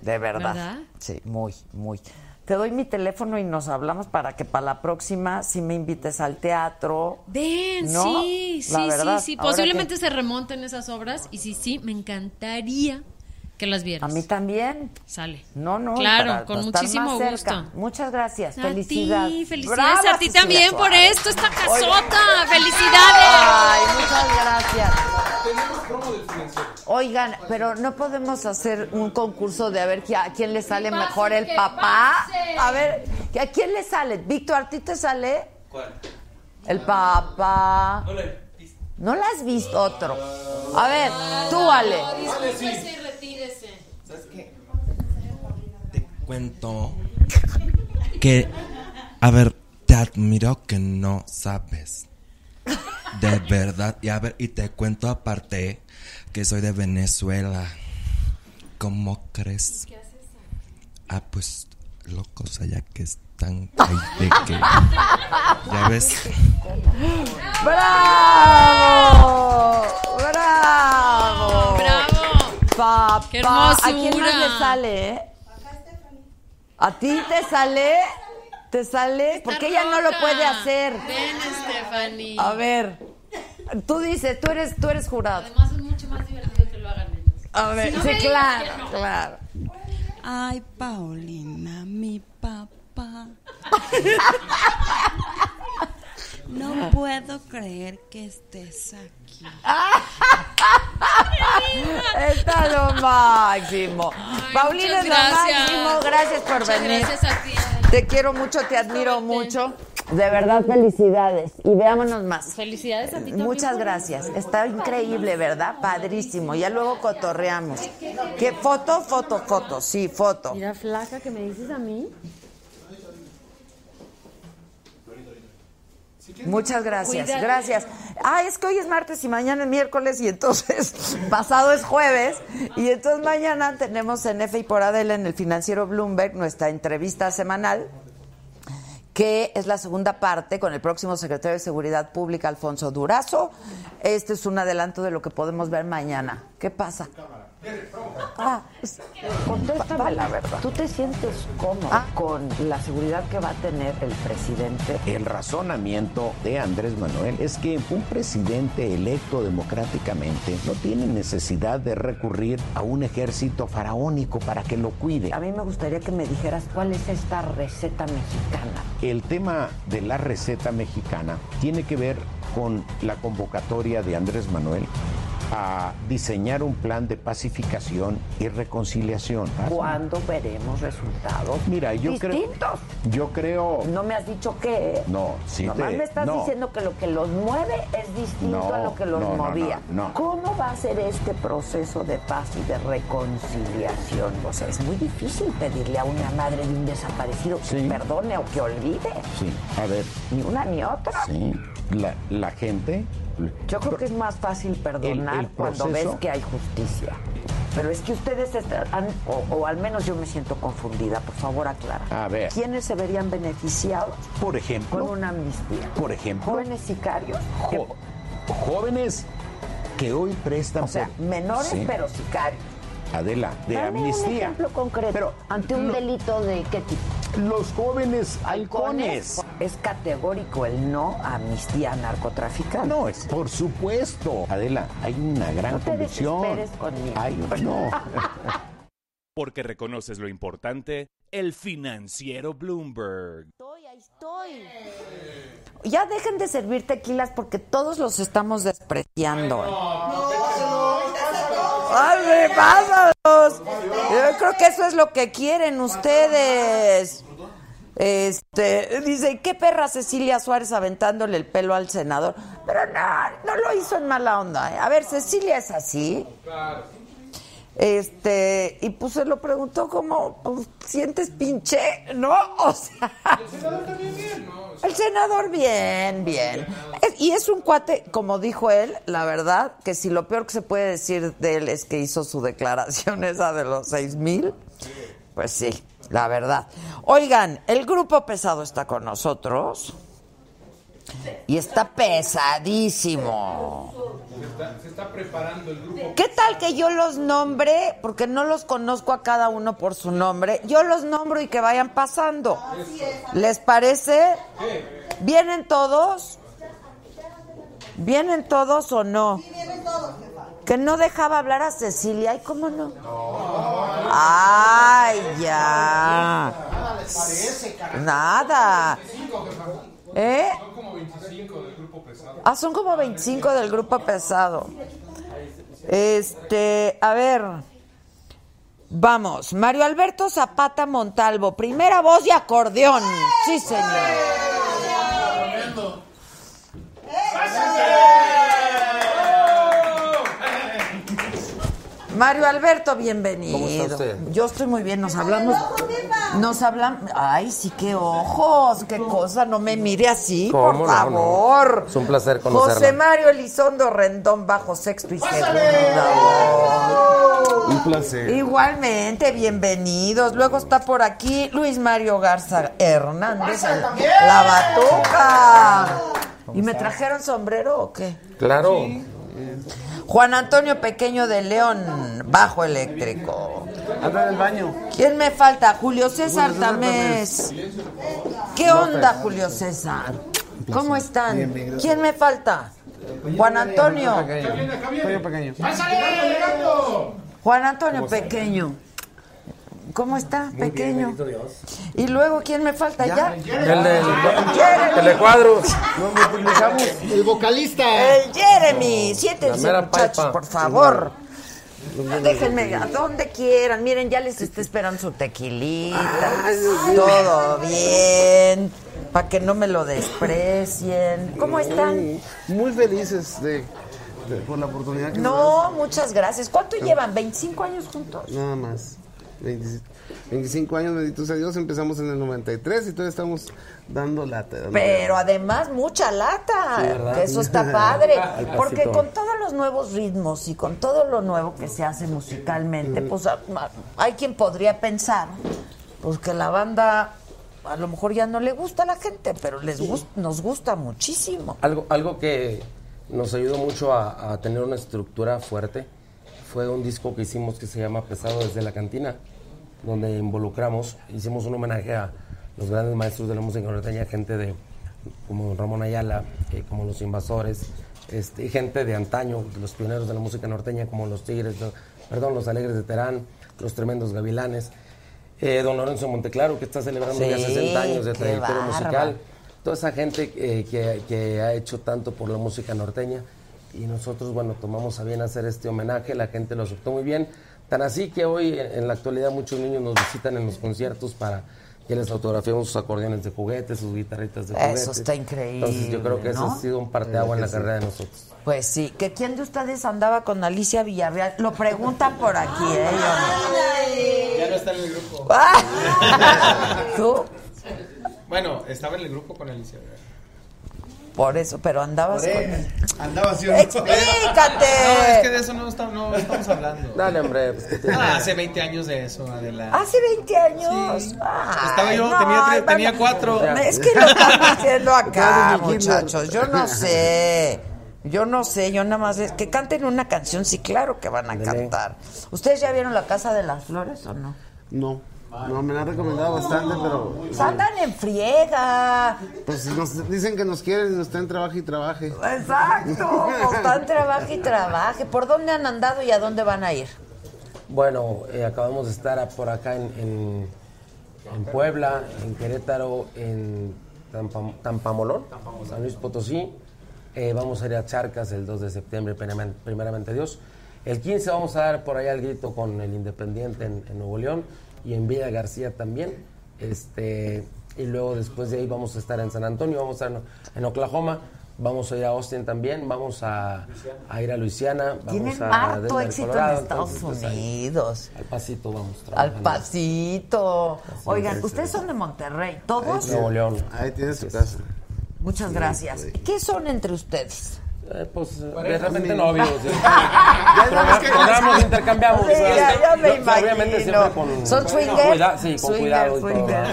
De verdad.
¿Verdad?
Sí, muy, muy. Te doy mi teléfono y nos hablamos para que para la próxima si me invites al teatro.
Ven,
¿No?
sí, sí,
La verdad,
sí, sí.
ahora
Posiblemente
que-
se remonten esas obras y sí, sí, me encantaría que las
A
vieras.
mí también.
Sale.
No, no. y
Claro,
para-
con
para estar
muchísimo
más cerca.
gusto.
Muchas gracias.
A
Felicidades.
ti, felicidades
Brava,
a ti
Cecilia
también por
Suárez.
esto, esta
Oiga.
casota.
Ay,
¡Felicidades!
muchas gracias.
Tenemos promo del financiero.
Oigan, pero no podemos hacer un concurso de a ver qui- a quién le sale
pase,
mejor el
que
papá.
pase.
A ver, ¿a quién le sale? Víctor, ¿a ti te sale?
¿Cuál?
El papá.
No le piste.
¿No la has visto otro? A ver, tú, Ale.
Discúlpese y pues, retírese.
cuento que, a ver, te admiro Ah, que no sabes. De verdad. Y a ver, y te cuento aparte que soy de Venezuela. ¿Cómo crees? Ah, pues locos allá que están ahí de que. Ah, Ya ves.
¡Bravo! ¡Bravo!
¡Bravo!
Papá.
¡Qué
¿A quién más le
hermosura!
sale? eh? ¿A ti te sale? ¿Te sale? Porque ella no lo puede hacer.
Ven, Stephanie.
A ver, Tú dices, tú eres, tú eres jurado.
Además es mucho más divertido que lo hagan ellos.
A ver,
Si no
sí,
me digan
claro,
que no.
claro.
Ay, Paulina, mi papá. No puedo creer que estés aquí.
Está lo máximo. Paulina
muchas
es lo
gracias.
máximo. Gracias por
Muchas
venir.
gracias
a ti.
Te quiero mucho, te admiro mucho. De verdad, felicidades. Y veámonos más.
Felicidades a ti también.
Muchas gracias. Está increíble, ¿verdad? Padrísimo. Ya luego cotorreamos. ¿Qué foto? Foto, foto. Sí, foto.
Mira, flaca, que me dices a mí.
Muchas gracias,
Cuídate.
gracias. Ah, es que hoy es martes y mañana es miércoles y entonces pasado es jueves y entonces mañana tenemos en F y por Adela en el financiero Bloomberg nuestra entrevista semanal que es la segunda parte con el próximo secretario de Seguridad Pública, Alfonso Durazo. Este es un adelanto de lo que podemos ver mañana. ¿Qué pasa? Ah, es- Va- va la verdad. Ah.
¿Tú te sientes cómodo con la seguridad que va a tener el presidente? El razonamiento de Andrés Manuel es que un presidente electo democráticamente no tiene necesidad de recurrir a un ejército faraónico para que lo cuide.
A mí me gustaría que me dijeras cuál es esta receta mexicana.
El tema de la receta mexicana tiene que ver con la convocatoria de Andrés Manuel a diseñar un plan de pacificación y reconciliación.
¿Cuándo veremos resultados?
Mira, yo creo
Distintos.
yo creo
No me has dicho qué.
no, sí
Nomás
te-
me estás
no.
diciendo que lo que los mueve es distinto
No,
a lo que los
no, no,
movía.
no, no.
¿Cómo va a ser este proceso de paz y de reconciliación? O sea, es muy difícil pedirle a una madre de un desaparecido que perdone o que olvide.
Sí, a ver.
Ni una ni otra.
Sí, la, la gente.
Yo creo que es más fácil perdonar
El- el
cuando ves
proceso-
que hay justicia. Pero es que ustedes están, o, o al menos yo me siento confundida, por favor aclara.
A ver.
¿Quiénes se verían beneficiados
Por ejemplo.
con una amnistía?
Por ejemplo.
Jóvenes sicarios. que-
jo- jóvenes que hoy prestan.
o sea,
por-
menores
Sí,
pero sicarios.
Adela, de
Dame un
amnistía.
ejemplo concreto. ante un
lo-
delito de qué tipo?
Los jóvenes halcones.
Es categórico el no a amnistía a narcotraficantes.
No, es por supuesto. Adela, hay una gran
No te
confusión.
desesperes conmigo.
Ay, no.
Porque reconoces lo importante, el financiero Bloomberg.
Ya dejen de servir tequilas porque todos los estamos despreciando. ¡Ay, repásalos! Yo Eh, creo que eso es lo que quieren ustedes. Este, dice, ¿y ¿qué perra Cecilia Suárez aventándole el pelo al senador? Pero no, no lo hizo en mala onda. ¿eh? A ver, Cecilia es así. Este, y pues se lo preguntó como, pues, ¿sientes pinche? ¿No? O sea. El senador bien, bien. Es- y es un cuate, como dijo él, la verdad, que si lo peor que se puede decir de él es que hizo su declaración esa de los seis mil, pues sí, la verdad. Oigan, el grupo pesado está con nosotros y está pesadísimo.
Se está, se está preparando el grupo.
¿Qué tal que yo los nombre? Porque no los conozco a cada uno por su nombre. Yo los nombro y que vayan pasando. ¿Les parece? ¿Vienen todos? ¿Vienen todos o no? Que no dejaba hablar a Cecilia. ¿Y cómo no? ¡Ay, ya! Nada. ¿Eh?
Son como 25 del grupo pesado.
Ah, son como 25 del grupo pesado. Este, a ver. Vamos, Mario Alberto Zapata Montalvo, primera voz y acordeón. Sí, señor. Mario Alberto, bienvenido.
¿Cómo está usted?
Yo estoy muy bien, nos hablamos. Nos hablamos. Ay, sí, qué ojos, qué cosa, no me mire así, por
¿Cómo no,
favor.
no? Es un placer conocerla.
José Mario Elizondo Rendón bajo sexto y segundo.
Un placer.
Igualmente, bienvenidos. Luego está por aquí Luis Mario Garza Hernández,
Pasa
el-
también.
la batuca. ¿Y me trajeron sombrero o qué?
Claro.
Juan Antonio Pequeño de León, bajo eléctrico.
Anda en el baño.
¿Quién me falta? Julio César
Julio César
Tamés.
Tamés.
¿Qué onda, Julio César? ¿Cómo están?
Bien, bien, gracias.
¿Quién me falta? Juan Antonio.
Antonio Pequeño.
¡Oh! Juan Antonio Pequeño. ¿Cómo está, pequeño? y luego, ¿quién me falta ya?
El del
Jeremy.
el de cuadros.
El vocalista. El Jeremy.
La
Siéntense,
mera
muchachos,
paipa.
por favor. Déjenme a donde quieran. Miren, ya les está esperando su tequilita. Todo bien. Para que no me lo desprecien. ¿Cómo están?
Muy felices de, de- por la oportunidad que
No, muchas gracias. ¿Cuánto llevan? ¿25 años juntos?
nos das. Nada más. 20 25 años, bendito sea Dios, empezamos en el 93 y todavía estamos dando lata. dando
Pero además mucha
Sí,
lata,
¿verdad?
que eso está padre,
Al pasito.
porque con todos los nuevos ritmos y con todo lo nuevo que se hace musicalmente, pues a- ma- hay quien podría pensar pues que la banda a lo mejor ya no le gusta a la gente, pero les gus- nos gusta muchísimo.
Algo, algo que nos ayudó mucho a, a tener una estructura fuerte fue un disco que hicimos que se llama Pesado desde la cantina, donde involucramos, hicimos un homenaje a los grandes maestros de la música norteña, gente de como Ramón Ayala, eh, como los invasores, este, y gente de antaño, de los pioneros de la música norteña, como los Tigres, no, perdón, los Alegres de Terán, los Tremendos Gavilanes, eh, don Lorenzo Monteclaro, que está celebrando ya
Sí,
60 años de
qué
trayectoria
bárbaro.
musical toda esa gente eh, que, que ha hecho tanto por la música norteña y nosotros, bueno, tomamos a bien hacer este homenaje, la gente lo aceptó muy bien, tan así que hoy en en la actualidad muchos niños nos visitan en los conciertos para que les autografiamos sus acordeones de juguete, sus guitarritas de
Eso
juguete.
está increíble,
Entonces yo creo que eso
¿no?
ha sido un parteago en la
Sí.
carrera de nosotros.
Pues sí, que quién de ustedes andaba con Alicia Villarreal, lo preguntan por aquí, ¿eh?
Ya no está en el grupo.
Ah. ¿Tú?
Bueno, estaba en el grupo con Alicia. ¿verdad?
Por eso, pero andabas
Por
con
él.
él.
Andaba así.
¡Explícate!
No, es que de eso no, está- no estamos hablando.
Dale, hombre. pues, ¿qué tiene?
Ah, hace 20 años de eso, Adela.
Hace 20 años. Ay,
Estaba yo, tenía tres- tenía cuatro.
Es que lo están diciendo acá,
Estaba en el kinder.
muchachos. Yo no sé. Yo no sé, yo nada más les- que canten una canción, sí, claro que van a cantar. ¿Ustedes ya vieron La Casa de las Flores o no?
No, no, me la han recomendado bastante, pero...
O sea, Andan en friega.
Pues nos dicen que nos quieren y nos están trabaje y trabaje.
Pues, Exacto, están trabaje y trabaje. ¿Por dónde han andado y a dónde van a ir?
Bueno, eh, acabamos de estar a- por acá en, en- en Puebla, en Querétaro, en Tampa- Tampamolón, San Luis Potosí. Eh, vamos a ir a Charcas el 2 de septiembre, primeramente, primeramente Dios. El 15 vamos a dar por allá el grito con el Independiente en, en Nuevo León y en Villa García también. Este, y luego después de ahí vamos a estar en San Antonio, vamos a estar en, en Oklahoma, vamos a ir a Austin también, vamos a, a ir a Luisiana. Vamos
Tienen
a
harto
Denver,
éxito en
Colorado,
Estados
entonces, pues, ahí-
Unidos.
al pasito vamos.
Al
trabajando.
pasito. Oigan,
es,
ustedes son de Monterrey, todos.
Nuevo León.
Ahí tienes tu casa.
Muchas gracias. ¿Qué son entre ustedes?
pues de
Cuarenta
repente
mil.
novios. este, ¿sí?
sabes que-
Programas, intercambiamos.
Sí,
¿sabes?
ya- ya me
No, Obviamente
imagino.
siempre con...
¿Son
con
swingers?
cuida- sí, con
Swinger,
cuidado. y todo.
swinger.
Sí,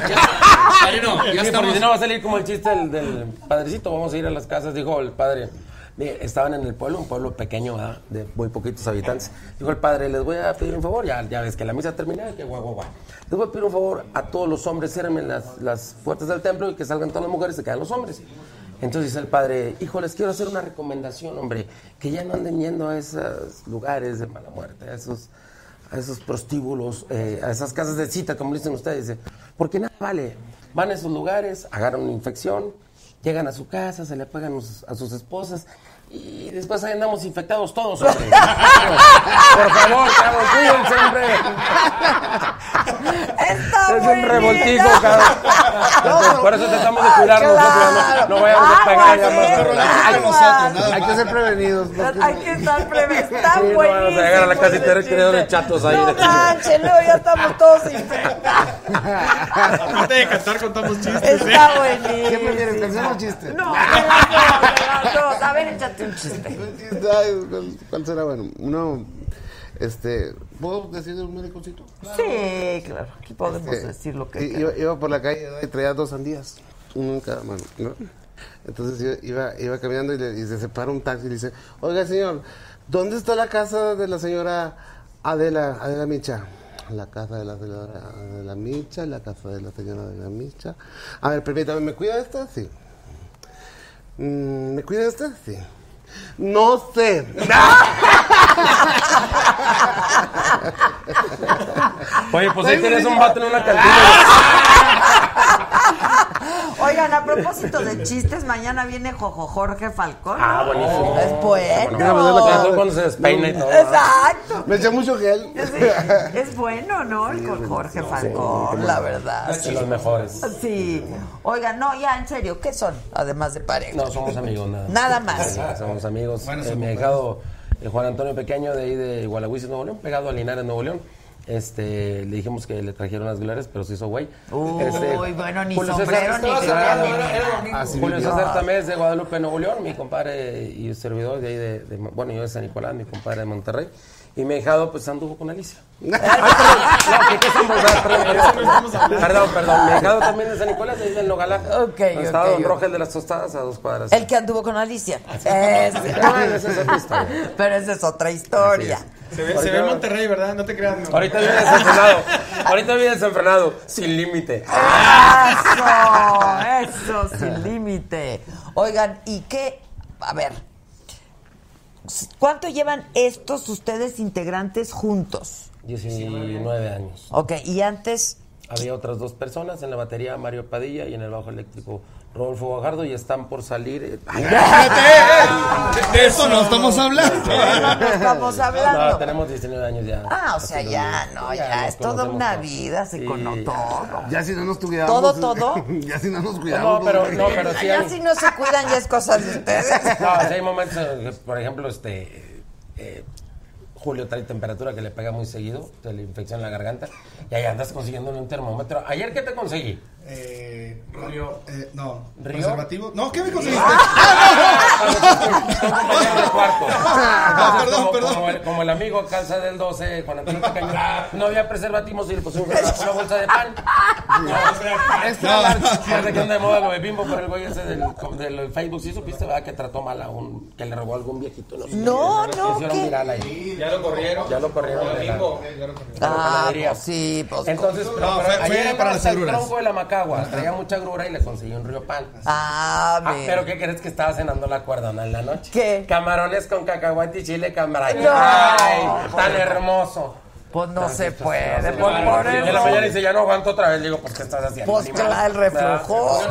ya
porque
estamos-
Si no va a salir como el chiste del, del padrecito, vamos a ir a las casas, dijo el padre. Mire, Estaban en el pueblo, un pueblo pequeño, ¿verdad? de muy poquitos habitantes. Dijo el padre, les voy a pedir un favor, ya, ya ves que la misa termina, que guau, guau, guau. Les voy a pedir un favor a todos los hombres, cierrenme las, las puertas del templo y que salgan todas las mujeres y se quedan los hombres. Entonces dice el padre, hijo, les quiero hacer una recomendación, hombre, que ya no anden yendo a esos lugares de mala muerte, a esos, a esos prostíbulos, eh, a esas casas de cita, como dicen ustedes, eh, porque nada vale. Van a esos lugares, agarran una infección, llegan a su casa, se le pegan los- a sus esposas y después ahí andamos infectados todos, hombre. Por favor, cabrón, cuídense, hombre.
Está
es un revoltijo, cabrón. Entonces, por eso tratamos de curarnos, nosotros, no, no vayamos a pegar. ya, más.
Hay, hay que ser prevenidos.
Hay que estar previos. Está
Sí, no
buenísimo.
vamos a llegar a la casa y tener criadores chatos ahí.
No manches, luego ya estamos todos infectados.
Aparte de cantar, contamos chistes. ¿eh?
Está buenísimo.
¿Qué prefieres, canción o chiste?
No, no, no, no, no. A ver, échate un chiste.
Ay, ¿cuál- ¿Cuál será bueno? Uno, este, ¿puedo decir de un medicocito?
Sí, claro, aquí podemos
Este,
decir lo que
i- iba, iba por la calle ¿no? y traía dos sandías, uno en cada mano, ¿no? Entonces yo iba, iba caminando y, le- y se separa un taxi y le dice, oiga señor, ¿dónde está la casa de la señora Adela, Adela Micha? La casa de la señora Adela Micha, la casa de la señora Adela Micha. A ver, permítame, ¿me cuida esta? Sí. Mm, ¿Me cuida esta? Sí. No sé.
Oye, pues ahí
Ay,
tienes
mi
un
vida.
vato en una cantina.
Oigan, a propósito de chistes, mañana viene Jojo Jorge Falcón.
Ah, buenísimo.
Oh, Es bueno.
Mira, pues, es lo que pasó cuando se despeina y todo.
Exacto.
Me eché mucho gel.
Sí, es bueno, ¿no? El con Jorge Falcón, la verdad.
Es de los mejores.
Sí. Oigan, no, ya, en serio, ¿qué son? Además de pareja.
No, Ah, somos amigos, nada.
Nada más.
Sí, somos amigos.
Buenos
Eh,
amigos.
me he dejado el Juan Antonio Pequeño de ahí de Gualahuises, Nuevo León, pegado a Linares, Nuevo León. Este, le dijimos que le trajeron las glorias, pero se hizo güey. Este,
Uy, bueno, ni
Julio César-
sombrero, ni
Estaba
gloria,
cerrado,
ni
era- era
nada.
domingo.
Así
Ah,
Julio
vivió.
César Tamés de Guadalupe, Nuevo León, mi compadre y servidor de ahí de, de- bueno, yo de San Nicolás, mi compadre de Monterrey. Y mi hijado pues anduvo con Alicia. Ay, perdón, no, que qué son verdad, perdón, perdón. Perdón, perdón. Mi hijado también de San Nicolás, ahí del Nogalá.
Ok,
Donde Estaba
ok,
Don
ok.
Roger de las Tostadas a dos cuadras.
El que anduvo con Alicia. Ese.
Bueno, Ah, esa es otra historia.
Pero esa es otra historia.
Se
ve, se ve en Monterrey, ¿verdad? No te creas. no.
Ahorita viene desenfrenado. Ahorita viene desenfrenado. Sin límite.
Eso, eso, sin límite. Oigan, ¿y qué? A ver, ¿cuánto llevan estos ustedes integrantes juntos?
19 años.
Ok, y antes,
Había otras dos personas en la batería, Mario Padilla, y en el bajo eléctrico, Rodolfo Guajardo, y están por salir. eh,
eh. De, de eso no estamos hablando.
estamos hablando.
No, tenemos 19 años ya.
Ah, o sea, ya, no, ya,
nos
es toda
conocemos
una
todos.
vida, se
Sí.
conoce todo.
Ya si no nos cuidamos.
¿Todo, todo?
Ya si no nos
No,
cuidamos.
pero, no, pero sí.
ya
hay-
si no se cuidan, ya es cosa de ustedes.
No, sí hay momentos, en que, por ejemplo, este eh, Julio trae temperatura que le pega muy seguido, te le infección en la garganta, y ahí andas consiguiéndole un termómetro. ¿Ayer qué te conseguí?
Eh, Río. Eh, no.
¿Río?
¿Preservativo? No, ¿qué me conseguiste?
Ah,
perdón,
como,
perdón.
Como el, como el amigo calza del 12, Juan Antonio Pequeño, Ah, no había preservativos y le puso una bolsa de pan.
No.
Aparte que anda de moda lo de bimbo, pero el güey ese del, del Facebook, sí supiste, ¿verdad? Que trató mal a un, que le robó a algún viejito. No, sé
No,
qué,
no,
Hicieron
¿qué?
viral ahí.
Ya lo corrieron.
Ya lo corrieron. de la-
Domingo.
Ah,
panadería.
pues sí, pues.
Entonces,
No, fue- fue
ayer
para
íbamos
las
al
agruras.
tronco de la macagua, traía mucha grura y le conseguí un río pan.
Ah,
Ah,
ve.
pero ¿qué crees que estaba cenando la cuerdona en la noche?
¿Qué?
Camarones con cacahuate y chile camaray.
No.
¡Ay! Tan hermoso.
Pues
Ah,
no se
No
puede,
se
pues
puede.
por
Y en la mañana
eso.
dice, ya no aguanto otra vez. Le digo, pues, ¿qué estás haciendo?
Pues
animal?
claro, el reflujo.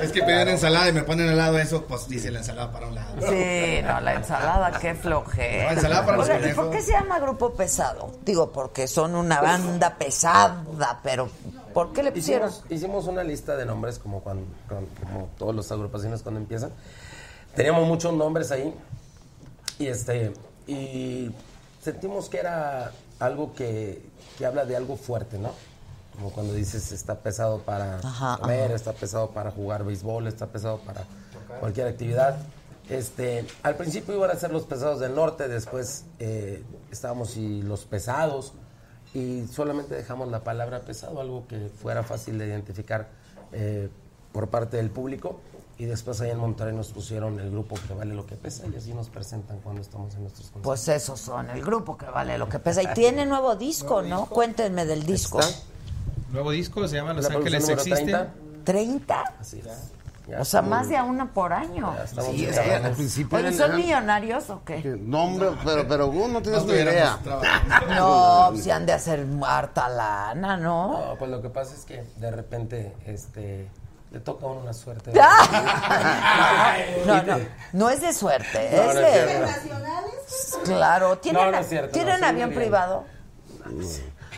Es que piden ensalada y me ponen al lado eso, pues dice la ensalada para un lado.
Sí, no, la ensalada, qué flojera.
No, ensalada para los
Oigan, ¿y
conejos.
por qué se llama grupo pesado? Digo, porque son una banda pesada, pero ¿por qué le
Pues,
pusieron?
Hicimos, hicimos una lista de nombres como, cuando, como todos los agrupaciones cuando empiezan. Teníamos muchos nombres ahí y este y sentimos que era algo que, que habla de algo fuerte, ¿no? Como cuando dices está pesado para
Ajá,
comer,
ajá.
está pesado para jugar béisbol, está pesado para cualquier actividad. Este, al principio iban a ser los pesados del norte, después eh, estábamos y los pesados y solamente dejamos la palabra pesado, algo que fuera fácil de identificar eh, por parte del público. Y después ahí en Monterrey nos pusieron el grupo que vale lo que pesa y así nos presentan cuando estamos en nuestros conciertos.
Pues esos son, el grupo que vale lo que pesa. Y Pues tiene nuevo disco, ¿no? Cuéntenme del disco.
Está.
Nuevo disco se llama Los
La producción
Ángeles
número
Existen.
30.
¿30?
Así es.
O sea, más de a una por año.
estamos
Sí,
bien
es-
cabrones.
Al principio.
Oye, ¿son millonarios o qué?
No, hombre, pero, pero uh, no tienes
No
ni idea.
tuviéramos trabajo.
No, se han de hacer harta lana, ¿no?
No, pues lo que pasa es que de repente este, le toca a uno una suerte.
No, no, no es de suerte,
No,
es
no es
de...
cierto.
Claro, tienen,
No, no es cierto,
¿tienen
no, sí,
avión
bien.
privado.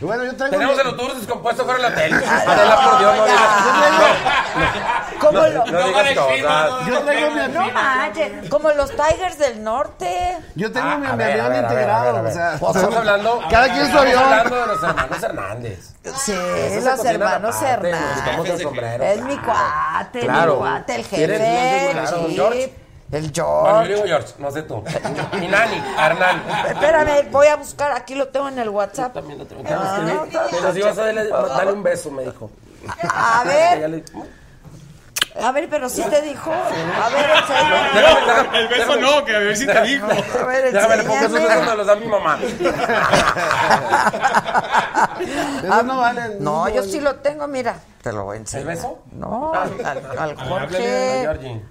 Bueno, yo traigo.
Tenemos el autobús descompuesto fuera del hotel. Adela, por Dios, no digas-
¿Cómo
No,
lo-
no digas cosas.
Yo tengo mi
No manches, como los Tigers del Norte.
Yo tengo
Ah,
mi
a ver, a
avión
ver, a ver, a ver, a
integrado.
ver.
O sea,
Pues estamos hablando.
Cada quien su
estamos
avión.
hablando de los hermanos Hernández.
Sí,
Esos se
los
cocinan
hermanos
aparte, nos
Hernández.
quitamos el sombrero,
Es
claro.
mi cuate,
Claro.
mi cuate, el jefe,
¿Tienes clases,
el
claro,
chip,
George?
el
Bueno, yo
George.
digo George, no sé tú. Y Nani, Hernán.
Espérame, voy a buscar, aquí lo tengo en el WhatsApp.
También lo tengo que escribir. Pero si vas a darle, dale un beso, me dijo.
A
Que ya
ver,
le-
A ver, pero sí te dijo. A ver, enséñame.
el beso no, que a ver si te dijo.
A ver,
Déjame le pongo esos
enséñame.
besos, me los da mi mamá.
Ah,
no valen.
No, yo sí lo tengo, mira. Te lo voy a enseñar.
¿El beso?
No, al, al- al
Háblale a
Jorge.
Georgie.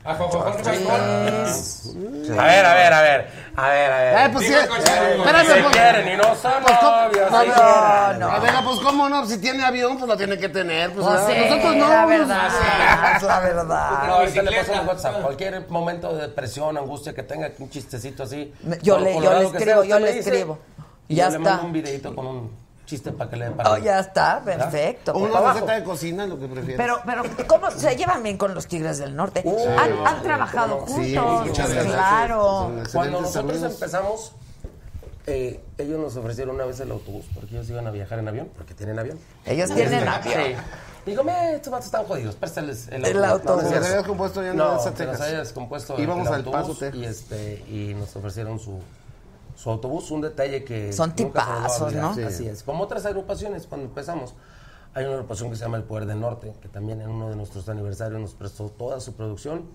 Ortiz.
A ver, a ver, a ver. A ver, a ver.
Eh, pues sí,
Digo,
eh,
coño,
espérate,
Se
pues-
quieren y no son
Pues, ¿cómo?
novios.
No,
se
no,
quieren.
no. Venga, pues cómo no, si tiene avión, pues lo tiene que tener. Pues,
Pues
ah,
sí,
nosotros no.
la
pues,
verdad, la verdad.
Ah,
No,
ahorita le paso el WhatsApp. Cualquier momento de depresión, angustia que tenga, un chistecito así.
Me- yo
con-
le-
con
yo
lo
le
que
escribo,
usted
yo
me
le
dice,
escribo.
y
Ya
yo le
está.
mando un videito con un chiste para que le
Oh,
para-
ya está,
¿verdad?
perfecto.
O
por
una
abajo.
receta de cocina, lo que prefieras.
Pero, pero, ¿cómo se llevan bien con los Tigres del Norte? han, han trabajado
Uh, Sí,
juntos,
muchas
pues,
gracias.
claro.
Son excelentes
Cuando nosotros
amigos.
empezamos, eh, ellos nos ofrecieron una vez el autobús, porque ellos iban a viajar en avión, porque tienen avión.
Ellos tienen
Sí.
avión.
Digo, me, estos vatos están jodidos, préstales el
El
autobús.
autobús.
No,
Te habías compuesto ya en
no,
Dallas a
te los
Texas.
habías compuesto
Íbamos
el
al
autobús
Paso, Texas.
y, este, y nos ofrecieron su, su autobús, un detalle que...
Son
nunca se nos va a
tipazos,
olvidar.
¿no?
Sí.
Sí.
Así es. Como otras agrupaciones, cuando empezamos, hay una agrupación que se llama El Poder del Norte, que también en uno de nuestros aniversarios nos prestó toda su producción.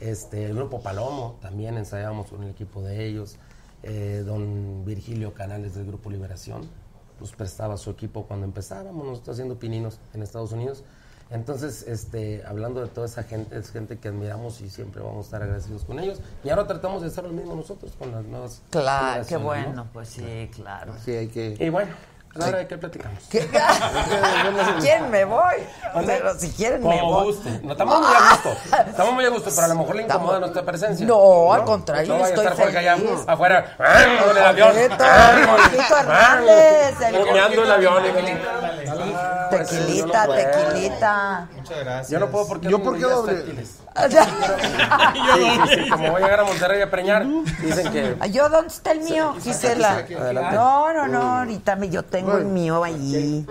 Este, el grupo Palomo, también ensayamos con el equipo de ellos. Eh, don Virgilio Canales del Grupo Liberación nos prestaba su equipo cuando empezábamos nosotros haciendo pininos en Estados Unidos. Entonces, este, hablando de toda esa gente, es gente que admiramos y siempre vamos a estar agradecidos con ellos. Y ahora tratamos de hacer lo mismo nosotros con las nuevas.
Claro, qué
generaciones, ¿no?
bueno, pues sí, claro.
Sí, hay que.
Y bueno, pues ahora de qué platicamos.
¿Qué? Si quieren me voy, pero si quieren me
Como
voy.
guste. No, estamos muy a gusto. Estamos muy a gusto, pero a lo mejor le incomoda nuestra presencia.
No, al contrario,
No vaya a
estoy
estar Jorge allá
feliz.
afuera. ¡ah! Con el avión.
Jorgito,
¡ah!
Jorgito
¡ah!
Hernández, el
Golpeando el avión. Pues,
Tequilita, tequilita.
Muchas gracias. Yo no puedo porque
¿Yo por qué
tengo
doble?
días fértiles. Sí, sí, sí, Como voy a llegar a Monterrey a preñar, dicen que.
Ay, ¿Yo dónde está el mío, Gisela?
Adelante.
No, no, no, ahorita me- yo tengo el mío allí.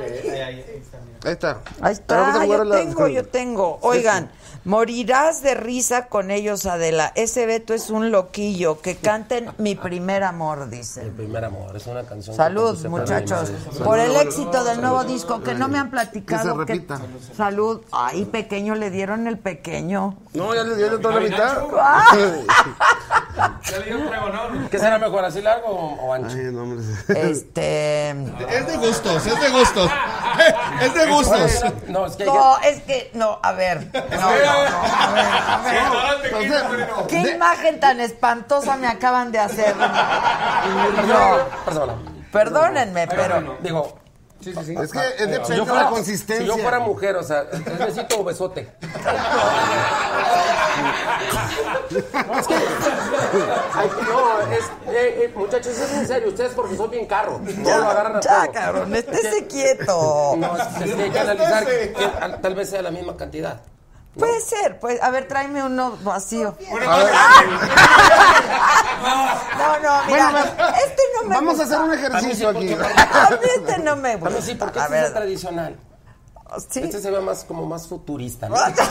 Ahí está.
Ahí
Pero vamos a
está,
jugar
yo
a la-
tengo, yo tengo. Oigan, morirás de risa con ellos, Adela. Ese Beto es un loquillo. Que canten Mi Primer Amor, dice.
El primer amor, es una canción. que
Salud,
compuse para mi
muchachos,
madre.
por el éxito del nuevo disco que no me han platicado.
Que se repita.
salud. Ay, pequeño, le dieron el pequeño. Ah,
No, ya le dieron toda la mitad.
¿Qué será mejor, así largo o, o ancho?
Ay, no, hombre.
Este.
Es de gustos, es de gustos. Es de gustos.
No, es que.
No, es que, no, a ver. No, no, no, a ver, a ver.
Ah,
¿Qué imagen tan espantosa me acaban de hacer? No,
Perdóname.
perdónenme, pero.
Digo, sí, sí, sí.
Es que es depende
Si
de
yo fuera,
la consistencia.
si yo fuera mujer, o sea, ¿es besito o besote? No, es que... Ay, no, es... eh, eh, muchachos, es en serio. Ustedes porque son bien carros. No lo agarran a
Ya,
todo.
cabrón, estése quieto.
No, es que hay que analizar que al- tal vez sea la misma cantidad.
Puede ser, pues, a ver, tráeme uno vacío. pues, No, no, mira,
Bueno, a ver,
este no me
Vamos a
gusta.
hacer un ejercicio
A mí sí,
aquí.
A mí este no me
A mí
gusta.
sí, porque
a
este es
ver,
tradicional.
sí.
Este se ve más como más futurista, ¿no? Y aparte-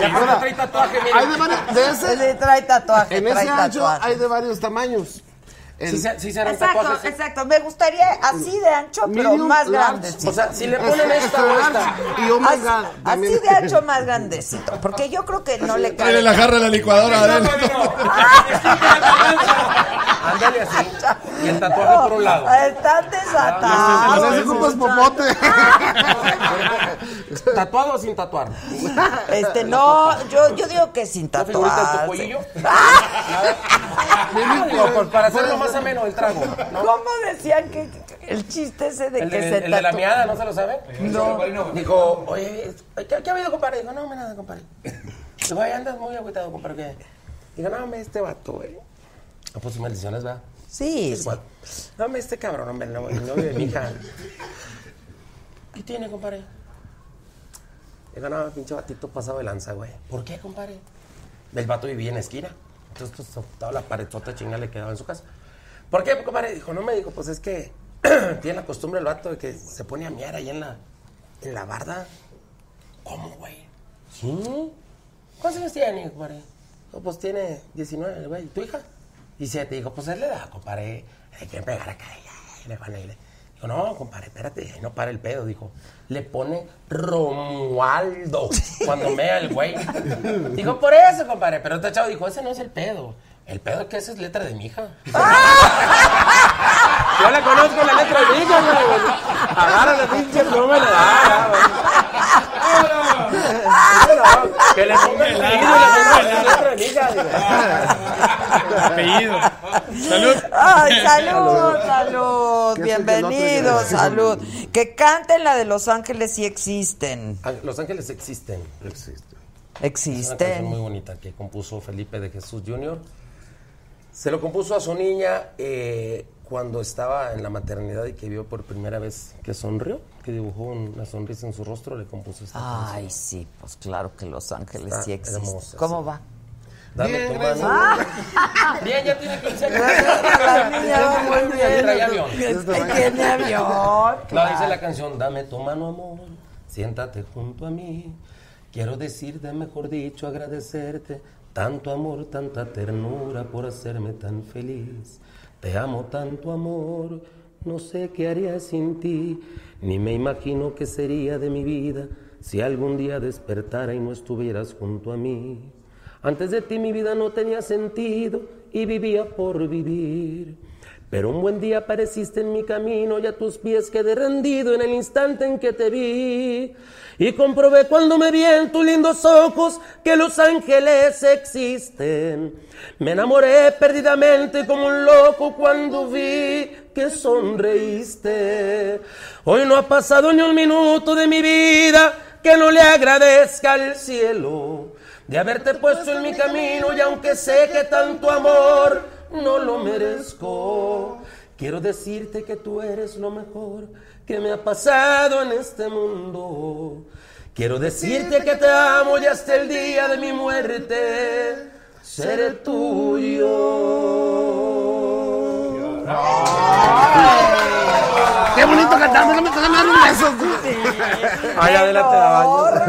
y aparte trae tatuaje, miren.
Hay de varios- de ese-
Le trae tatuaje,
en
trae
ese ancho
tatuaje.
hay de varios tamaños. El-
Sí, se- sí serán tatuajes.
Exacto, exacto. Me gustaría así de ancho, pero
Medium,
más
large.
grandecito.
O sea, si le ponen esta o esta,
y oh my
así,
god. también-
así de ancho, más grandecito. Porque yo creo que no le cae.
Tráele la jarra a la licuadora, Adela.
ándale así. Y el tatuaje por un lado.
Están
O
Ah,
sea,
desatados.
ese grupo es popote.
¿Tatuado o sin tatuar?
Este, no, yo, yo digo que sin
¿La figurita en tu
tatuaje.
cuellillo? Nada. Digo, por- para hacerlo más ameno el trago. ¿no?
¿Cómo decían que el chiste ese de
El,
que
de,
se
el de la
tatu-
miada, ¿no se lo sabe?
No.
Dijo, oye, ¿qué, qué ha habido, compadre? Dijo, no, me nada, compadre. Dijo, ay, andas muy agüitado, compadre. ¿qué? Dijo, no, me este vato, güey. No, pues sus maldiciones, ¿verdad?
Sí, sí.
No, me este cabrón, hombre, no, el novio de mi hija. ¿Qué tiene, compadre? Dijo, no, pinche batito pasado de lanza, güey. ¿Por qué, compadre? El vato vivía en la esquina. Entonces, pues, toda la paredota chingada le quedaba en su casa. ¿Por qué, compadre? Dijo, no me dijo, pues es que tiene la costumbre el vato de que se pone a miar ahí en la, en la barda. ¿Cómo, güey? ¿Sí? ¿Cuántos años tiene, compadre? Dijo, pues tiene 19, el güey. ¿Y tu hija? Y se te dijo, pues es la edad, compadre. Hay que pegar acá. ya, ya, Le van a ir. Dijo, no, compadre, espérate, ahí no para el pedo. Dijo, le pone Romualdo cuando mea el güey. Dijo, por eso, compadre. Pero este chavo dijo, ese no es el pedo. El pedo es que esa es letra de mi hija. Yo la conozco la letra de mi hija, güey. Agarra la pinche pluma y la da, güey. Que le ponga el apellido, le ponga la letra de mi hija. digo.
Apellido. Salud. Ay, salud, salud. Bienvenido, salud. Que canten la de Los Ángeles si existen.
Ah, Los Ángeles existen. Existen. Es una canción muy
Existen.
bonita que compuso Felipe de Jesús Jr. Se lo compuso a su niña eh, cuando estaba en la maternidad y que vio por primera vez que sonrió, que dibujó una sonrisa en su rostro, le compuso esta canción.
Ay, sí, pues claro que Los Ángeles
Está
sí existen.
Ah, hermosa,
¿Cómo
sí.
va?
Dame tu mano.
Ah.
Bien, ya tiene 15 años.
La niña va muy bien.
Trae avión.
Tiene avión,
No,
claro.
dice la canción, dame tu mano, amor, siéntate junto a mí. Quiero decirte, mejor dicho, agradecerte tanto amor, tanta ternura por hacerme tan feliz. Te amo tanto amor, no sé qué haría sin ti, ni me imagino qué sería de mi vida si algún día despertara y no estuvieras junto a mí. Antes de ti mi vida no tenía sentido y vivía por vivir. Pero un buen día apareciste en mi camino y a tus pies quedé rendido en el instante en que te vi. Y comprobé cuando me vi en tus lindos ojos que los ángeles existen. Me enamoré perdidamente como un loco cuando vi que sonreíste. Hoy no ha pasado ni un minuto de mi vida que no le agradezca al cielo de haberte puesto en mi camino y aunque sé que tanto amor no lo merezco, quiero decirte que tú eres lo mejor que me ha pasado en este mundo. Quiero decirte que te amo y hasta el día de mi muerte seré tuyo.
Qué bonito cantando, no me estás dando un beso.
Ay, adelante la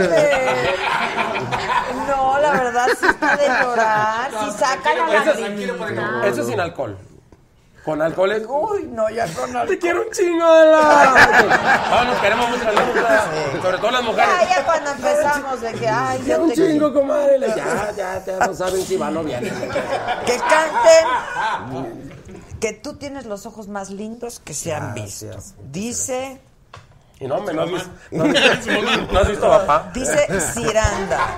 No, la verdad sí está de llorar. Si saca la lagrimita.
Eso sin alcohol. Con alcohol es...
Uy, no, ya con alcohol.
Te quiero un chingo de la... No, nos queremos mucho, la neta. sobre todo las mujeres.
Ya, ya cuando empezamos de que, ay, yo
un
te
chingo, comadre. le- Ya, ya, ya no saben si van o vienen.
Que canten. Que tú tienes los ojos más lindos que se
Ah,
han visto. Dice.
Y no, me no has visto. No, has visto- no has visto a papá.
Dice Ciranda.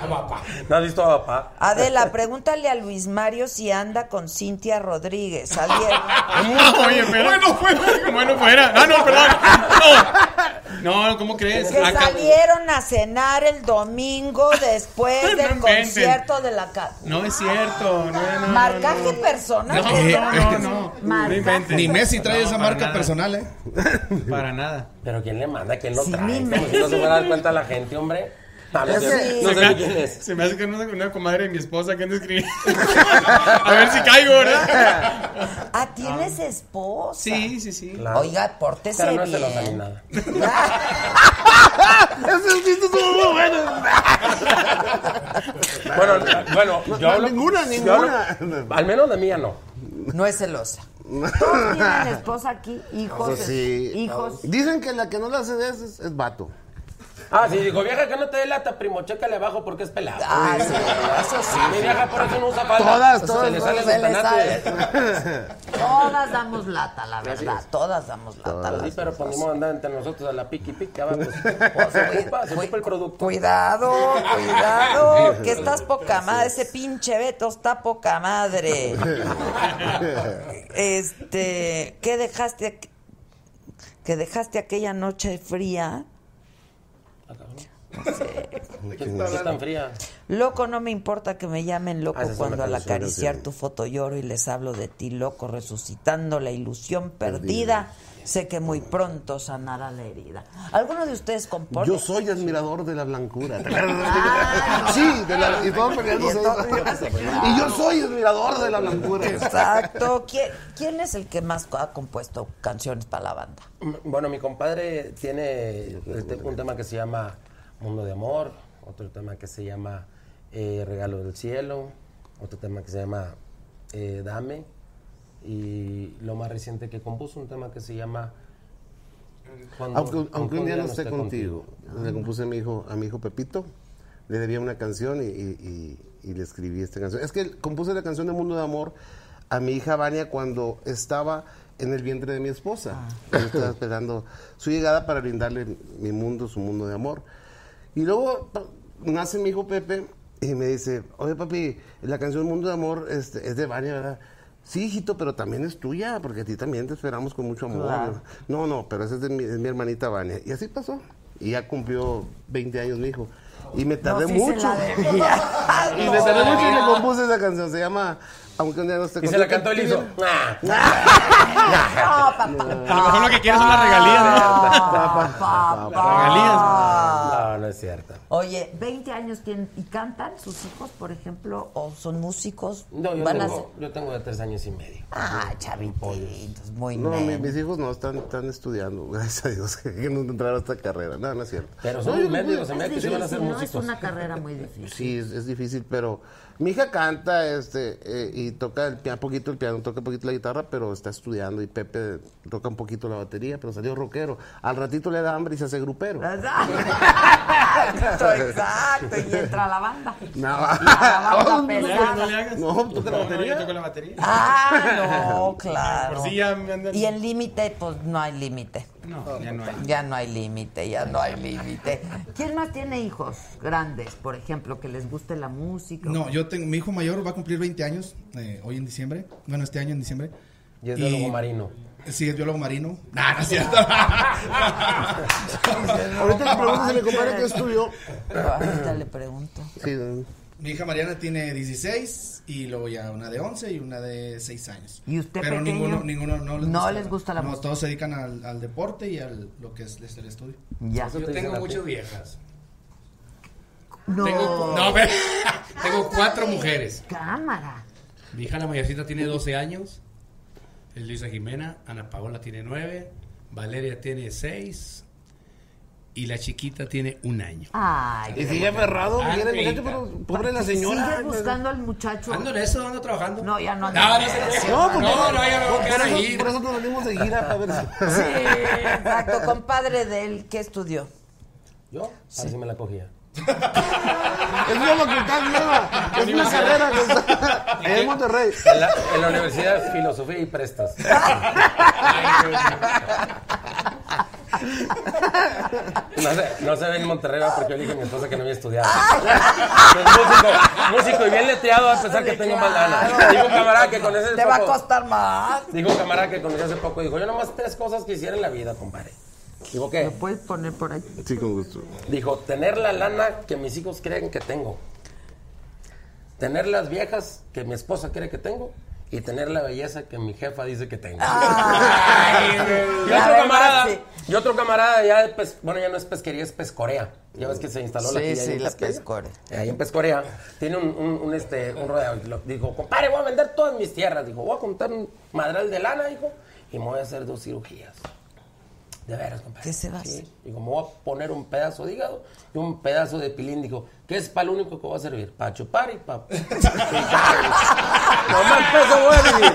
No has visto a papá.
Adela, pregúntale a Luis Mario si anda con Cintia Rodríguez.
Oye, pero. Bueno, fuera. Bueno, fuera. Ah, no, perdón. No. No, ¿cómo crees?
Que
Acá-
salieron a cenar el domingo después del
inventen.
concierto de la casa.
No es cierto. No, no, no,
Marcaje personal.
No,
Eh,
no, no.
Marcaje
Ni Messi trae
personal.
esa marca personal, ¿eh?
Para nada. Pero ¿quién le manda? ¿Quién lo
Sí,
trae?
ni
Como si no se
me-
fuera a dar cuenta la gente, hombre. Ah, No, no sé,
Se-
no
se
sé
me-
ni quién es.
Se me hace que no una comadre de mi esposa que anda escribiendo. A ver si caigo, ¿verdad?
Ah, tienes esposa.
Sí, sí, sí.
Claro.
Oiga, pórtese
Pero no se
bien.
lo da ni nada.
Esos chistes son muy buenos.
Bueno, bueno, yo hablo-
ninguna,
yo hablo-
ninguna.
al menos la mía no.
No es celosa. Todos tienen esposa aquí, hijos,
Pues sí.
hijos.
Dicen que la que no la hace de esas es, es vato.
Ah, sí, digo, vieja que no te dé lata, primo, chécale abajo porque es pelado.
Ah, sí, eso sí.
Mi vieja por eso no usa falda.
Todas,
Se
todas,
le
todas
sale
se
el
le
Todas damos lata, la verdad. Todas damos lata.
Sí,
las
pero
dos.
ponemos a andar entre nosotros a la piqui piqui abajo. Pues, se ocupa, se ocupa el producto.
Cuidado, cuidado, que estás poca madre. Ese pinche Beto está poca madre. Este, ¿qué dejaste? aqu- Que dejaste aquella noche fría.
¿Por qué es tan fría?
Loco, no me importa que me llamen loco
Ah, esa es
cuando
una
al
canción,
acariciar
sí.
tu foto lloro y les hablo de ti, loco, resucitando la ilusión perdida. Sé que muy pronto sanará la herida. ¿Alguno de ustedes compone?
Yo soy admirador de la blancura.
Ah.
sí, de la, y todo peleándose. Y yo soy admirador de la blancura.
Exacto. ¿Quién, quién es el que más ha compuesto canciones para la banda?
Mm, Bueno, mi compadre tiene este- un tema que se llama Mundo de Amor, otro tema que se llama eh, Regalo del Cielo, otro tema que se llama eh, Dame, y lo más reciente que compuso, un tema que se llama Cuando-
aunque, aunque un día no esté
esté
contigo, le compuse a mi hijo, a mi hijo Pepito, le debía una canción y, y- y- y le escribí esta canción. Es que compuse la canción de Mundo de Amor a mi hija Vania cuando estaba en el vientre de mi esposa. Yo estaba esperando su llegada para brindarle mi mundo, su mundo de amor. Y luego pa- nace mi hijo Pepe y me dice, oye papi, la canción Mundo de Amor este, es de Vania, ¿verdad? Sí, hijito, pero también es tuya, porque a ti también te esperamos con mucho amor.
Claro.
No, no, pero esa es de mi, es mi hermanita Vania. Y así pasó. Y ya cumplió 20 años mi hijo. Y me tardé
sí se
mucho.
la debía.
y me tardé
No.
mucho y le compuse esa canción. Se llama Aunque un día no esté
Y se la cantó
el
el hizo.
No, papá.
A lo mejor lo que quieres son las regalías. ¿eh?
Ah. Papá.
No, no es cierto.
Oye, 20 años tienen y cantan sus hijos, por ejemplo, o son músicos.
No, yo
Van a
tengo, yo tengo de tres años y medio.
Ah, chavitos, muy
No, mi-
bien.
mis hijos no, están, están estudiando, gracias a Dios, que no entraron a esta carrera. No, no es cierto.
Pero
No,
son
yo
un medio,
creo-
se me da que sí van a ser
No es
músicos.
una carrera muy difícil.
Sí, es, es difícil, pero mi hija canta este eh, y toca el piano, poquito el piano, toca poquito la guitarra, pero está estudiando y Pepe toca un poquito la batería, pero salió rockero. Al ratito le da hambre y se hace grupero.
Ah, Exacto, exacto. Y entra la banda.
No.
la banda
No,
pesada.
no le hagas.
No, toca la
No, no, yo
batería.
toco la batería.
Ah, no,
Por
claro.
si ya me andan-
Y el límite, pues no hay límite.
No, ya no hay.
Ya no hay límite, ya no hay límite. ¿Quién más tiene hijos grandes, por ejemplo, que les guste la música?
No, yo tengo, mi hijo mayor va a cumplir 20 años eh, hoy en diciembre, bueno, este año en diciembre.
Y es biólogo marino.
Sí, es biólogo marino. Nah, no es cierto.
Ahorita le pregunto a mi compadre qué estudió.
Ahorita le pregunto.
Sí, no.
Mi hija Mariana tiene 16 y luego ya una de 11 y una de 6 años.
¿Y usted
Pero
pequeño?
ninguno, ninguno no les
No
gusta,
les gusta la
no,
música.
todos se dedican al, al deporte y a lo que es, es el estudio.
Ya. Eso
Yo
te
tengo
dicen a
muchas
ti.
viejas.
No.
Tengo, no, ve- tengo cuatro mujeres.
Cámara.
Mi hija la mayorcita tiene 12 años. es Luisa Jimena. Ana Paola tiene 9. Valeria tiene 6. Y la chiquita tiene un año.
Ay,
Y
qué
sigue
bonito.
aferrado,
Ah,
quiere el
30.
muchacho, pero pobre la señora.
Sigue buscando al muchacho.
Ándale, eso ando trabajando.
No, ya no pues, anda.
No, no se-
No, porque-
No, no, ya me voy a quedar
por eso-
ahí.
Por eso nos venimos de gira para ver si-
Sí, exacto. Compadre de él, ¿qué estudió?
¿Yo? Así me la cogía.
Es una facultad nueva. Es una carrera. que está- Allá en Monterrey.
En la, en la universidad, filosofía y prestas. No se, no se ve en Monterrey ¿verdad? porque yo le dije a mi esposa que no había estudiado. Soy músico, músico y bien leteado a pesar que tengo más lana. Digo un camarada que con ese
Te va a
poco-
costar más.
Digo un camarada que conocí hace poco dijo, yo nomás tres cosas quisiera en la vida, compadre. Digo, ¿qué? ¿Me
puedes poner por ahí?
Sí, con gusto.
Dijo, tener la lana que mis hijos creen que tengo. Tener las viejas que mi esposa cree que tengo. Y tener la belleza que mi jefa dice que tengo. y,
la
otro
verdad,
camarada,
sí.
y otro camarada ya, de pes- bueno, ya no es pesquería, es pescorea. Ya ves que se instaló la
Sí,
tía ahí
sí,
en
la
Pesquería.
Pescore.
Eh, Ahí en Pescorea. Tiene un, un, un, este, un rodeo. Y lo- Dijo, compadre, voy a vender todas mis tierras. Dijo, voy a comprar un madral de lana, dijo. Y me voy a hacer dos cirugías. De veras, compadre.
¿Qué se va a
Sí.
hacer?
Digo, me voy a poner un pedazo de hígado y un pedazo de pilín. Dijo, ¿qué es para lo único que va a servir? Para chupar y para... Nomás peso voy a vivir.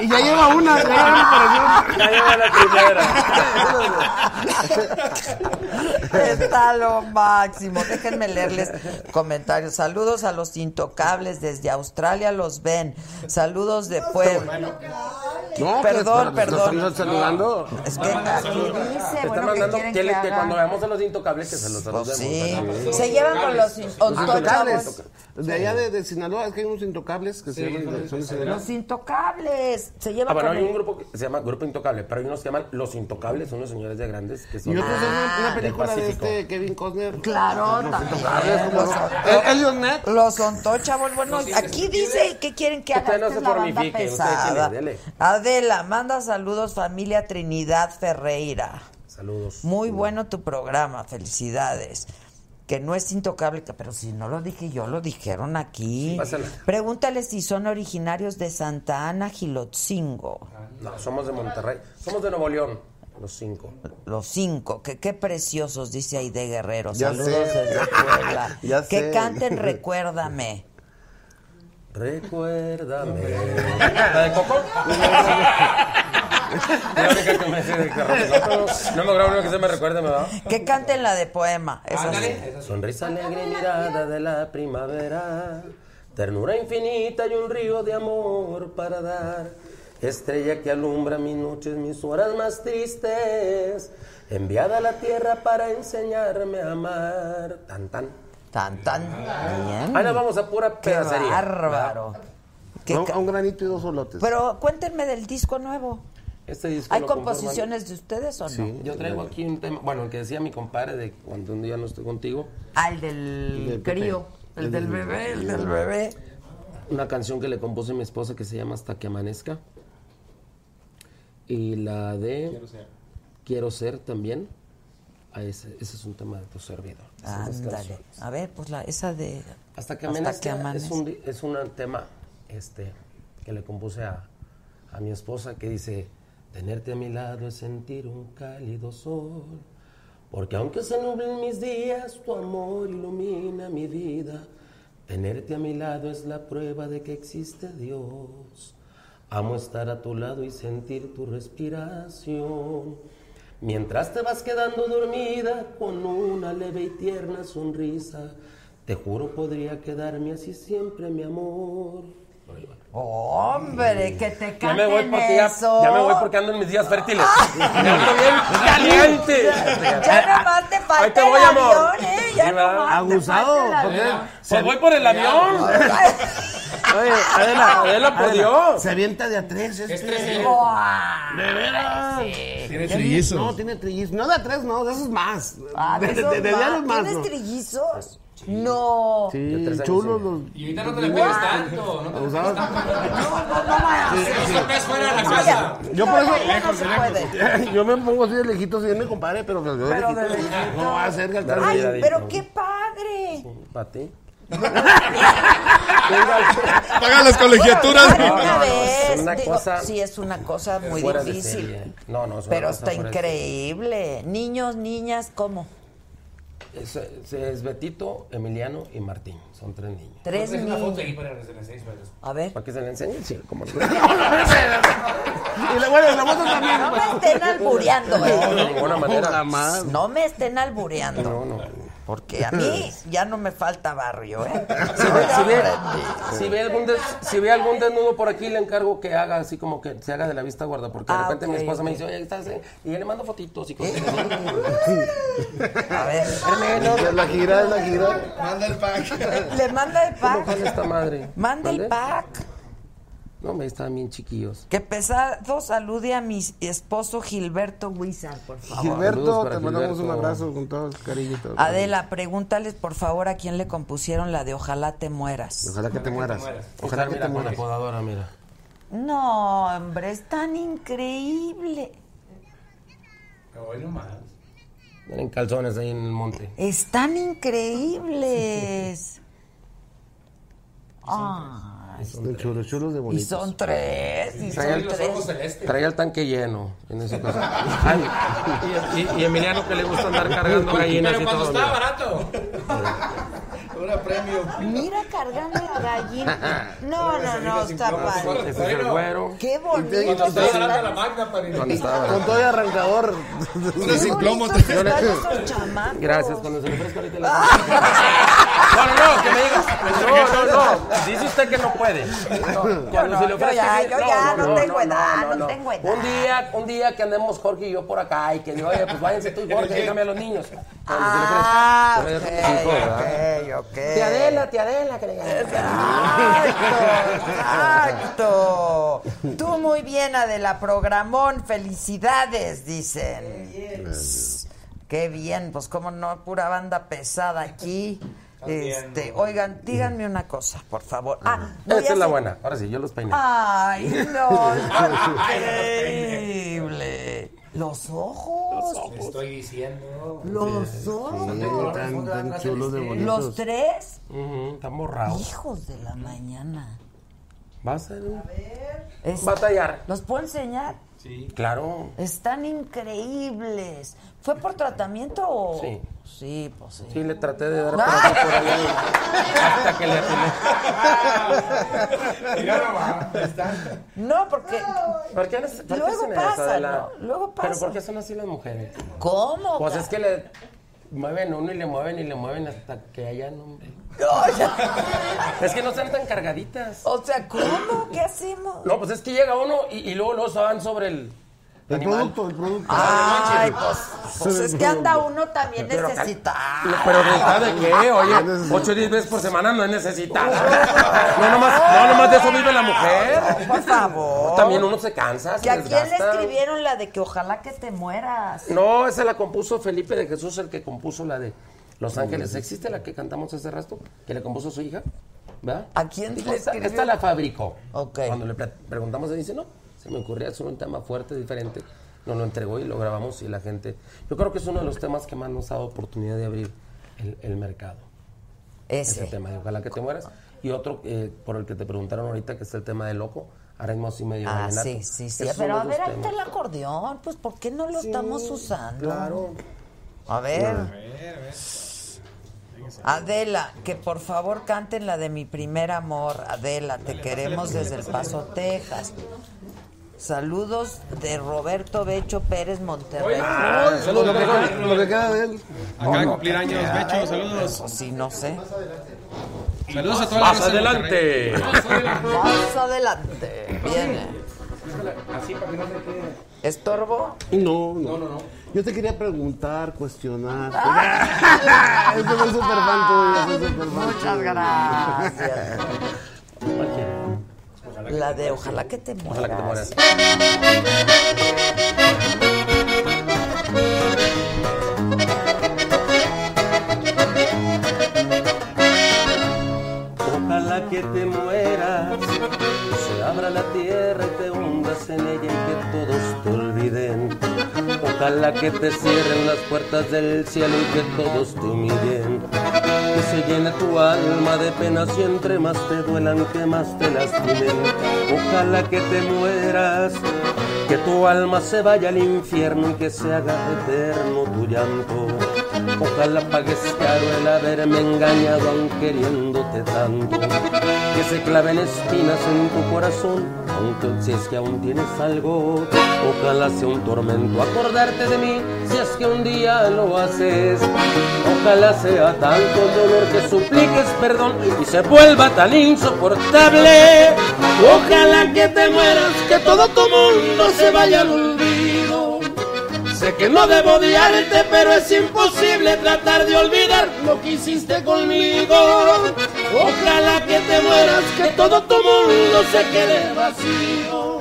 Y ya lleva una. Ya lleva una para mí.
Ya lleva la primera.
Está lo máximo. Déjenme leerles comentarios. Saludos a los intocables desde Australia, los ven. Saludos de Puebla.
No,
Pues, perdón,
que-
perdón.
nos están saludando.
Es que aquí
Te
dice,
está
bueno, que
mandando
quieren
que,
que
le- que cuando
haga.
veamos a los intocables que se los saludemos.
sí. Se llevan con los in-
Pues Los
intocables.
intocables. De allá de, de Sinaloa, es que hay unos intocables que se llaman. son de Sinaloa.
Los intocables. Se
Ah,
llevan
bueno,
con
hay un
el-
grupo que se llama Grupo Intocable, pero hay unos que se llaman Los Intocables, unos señores de grandes que son
Y otros es una, una
Ah, del
película de
Pacífico.
este Kevin Costner.
Claro,
Los
también.
intocables, como
Los-
no. El- Elliot Ness.
Los Todos, chavos, bueno, aquí dice que quieren que haga
Usted no
Esta
se
es la banda
pornifique, usted
pesada.
dele, dele.
Adela, manda saludos familia Trinidad Ferreira.
este.
Saludos.
Muy bueno tu programa, felicidades. Que no es intocable, que- pero si no lo dije yo, lo dijeron aquí.
pásala.
Pregúntale si son originarios de Santa Ana, Gilotzingo.
No, somos de Monterrey. Somos de Nuevo León, los cinco.
Los cinco, que qué preciosos, dice ahí de Guerrero.
Ya
Saludos
sé.
desde Puebla.
Ya
que
sé.
canten Recuérdame.
Recuérdame. ¿La de Coco? La única que me sé de Coco. No me grabo una que se me recuerde, me va.
Que canten la de poema. Esa sí.
Sonrisa alegre y mirada de la primavera. Ternura infinita y un río de amor para dar. Estrella que alumbra mis noches, mis horas más tristes. Enviada a la tierra para enseñarme a amar. Tan, tan.
Tan, tan.
Ahora vamos a pura
Qué
pedacería.
bárbaro.
No, a un granito y dos solotes.
Pero cuéntenme del disco nuevo.
Este disco
¿Hay
lo conforman-
composiciones de ustedes o no?
Sí, yo traigo aquí un tema, bueno, el que decía mi compadre de cuando un día no estoy contigo.
Ah, el del, crío, el del bebé, el del bebé.
Una canción que le compuse a mi esposa que se llama Hasta que amanezca. Y la de Quiero ser, también. Ah, ese, ese es un tema de tu servidor. Esas dos
Ándale.
canciones.
A ver, pues la, esa de.
Hasta que amanezca, Es, un, di- es un tema este, que le compuse a, a mi esposa que dice, tenerte a mi lado es sentir un cálido sol, porque aunque se nublen mis días, tu amor ilumina mi vida, tenerte a mi lado es la prueba de que existe Dios. Amo estar a tu lado y sentir tu respiración. Mientras te vas quedando dormida con una leve y tierna sonrisa, te juro podría quedarme así siempre, mi amor.
Hombre, que te
Ya
canten
me voy porque ya,
eso. Ah.
ya me voy porque ando en mis días fértiles. Ya ando bien caliente.
Ya nomás te falta
Ahí te
el
voy, amor.
avión, ¿eh? Ya
Sí, ¿verdad?
nomás te
Ah,
falta el avión.
Pues voy por el avión.
Oye,
Adela, Adela, por Dios.
Se avienta de a tres. Este.
¡Buah!
¿De veras?
Tiene
Ya vi-
trillizos.
No, tiene trillizos. No, de a tres, no, de esos más.
Ah,
de,
de esos
de, de diario
más.
más.
¿Tienes
no. Pues,
trillizos? No.
Sí,
tres años
chulos
y
los.
Y ahorita no te le pegues tanto, no te le pegues
Abusados.
fuera de la
casa. Yo
No,
por
no, no se
eso. Yo me pongo así de lejitos y él me compare, pero yo de
Pero de
lejitos.
lejitos.
No va a ser que alcance.
Ay, pero qué padre.
Para ti.
Paga las colegiaturas.
Bueno, de una
No, no, no,
vez,
es una
digo,
cosa
sí, es una cosa muy
fuera de
difícil.
serie. No, no, es una
pero
cosa
está
fuera de serie.
increíble. Niños, niñas, ¿cómo?
Es, es- es Betito, Emiliano y Martín. Son tres niños.
Tres
Una foto
niños.
ahí para los de las seis, para los-
A ver.
¿Para que se le enseñe? Sí, como no.
Y la bueno, la moto también. pues.
No me estén albureando,
No, de
¿eh?
ninguna manera.
No me estén albureando.
No, no.
Porque a mí ya no me falta barrio, ¿eh?
Si ve, si ve- si ve algún des- si ve algún desnudo por aquí, le encargo que haga así como que se haga de la vista gorda. Porque de
Ah,
repente
ok,
mi esposa me
ok.
dice, oye, estás. en-" Y yo le mando fotitos y cosas.
A ver.
Es la gira, es la gira.
Manda el pack.
Le manda el
¿Cómo jala
pack.
esta madre?
Manda el
¿Mande?
pack.
No, me están bien chiquillos.
Que pesado salude a mi esposo Gilberto Huizar, por favor.
Saludos
Gilberto,
para
te mandamos un
Gilberto.
abrazo con todo el cariño. y todo.
Adela, pregúntales por favor a quién le compusieron la de Ojalá te mueras.
Ojalá que te mueras.
Ojalá
Ojalá que te
mira, con la
mueras.
podadora, mira.
No, hombre, es tan increíble.
Tienen calzones ahí en el monte.
Están increíbles. Ah, Ay,
Chulos, chulos de
y
bonitos.
son tres, y
Traía
son
los ojos
tres.
Traía el tanque lleno en esa cosa. Ay, y, y- y Emiliano que le gusta andar cargando gallinas
Pero
y
cuando
todo.
estaba
mira.
barato.
Una premio.
Mira cargando la gallina. No, no, no, está padre.
Ese es el güero.
Qué
Cuando
bonito.
estaba
están.
La magna para
Cuando estaba
Con
barato.
todo y arrancador.
Qué
sin plomo.
bonitos están esos chamacos.
Gracias, cuando se le ofrezca ahorita la No, no, no, que me digas. No, no, no. Dice usted que no puede. No,
Yo no,
cuando se le
yo
ofrezca.
ya,
que-
yo ya, no tengo edad, no tengo edad.
Un día, un día que andemos Jorge y yo por acá y que diga, oye, pues váyanse tú y Jorge, déjame a los niños. Cuando se le ofrezca.
Ah,
Pero ya
ok,
son cinco, ¿verdad?
ok, ok.
Tía Adela, tía Adela, que le
Exacto, exacto. Tú muy bien, Adela Programón, felicidades, dicen. Pss, Qué bien, pues cómo no, pura banda pesada aquí. Este, oigan, díganme una cosa, por favor. Ah, voy
Esta
a
es la
hacer-
buena. Ahora sí, yo los
Ah,
peiné.
Ay, no, increíble. Los ojos,
Te estoy diciendo.
los ojos,
Tan, tan chulos de bonitos.
los tres.
Ujú, Están borrados.
Hijos de la mañana.
Va a ser un-
Es-
Batallar.
¿Los puedo enseñar?
Claro.
Están increíbles. ¿Fue por tratamiento o...?
Sí.
Sí, pues sí.
Sí, le traté de dar pronto por ahí. Hasta que le atiné.
No, porque...
¿Por qué les- por qué
Luego
hacen eso,
pasa,
Adela?
¿no? Luego pasa.
¿Pero por qué son así las mujeres?
¿Cómo?
Pues
cara?
es que le mueven uno y le mueven y le mueven hasta que allá no. es que no están tan cargaditas.
O sea, ¿cómo? ¿Qué hacemos?
No, pues es que llega uno y, y luego los van sobre el. Ah, El producto,
el producto.
Ay, pues, pues es que anda uno también
Pero acá-
necesitado.
Pero ¿necesidad de qué? Oye, 8 o 10 veces por semana no es necesitada. No nomás, no, nomás de eso vive la mujer.
Por favor.
También uno se cansa,
¿Que
se
a quién le
desgasta.
escribieron la de que ojalá que te mueras?
No, esa la compuso Felipe de Jesús, el que compuso la de Los Ángeles. ¿Existe la que cantamos hace rato? Que le compuso su hija. ¿Verdad?
¿A quién
Dijo,
le
esta,
escribió?
esta la fabricó. Cuando le pre- preguntamos, él dice, no, se me ocurría hacer un tema fuerte, diferente. Nos lo entregó y lo grabamos y la gente... Yo creo que es uno de los temas que más nos ha dado oportunidad de abrir el, el mercado.
Ese.
tema de Ojalá que te mueras. Y otro eh, por el que te preguntaron ahorita, que es el tema de Loco. Ahora mismo así medio
Ah,
vallenato.
sí, sí, sí.
Esos son
Pero
los
a
dos
ver, ahí
temas.
está el acordeón. Pues, ¿por qué no lo estamos usando?
claro.
A ver.
A
Adela, que por favor canten la de mi primer amor. Adela, te queremos desde El Paso, Texas. Saludos de Roberto Becho Pérez Monterrey.
Ah,
Ay, lo, que, lo que queda de él.
Acaba
de
cumplir años,
Becho,
saludos. Sí, no sé.
Saludos a toda la Más raza de adelante.
Más adelante. Viene.
Así para que no se quede.
¿Estorbo?
No, no, no, Yo te quería preguntar, cuestionar.
Ah.
es que soy súper fan tuyo, soy súper fan
Muchas
tuyo.
gracias. La de Ojalá que te mueras.
Ojalá que te mueras. Ojalá que te mueras, se abra la tierra y te hundas en ella y que todos te olviden. Ojalá que te cierren las puertas del cielo y que todos te humillen. Que se llene tu alma de penas y entre más te duelan, que más te lastimen. Ojalá que te mueras, que tu alma se vaya al infierno y que se haga eterno tu llanto. Ojalá pagues caro el haberme engañado aun queriéndote tanto. Que se claven espinas en tu corazón, aunque si es que aún tienes algo. Ojalá sea un tormento acordarte de mí, si es que un día lo haces. Ojalá sea tanto el dolor que supliques perdón y se vuelva tan insoportable. Ojalá que te mueras, que todo tu mundo se vaya al olvido. Sé que no debo odiarte, pero es imposible tratar de olvidar lo que hiciste conmigo. Ojalá que te mueras, que todo tu mundo se quede vacío.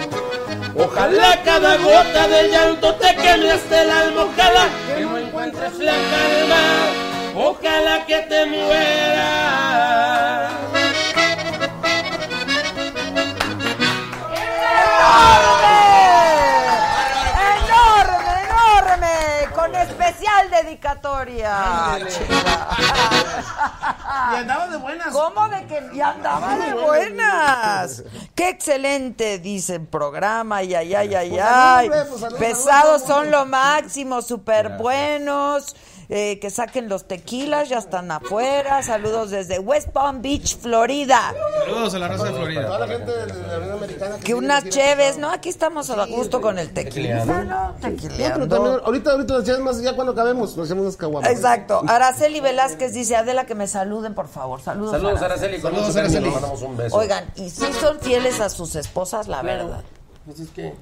Ojalá cada gota de llanto te queme hasta el alma. Ojalá que no encuentres la calma. Ojalá que te mueras.
¡Enorme, enorme! Con especial dedicatoria. Y andaba de buenas. ¿Cómo de que y andaba de buenas? ¡Qué excelente! Dicen programa, y ay, ay, ay,
Pues,
ay.
saludos, pues, saludos,
Pesados
saludos.
son lo máximo, súper buenos. Eh, que saquen los tequilas, ya están afuera. Saludos desde West Palm Beach, Florida.
Saludos a la raza de
Toda la
Florida.
gente de la Unión Americana.
Que unas cheves, ¿no? Aquí estamos a gusto con el tequila. ¿no?
Tá
No, pero
Tequileando.
también, ahorita, ahorita nos llamas más, ya cuando acabemos, nos echamos unas caguamas.
Exacto. Araceli Velázquez dice, Adela, que me saluden, por favor. Saludos,
Saludos, Araceli. Con
Saludos,
mucho cariño,
Araceli.
le mandamos un beso.
Oigan, y si son fieles a sus esposas, la
Claro.
verdad.
Pues es que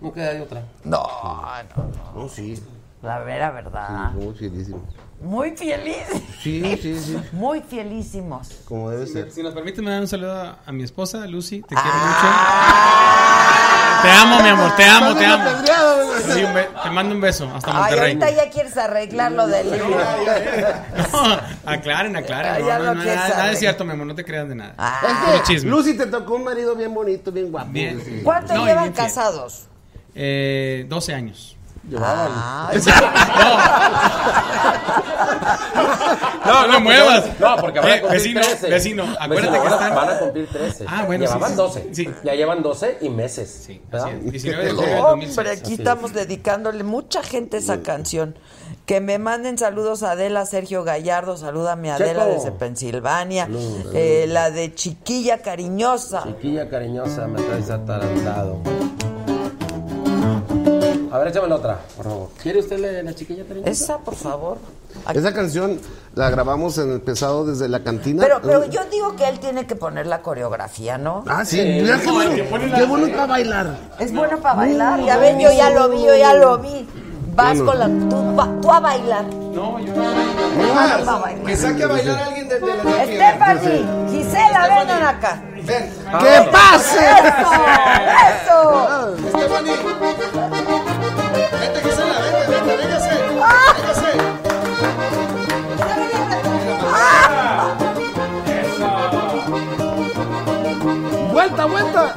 no queda de otra.
No, no, no.
No, sí.
La vera verdad.
Sí, no, fielísimo.
Muy fieles.
Sí, sí, sí.
Muy fielísimos.
Como debe ser.
Si nos permite, me dan un saludo a, a mi esposa, Lucy. Te quiero mucho. Te amo, mi amor. Te amo, te amo. Sí, un be- te mando un beso. Hasta
Ay,
Monterrey.
ahorita ya quieres arreglar lo del libro.
No, aclaren, aclaren.
Ya
No, no,
lo
no,
quieres
nada, nada
saber.
es cierto, mi amor. No te creas de nada.
Ah.
Puro
Es que
chisme.
Este, Lucy te tocó un marido bien bonito, bien guapo.
Bien.
Sí.
¿Cuánto
No, y
llevan
bien fiel.
casados?
Eh, 12 años.
Llevaban.
No, no
porque
muevas.
No, porque van
Eh,
a cumplir
vecino,
13.
vecino, acuérdate que
van a-
están-
Van a cumplir 13.
Ah, bueno,
Llevaban
sí, sí,
12. Ya llevan 12 y meses. Sí,
es. 19 de
Pero-
octubre del
Hombre,
2006.
aquí estamos dedicándole mucha gente esa canción. Que me manden saludos a Adela, Sergio Gallardo, salúdame a Adela
Checo.
desde Pensilvania.
Saludos.
Eh, la de Chiquilla Cariñosa.
Chiquilla cariñosa, me traes atarantado. A ver, échame la otra, por favor. ¿Quiere usted la, la chiquilla cariñosa?
Esa, por favor.
Esa canción la grabamos en el pesado desde la cantina.
Pero, pero yo digo que él tiene que poner la coreografía, ¿no?
Ah, sí, mira qué bueno. Qué bueno para bailar.
Es bueno para bailar.
No,
ya ven, yo ya lo vi, yo ya lo vi. Vas
Bueno.
con la. Tú, va- tú a bailar.
No, yo
no.
Más,
va a bailar.
que saque a bailar a alguien de, de la de-
Stephanie, Gisela, vengan acá.
¡Que pase!
¡Eso!
¡Eso! Stephanie. Vente, Gisela, vente, vente, véngase. Véngase.
¡Vuelta, vuelta!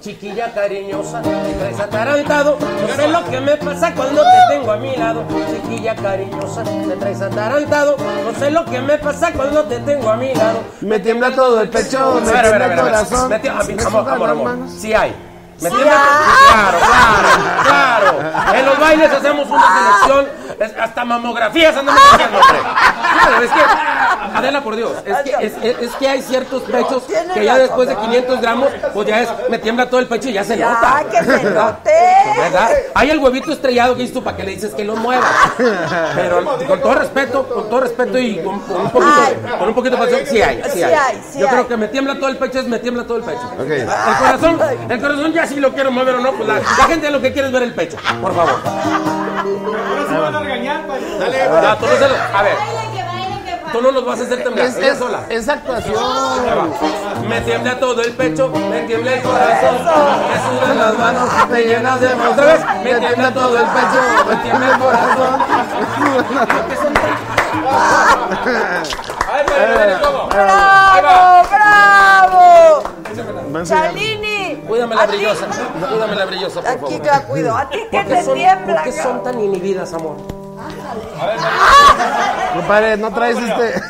Chiquilla cariñosa, me traes atarantado. No sé lo que me pasa cuando te tengo a mi lado. Chiquilla cariñosa, me traes atarantado. No sé lo que me pasa cuando te tengo a mi lado.
Me tiembla todo el pecho, me tiembla
Espera, espera,
el
espera,
corazón.
espera. Me tiembla- amor,
sudan
amor,
las
amor.
manos.
Sí hay. Me
Sí
tiembla- Claro, claro, claro. En los bailes hacemos una selección. es- Hasta mamografías andamos haciendo, hombre. Claro, es que, Adela, por Dios, es que, es, es- es que hay ciertos pechos
Tiene
que ya
razón.
después de 500 gramos, pues ya es, me tiembla todo el pecho y ya se
Ya,
nota.
que se note.
¿Verdad? Hay el huevito estrellado que dices tú para que le dices que lo mueva. Pero con todo respeto, con todo respeto y con, con un poquito,
Ay.
con un poquito de pasión, sí hay. Sí
Sí
hay.
hay, sí
Yo
hay.
creo que me tiembla todo el pecho, es me tiembla todo el pecho. El corazón, el corazón ya si lo quiero mover o no, pues la, la gente lo que quiere es ver el pecho, por favor. Dale, ya, tú no se lo- a ver. Tú no los vas a hacer temblar,
Es-
ella
es-
sola.
es actuación.
Ahí va. Me tiembla todo el pecho, me tiembla el corazón, me sudan las manos, me llenas de otra vez, me tiembla todo el pecho, me tiembla el corazón. Ay, pero, pero, ¿cómo? Ahí va.
¡Bravo, bravo! Chalini,
Cuídame la brillosa, cuídame la brillosa, por favor.
aquí te la cuido. A ti que
¿Por qué
te
son-
tiembla.
por qué son tan inhibidas, amor?
Compadre, no traes este.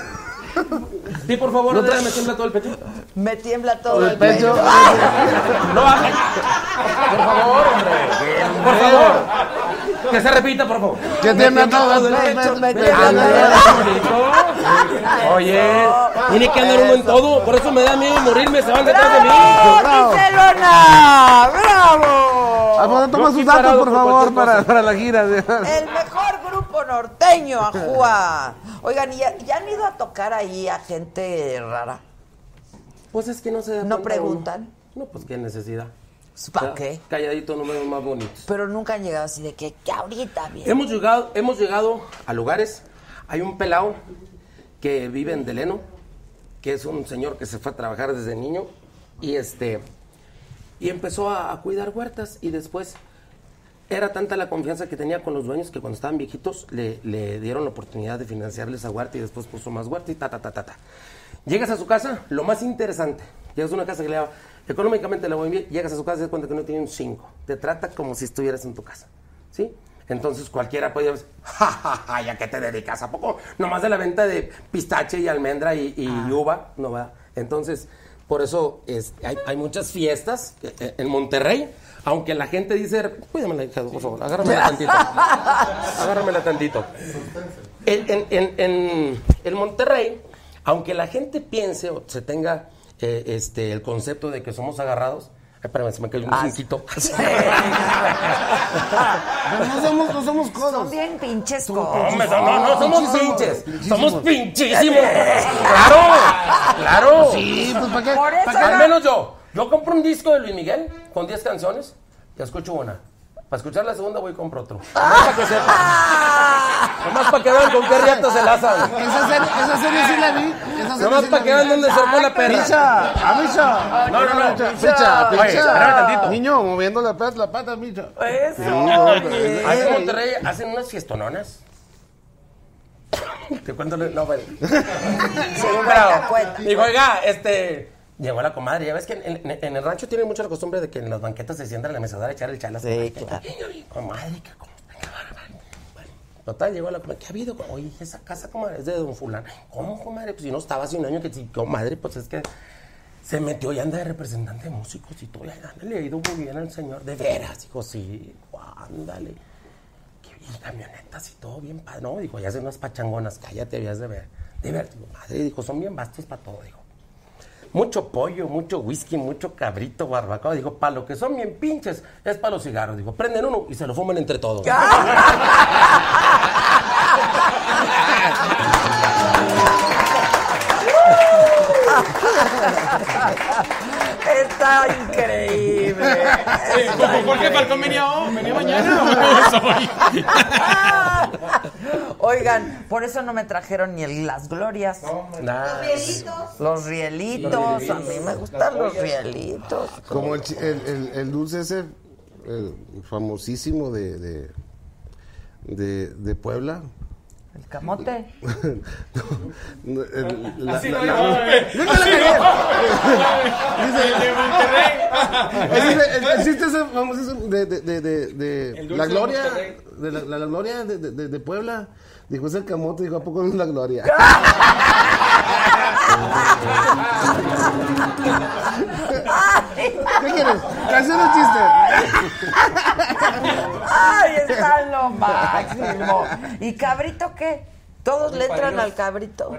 Sí, por favor,
No
Adela,
traes-
me tiembla todo el pecho.
Me tiembla todo el
El pecho.
pecho.
No hables. Por favor, hombre. Por favor. Que se repita, por favor.
Que tiembla todo el pecho, me tiembla todo el
Oye, tiene que andar uno en todo, por eso me da miedo morirme, se van detrás de mí.
¡Bravo, Giselona! ¡Bravo!
Amor, toma
Yo
sus
aquí
datos,
parado
por
por
favor,
cualquier
para,
cosa.
para la gira. de-
El mejor grupo norteño, Ajúa. Oigan, ¿y ya, ya han ido a tocar ahí a gente rara?
Pues es que no se da
¿No
cuenta uno.
preguntan?
No, pues qué necesidad.
¿Para qué?
Calladito, números más bonitos.
Pero nunca han llegado así de que, que ahorita bien.
Hemos llegado, hemos llegado a lugares. Hay un pelao que vive en Deleno, que es un señor que se fue a trabajar desde niño y este y empezó a, a cuidar huertas y después era tanta la confianza que tenía con los dueños que cuando estaban viejitos le, le dieron la oportunidad de financiarles a huerta y después puso más huerta y ta ta ta ta ta. Llegas a su casa, lo más interesante, llegas a una casa que le daba, económicamente la voy bien, llegas a su casa y te das cuenta que no tiene un 5. Te trata como si estuvieras en tu casa. ¿Sí? Entonces cualquiera podía decir, ja, ja, ja, ¿y a qué te dedicas? ¿A poco? Nomás de la venta de pistache y almendra y, y uva, no va. Entonces, por eso es- hay, hay muchas fiestas eh, eh, en Monterrey, aunque la gente dice, cuídame la hija, por favor, agárramela tantito. agárramela tantito. En, en- en- en- en Monterrey, aunque la gente piense o se tenga eh, este, el concepto de que somos agarrados, ay, espérame, se me cayó un cinquito.
Pero no somos, no somos codos.
Bien pinches
No,
cosas.
hombre, no, no, no, somos pinches. Somos pinchísimos.
Claro,
Claro, claro.
Sí, pues para qué.
Por eso
¿Para qué?
Al menos yo. Yo compro un disco de Luis Miguel con 10 canciones y escucho una. Para escuchar la segunda voy y compro otro. Nomás para que sepan. Nomás para que vean con qué riata se lazan.
Esa serie, esa serie sí la vi. Esa serie
Nomás
sí
para
la
que
vi.
vean dónde se armó la perra.
Micha, a Micha.
No, no, no.
Micha, Micha,
Oye, espérame tantito.
Ah, Niño, moviendo la pata, la pata, Micha.
Eso.
hombre.
Ahí en Monterrey hacen unas fiestononas. Te cuento, lo- no, bueno.
Según
Bravo.
cuenta, cuenta.
Digo, oiga, este, Llegó la comadre, ya ves que en, en- en el rancho tienen mucho la costumbre de que en las banquetas se sientan en la mesadora a echar el chalas.
Sí, claro.
Comadre, que como- venga, va, va, va. Bueno, Total, llegó la comadre. ¿Qué ha habido? Oye, esa casa, comadre, es de don fulano. ¿Cómo, comadre? Pues si no estaba hace un año que sí, comadre, pues es que se metió y anda de representante de músicos y todo. Y ándale, le ha ido muy bien al señor, de veras. Dijo, sí, ándale. Qué bien, camionetas y todo bien padre. No, dijo, ya hacen unas pachangonas, cállate, habías de ver. De ver, digo, madre, dijo, son bien bastos para todo, dijo. Mucho pollo, mucho whisky, mucho cabrito, barbacoa. Dijo, para lo que son bien pinches, es para los cigarros. Dijo, prenden uno y se lo fuman entre todos.
Está increíble.
Como Jorge Falcón venía, oh, venía mañana.
Oigan, por eso no me trajeron ni el- las glorias. rielitos. Los
Los
rielitos. A mí me gustan los rielitos.
Como el, chi- el, el- el dulce ese eh, famosísimo de, de, de, de Puebla.
El camote.
No, el- la-
Así
la-
no,
la-
no, güey.
Nunca la
Así
quería.
no.
Dice-
El de Monterrey.
Es decir, el- el chiste ese famosísimo de, de, de, de, de-
El dulce
la
de
gloria
Monterrey.
de la, la- la gloria de, de- de- de Puebla. Dijo, es el camote, dijo, ¿a poco no es la gloria? ¿Qué quieres? ¿Canción o chiste?
Ay, está lo máximo. ¿Y cabrito qué? Todos le entran al cabrito.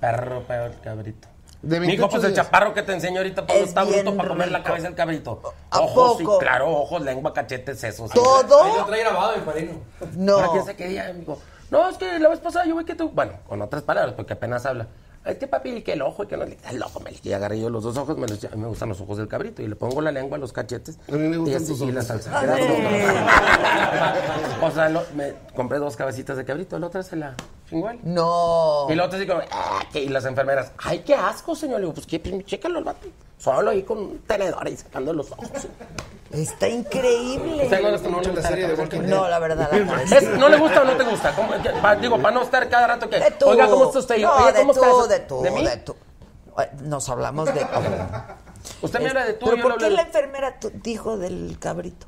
Perro, perro, el cabrito.
De
Mijo,
28
pues el
días.
chaparro que te enseñó ahorita pues, está bruto para comer la cabeza del cabrito. Ojos, sí,
poco?
claro, ojos, lengua, cachetes, sesos.
¿Todo?
Ahí lo trae grabado el padrino.
No.
Ahora, fíjese que ella, amigo, no, es que la vez pasada yo vi que tú... Bueno, con otras palabras, porque apenas habla. Es que papi, y que el ojo, y que no... El ojo, me le agarré yo los dos ojos, me los- a mí me gustan los ojos del cabrito, y le pongo la lengua, los cachetes,
a mí me
y,
gustan
así,
tus
y la
ojos.
Ah,
salsa. o sea, lo- me compré dos cabecitas de cabrito, la otra se la chingó él.
No.
Y la otra así como, "Ah", que- y las enfermeras, ay, qué asco, señor. Le digo, pues qué, pues, chécalo el vato. Solo ahí con un tenedor y sacando los ojos.
Está increíble.
Usted no le- no le gusta la cabeza del cabrito.
No, la verdad, la cabeza.
Es- ¿No le gusta o no te gusta? ¿Cómo- qué- pa- digo, para no estar cada rato que.
De tú.
Oiga, ¿cómo está usted? Y yo,
No,
"Oye,
de
¿cómo
tú,
está eso?"
de tú,
¿De mí?
de tú. Nos hablamos de...
Usted me habla de tú,
¿Pero
yo le
por
hablo
qué
de-
la enfermera tu- dijo del cabrito?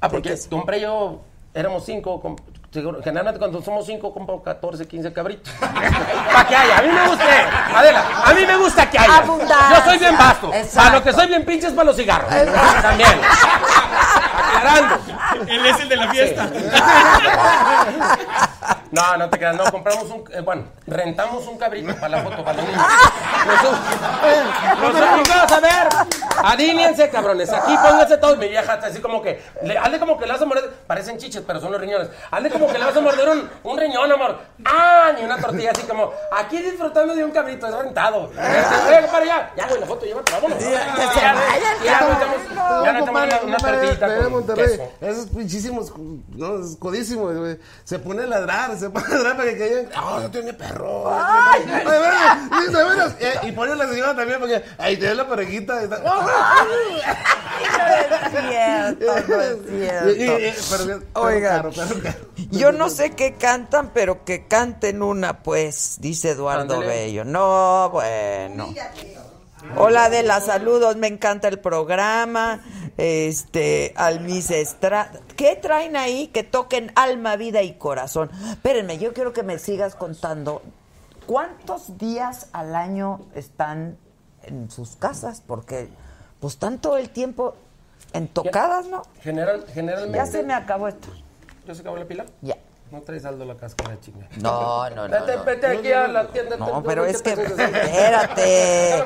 Ah, porque compré yo, éramos cinco. com- seguro- Generalmente cuando somos cinco, compro 14, 15 cabritos. Para que haya, a mí me gusta. Adela, a mí me gusta que haya.
Abundancia.
Yo soy bien vasto. Para
Exacto.
lo que soy bien pinche es para los cigarros. También. Aclarando. Él es el de la fiesta. No, no te creas, no, compramos un, eh, bueno, rentamos un cabrito para la foto, para los niños. Nosotros, nosotros, vamos a ver, alíñense, cabrones, aquí pónganse todos, mi vieja, así como que, le, hazle como que le vas a morder, parecen chiches, pero son los riñones, hazle como que le vas a morder un, un riñón, amor, ah, ni una tortilla, así como, aquí disfrutando de un cabrito, es rentado, Venga, para allá, ya, güey, la foto, llévate, vámonos.
que se
Ya,
vayan,
ya,
cabrón.
nos echamos- ya nos echamos una- una tortillita
de
con
Monterrey.
queso.
Esos pinchísimos, no, es codísimos, güey. Se pone a ladrar, se pone a ladrar para que caigan. ¡Ah, no tiene perro! ¡Ay, de veras! sí, de veras. Eh, Y pone a la señora también porque ahí te ve la parejita. y está-
Cierto, no es cierto.
Y- y- y- pero- pero
Oigan,
caro, pero caro.
yo no sé qué cantan, pero que canten una, pues, dice Eduardo
Ándale.
Bello. No, bueno. Hola de las saludos, me encanta el programa. Este, Almis Estrada. ¿Qué traen ahí? Que toquen alma, vida y corazón. Espérenme, yo quiero que me sigas contando cuántos días al año están en sus casas, porque pues están todo el tiempo en tocadas, ¿no?
General, generalmente.
Ya se me acabó esto.
¿Ya se acabó la pila?
Ya.
No traes saldo la cáscara, chinga.
No, no, no,
Vete,
no.
vete aquí a la tienda.
No,
te-
pero
te-
es que
te- te-
espérate.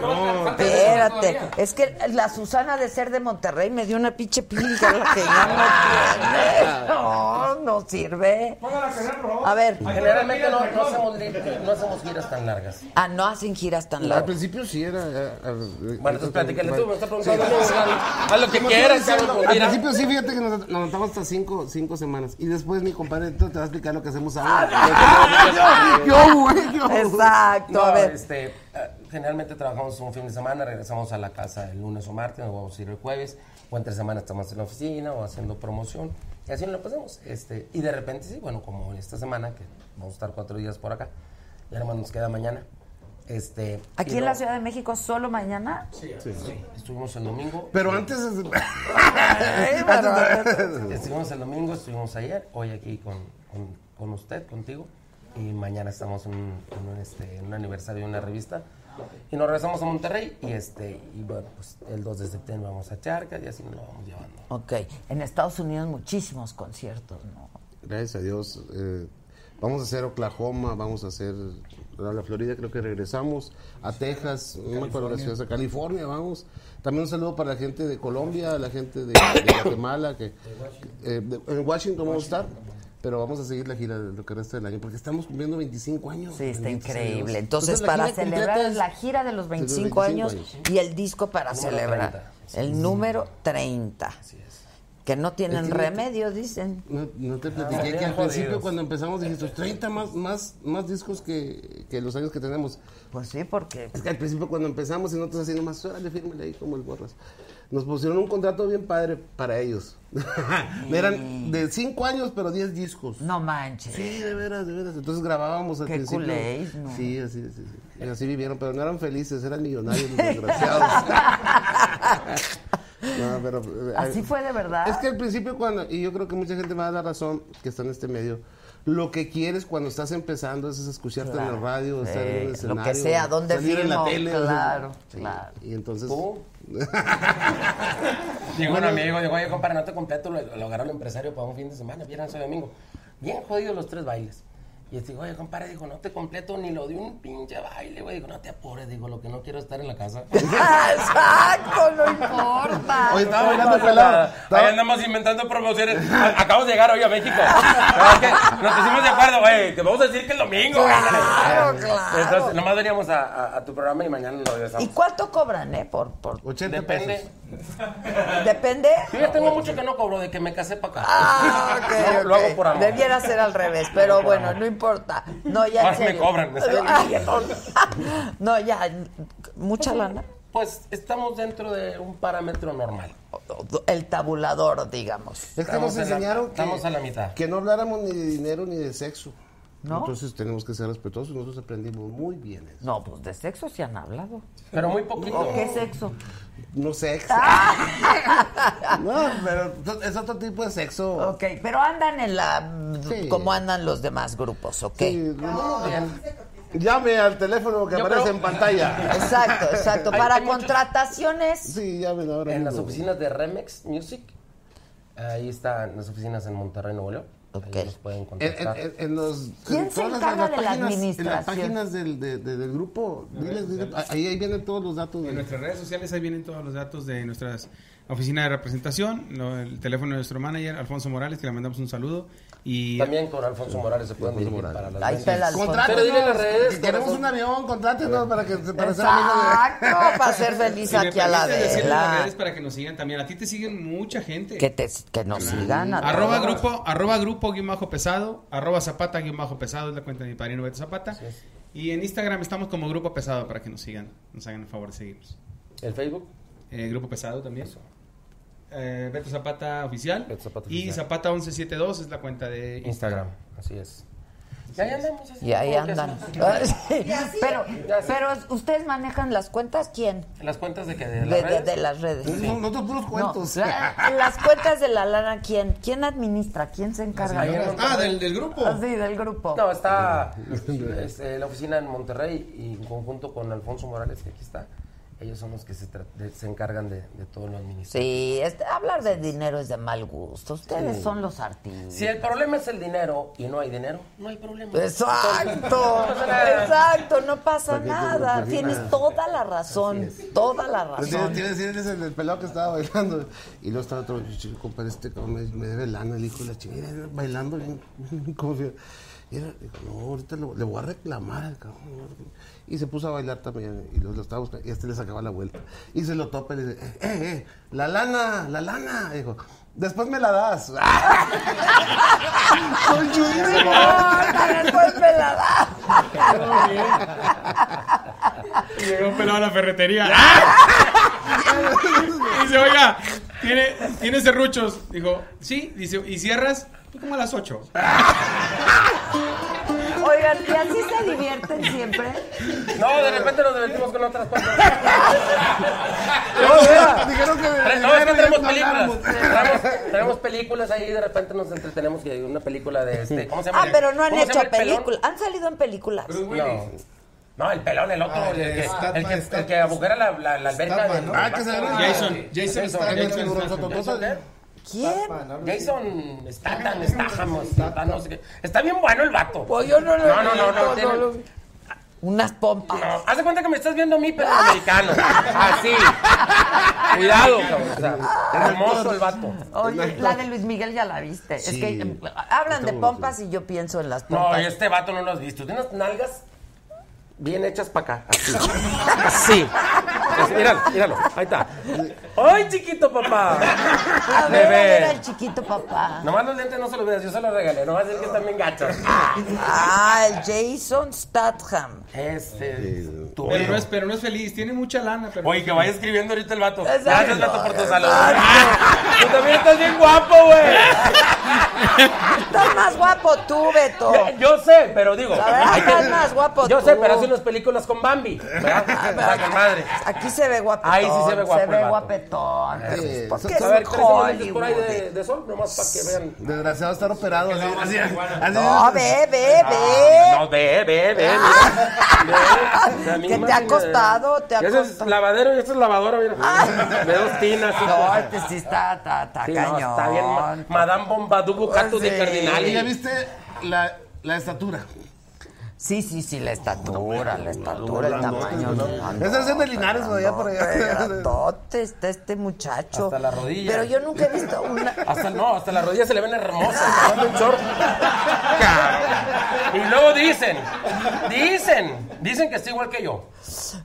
No,
Espérate, es que la Susana de ser de Monterrey me dio una pinche pinga la que ya no tiene. No, no sirve. A ver,
Generalmente no, no hacemos, li- no hacemos giras tan largas.
ah, no hacen giras tan
Al
largas.
principio sí era. eh, eh,
Bueno, entonces platícale tú, me está preguntando.
Sí.
Haz lo que
Como
quieras,
te iba
cabrón.
diciendo, Al
Mira.
principio sí, fíjate que nos nos levantamos hasta cinco, cinco semanas. Y después mi compadre tú te va a explicar lo que hacemos ahora.
Ah,
Yo, yo, güey, yo.
Exacto,
No,
a ver.
Este, eh, generalmente trabajamos un fin de semana, regresamos a la casa el lunes o martes, nos vamos a ir el jueves, o entre semana estamos en la oficina o haciendo promoción, y así nos lo pasamos. Este, y de repente, sí, bueno, como esta semana, que vamos a estar cuatro días por acá, ya nomás nos queda mañana. Este,
¿Aquí
y
en
no-
la Ciudad de México solo mañana?
Sí, Estuvimos el domingo.
Pero antes.
estuvimos el domingo, estuvimos ayer, hoy aquí con, con- con usted, contigo. Y mañana estamos en, en un, este, en un aniversario de una revista. Y nos regresamos a Monterrey. Y este y bueno, pues el 2 de septiembre vamos a Charcas y así nos lo vamos llevando.
Ok, en Estados Unidos muchísimos conciertos, ¿no?
Gracias a Dios. eh, vamos a hacer Oklahoma, vamos a hacer a la Florida, creo que regresamos, a Texas, no me acuerdo la ciudad, a California, vamos. También un saludo para la gente de Colombia, la gente de, de Guatemala, que eh, de- en Washington vamos a estar, pero vamos a seguir la gira de lo que resta del año, porque estamos cumpliendo 25 años.
Sí, está
bendito sea
increíble.
Dios.
Entonces,
la
para
gira completa
celebrar
es-
la gira de los 25,
25
años,
años.
y el disco para
Número
celebrar.
30.
El número 30. Que no tienen
Es que no te-
remedio, dicen.
No, no
Ah,
te
Ah,
platiqué que al principio cuando empezamos dijiste 30 más, más, más discos que, que los años que tenemos.
Pues sí, porque...
Es que al principio cuando empezamos y nosotros así nomás, órale, fírmele ahí como el borras. Nos pusieron un contrato bien padre para ellos. Eran de 5 años, pero 10 discos.
No manches.
Sí, de veras, de veras. Entonces grabábamos al
Qué
principio.
culés, ¿no?
Sí, así, así, así. Y así vivieron, pero no eran felices, eran millonarios los desgraciados. No, pero, eh,
Así
eh,
fue de verdad.
Es que al principio cuando, y yo creo que mucha gente me va a dar razón que está en este medio, lo que quieres cuando estás empezando es escucharte en
Claro.
el radio, estar en
Eh,
el
lo
escenario.
que sea, ¿dónde
salir en la
firmo?
tele. o sea,
Claro,
sí.
claro.
Y entonces...
Llegó
Bueno,
un amigo, llegó, oye, compadre, no te completo, lo, lo agarró el empresario para un fin de semana, viernes o domingo. Bien jodidos los tres bailes. Y este, oye, compadre, dijo, no te completo ni lo de un pinche baile, güey. Digo, no te apures, digo, lo que no quiero es estar en la casa.
¡Exacto! ¡No importa!
Oye,
No
estaba bailando
pasa
pelado.
nada.
Ahí andamos inventando promociones. A- Acabamos de llegar hoy a México. No, es que Nos pusimos de acuerdo, güey. Te vamos a decir que es domingo. güey.
Claro,
Eh,
claro.
Entonces, nomás veníamos a, a- a tu programa y mañana lo
¿Y
regresamos.
cuánto cobran, eh? Por, por...
Depende.
Depende.
Yo ya tengo mucho que no cobro de que me casé para acá.
Ah, ok,
Lo- Lo hago
ok.
por amor.
Debiera ser al revés, pero bueno, no importa. No, ya en
Más me
serio.
cobran, me sale un billetón.
No, ya, mucha lana.
Pues estamos dentro de un parámetro normal.
El tabulador, digamos.
Es que nos enseñaron que,
estamos a la mitad.
que no habláramos ni de dinero ni de sexo.
¿No?
Entonces tenemos que ser respetuosos. Nosotros aprendimos muy bien eso.
No, pues de sexo sí han hablado.
Pero muy poquito.
¿O qué sexo?
No sexo.
Ah.
no, pero es otro tipo de sexo.
Ok, pero andan en la...
Sí.
Como andan los demás grupos, ¿ok?
Llame al teléfono que
Yo
aparece
creo-
en pantalla.
Exacto, exacto.
Hay-
Para
hay muchos-
contrataciones...
Sí, llamen ahora.
En
mismo.
las oficinas de Remex Music. Ahí están las oficinas en Monterrey, Nuevo León. Ahí nos pueden
En, en-
contactar.
en- en los,
¿Quién
en
se
todas las-
encarga
las
de la
páginas- En las
administración?
páginas del, de- de- del grupo. Diles, diles, ahí, ahí vienen todos los datos.
En
de-
nuestras redes sociales ahí vienen todos los datos de nuestra oficina de representación, lo- el teléfono de nuestro manager, Alfonso Morales, que le mandamos un saludo. Y
También con Alfonso Morales se pueden
Alfonso
dirigir
Morales.
para las
Ahí está el
ventas.
Alfonso.
Pero dile en las
Contrátenos,
redes.
que queremos
corazón.
un avión, contrátenos para que para ser amigos
Exacto,
de...
para ser feliz
Y me
aquí a la
permiten decirle en las
vela.
redes para que nos sigan también. A ti te siguen mucha gente.
Que, te, que nos sigan a
Arroba
todos.
grupo, arroba grupo guión bajo pesado, arroba zapata guión bajo pesado, es la cuenta de mi padrino Beto Zapata. Y en Instagram estamos como grupo pesado para que nos sigan, nos hagan el favor de seguirnos.
¿El Facebook?
Eh, grupo pesado también. Eh, Beto Zapata oficial.
Zapata
y
Oficial.
Zapata 1172 es la cuenta de
Instagram. Así es. Y ahí andamos. así
Y ahí
como que
andan.
así.
Ah, pero, pero ustedes manejan las cuentas, ¿quién?
Las cuentas de que
De,
de las
de-
redes.
de las redes.
Pues
sí.
No, nosotros puros cuentos.
No, la- las cuentas de la lana, ¿quién? ¿Quién administra? ¿Quién se encarga?
Ahí en Monterrey.
Ah,
del grupo.
sí, del grupo.
No, está este, la oficina en Monterrey y en conjunto con Alfonso Morales, que aquí está. Ellos son los que se, tra- de- se encargan de, de todo lo administrativo.
Sí, este, hablar de dinero es de mal gusto. Ustedes
Sí.
son los artistas.
Si el problema es el dinero y no hay dinero, no hay problema.
Exacto, exacto, no pasa nada. Tienes toda la razón, toda la
Tienes
razón.
tienes- tienes el, el pelado que estaba bailando. Y luego estaba otro chico, compadre, este cabrón me, me debe lana, el hijo de la chingada, era bailando bien, bien confiado. Y era, dijo, no, ahorita lo- le voy a reclamar al cabrón. le voy a reclamar. Y se puso a bailar también, y lo, lo estaba buscando, y este le sacaba la vuelta. Y se lo topa y le dice, eh, eh, eh, la lana, la lana. Y dijo, después me la das. Con Yuri.
Llegó un pelado a la ferretería. dice, oiga, ¿tiene, tiene serruchos. Dijo, sí. Dice, ¿y cierras? Tú como a las 8.
Oiga, Oigan, ¿y así se divierten siempre?
No, de repente nos divertimos con otras cosas.
No, mira,
dijeron que. No, es que tenemos películas. Tenemos, tenemos películas ahí y de repente nos entretenemos. Y hay una película de este. ¿Cómo se llama?
Ah, pero no han
¿Cómo se
hecho
llama el pelón?
películas. Han salido en películas.
No. No, el pelón, el otro,
Ah,
el,
el
que,
Statman,
el, que, el
Statman.
que abujera la, la, la alberca.
Statman,
del-
¿no? Ah, que se llama- Jason, Jason Statham. ¿Quién?
Jason Statham, Statham, o Statham, no sé qué. Está bien bueno el vato.
Pues yo no lo
No,
he
no, no,
visto,
no. tiene-
no lo Unas pompas.
No, haz de cuenta que me estás viendo a mí, pero americano. Así. Cuidado, cabrón. o sea, hermoso el vato.
Oye, la de Luis Miguel ya la viste. Es
Sí.
que eh, hablan de pompas y yo pienso en las pompas.
No, y este vato no lo has visto. Tiene unas nalgas bien hechas para acá. Así.
Sí.
Míralo, míralo. Ahí está. ¡Ay, chiquito papá!
A ver, a ver
Bebé.
al chiquito papá.
Nomás los lentes no se los veas, yo se los regalé. Nomás es que están bien gachos.
Ah, el Jason Statham.
Este. tú,
Pero no, es, pero no es feliz, tiene mucha lana. Pero
Oye, que vaya escribiendo ahorita el vato.
Exacto.
Gracias, vato, por tu
Exacto.
salud. Tú también estás bien guapo, güey.
Estás más guapo tú, Beto.
Yo sé, pero digo.
La verdad,
hay que-
estás más guapo
Yo
tú. Ah,
sé, pero hace unas películas con Bambi. ¿Verdad? Está con madre.
Aquí se ve guapetón.
Ahí sí se ve guapo
Se
el
ve
vato.
guapetón.
Sí.
Pues,
A
¿qué es
ver, tres
Hollywood?
semanitas por ahí de, de sol, nomás para que vean.
Desgraciado estar operado. Así, así, así.
No, ve, ve, ve.
Ah, No, ve, ve, ve. eh,
Que te ha costado, te ha
Ese es lavadero y este es lavadora, mira. De dos tinas.
No, este sí está, está, está
Sí, no,
cañón. Ah,
está bien. ma- Madame Bombadou Bucato de Cardinal.
¿Y Pues, eh, ya viste la, la estatura?
Sí, sí, sí, la estatura, la estatura, el
grandotes,
tamaño.
¿no?
no,
Ese es de
no,
Linares,
no,
por allá,
no,
por allá.
qué grandote está este muchacho.
Hasta la rodilla.
Pero yo nunca he visto una...
Hasta no, hasta las rodillas se le ven hermosas, tomando un short. Cabrón. Y luego dicen, dicen, dicen que está igual que yo.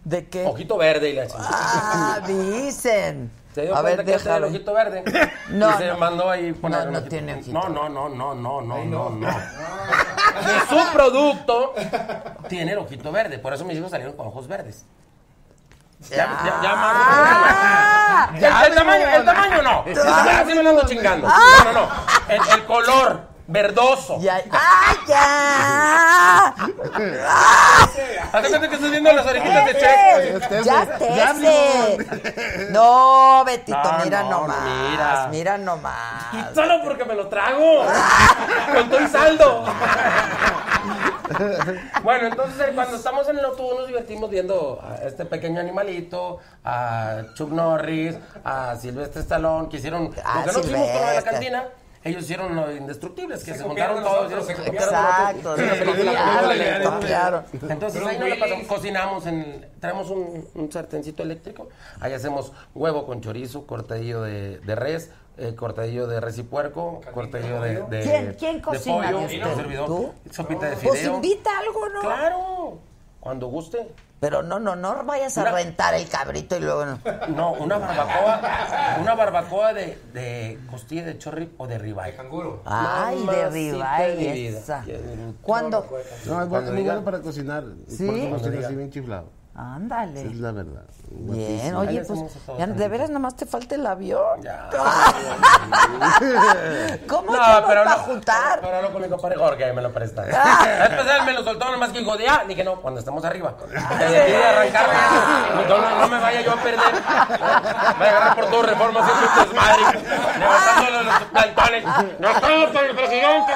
¿De qué?
Ojito verde y la chingada.
Ah, dicen.
Se dio
A
cuenta
ver,
que este era
déjame.
el ojito verde.
No,
y se
no.
mandó ahí poner
No,
un
no
ojito.
tiene ojito.
No, no, no, no, no, no, no, no. De su producto tiene el ojito verde. Por eso mis hijos salieron con ojos verdes. Ya, ya, ya, más- El-
Ya,
el, tamaño,
Ramón.
el tamaño no. El tamaño sí me lo ando chingando. No, no, no. El, el color verdoso.
¡Ah, ya!
Hazte cuenta que estás viendo las orejitas de
¡Tese!
Chester.
¡Ya tese! No, Betito,
No,
mira
no,
nomás. Mira.
mira.
nomás.
Solo porque me lo trago. Con todo el saldo. Bueno, entonces eh, cuando estamos en el autobús nos divertimos viendo a este pequeño animalito, a Chuck Norris, a Silvestre Stallone, que hicieron
Ah,
lo que no hicimos con lo de la
Sylvester.
cantina. Ellos hicieron lo indestructibles, que se,
copiaron
juntaron todos.
nosotros,
ellos
se
copiaron
Exacto,
nosotros.
se
Una película
copiaron,
completa.
se copiaron.
Entonces ahí nos la pasamos, cocinamos, en, traemos un, un sartencito eléctrico, ahí hacemos huevo con chorizo, cortadillo de, de res, eh, cortadillo de res y puerco, cortadillo de, de-
¿Quién- quién
de
cocina
pollo,
de ustedes?
un servidor,
¿Tú?
sopita de fideo.
Pues invita algo, ¿no?
Claro, cuando guste.
Pero no, no, no vayas a
Una-
rentar el cabrito y luego no.
No, una barbacoa, una barbacoa de, de costilla de chorri o de ribeye. canguro.
Ay, de ribeye esa. ¿Cuándo?
No, es bueno, es muy bueno para cocinar.
¿Sí?
Por eso cocina así bien chiflado.
Ándale.
Es la verdad.
Bien,
Guapísimo.
oye, pues, ya, de veras nomás te falta el avión. ¿Cómo
No,
no,
pero
para
no.
juntar? Ah.
Ahora hablo con mi compadre Jorge, me lo presta. Al empezar me lo soltó nomás que dijo, de, ah, dije, no, cuando estemos arriba. Te decidí de arrancarme, ya. no, no, no me vaya yo a perder. Voy a agarrar por dos reformas y un desmadre, levantándole los plantones. No estamos con el presidente,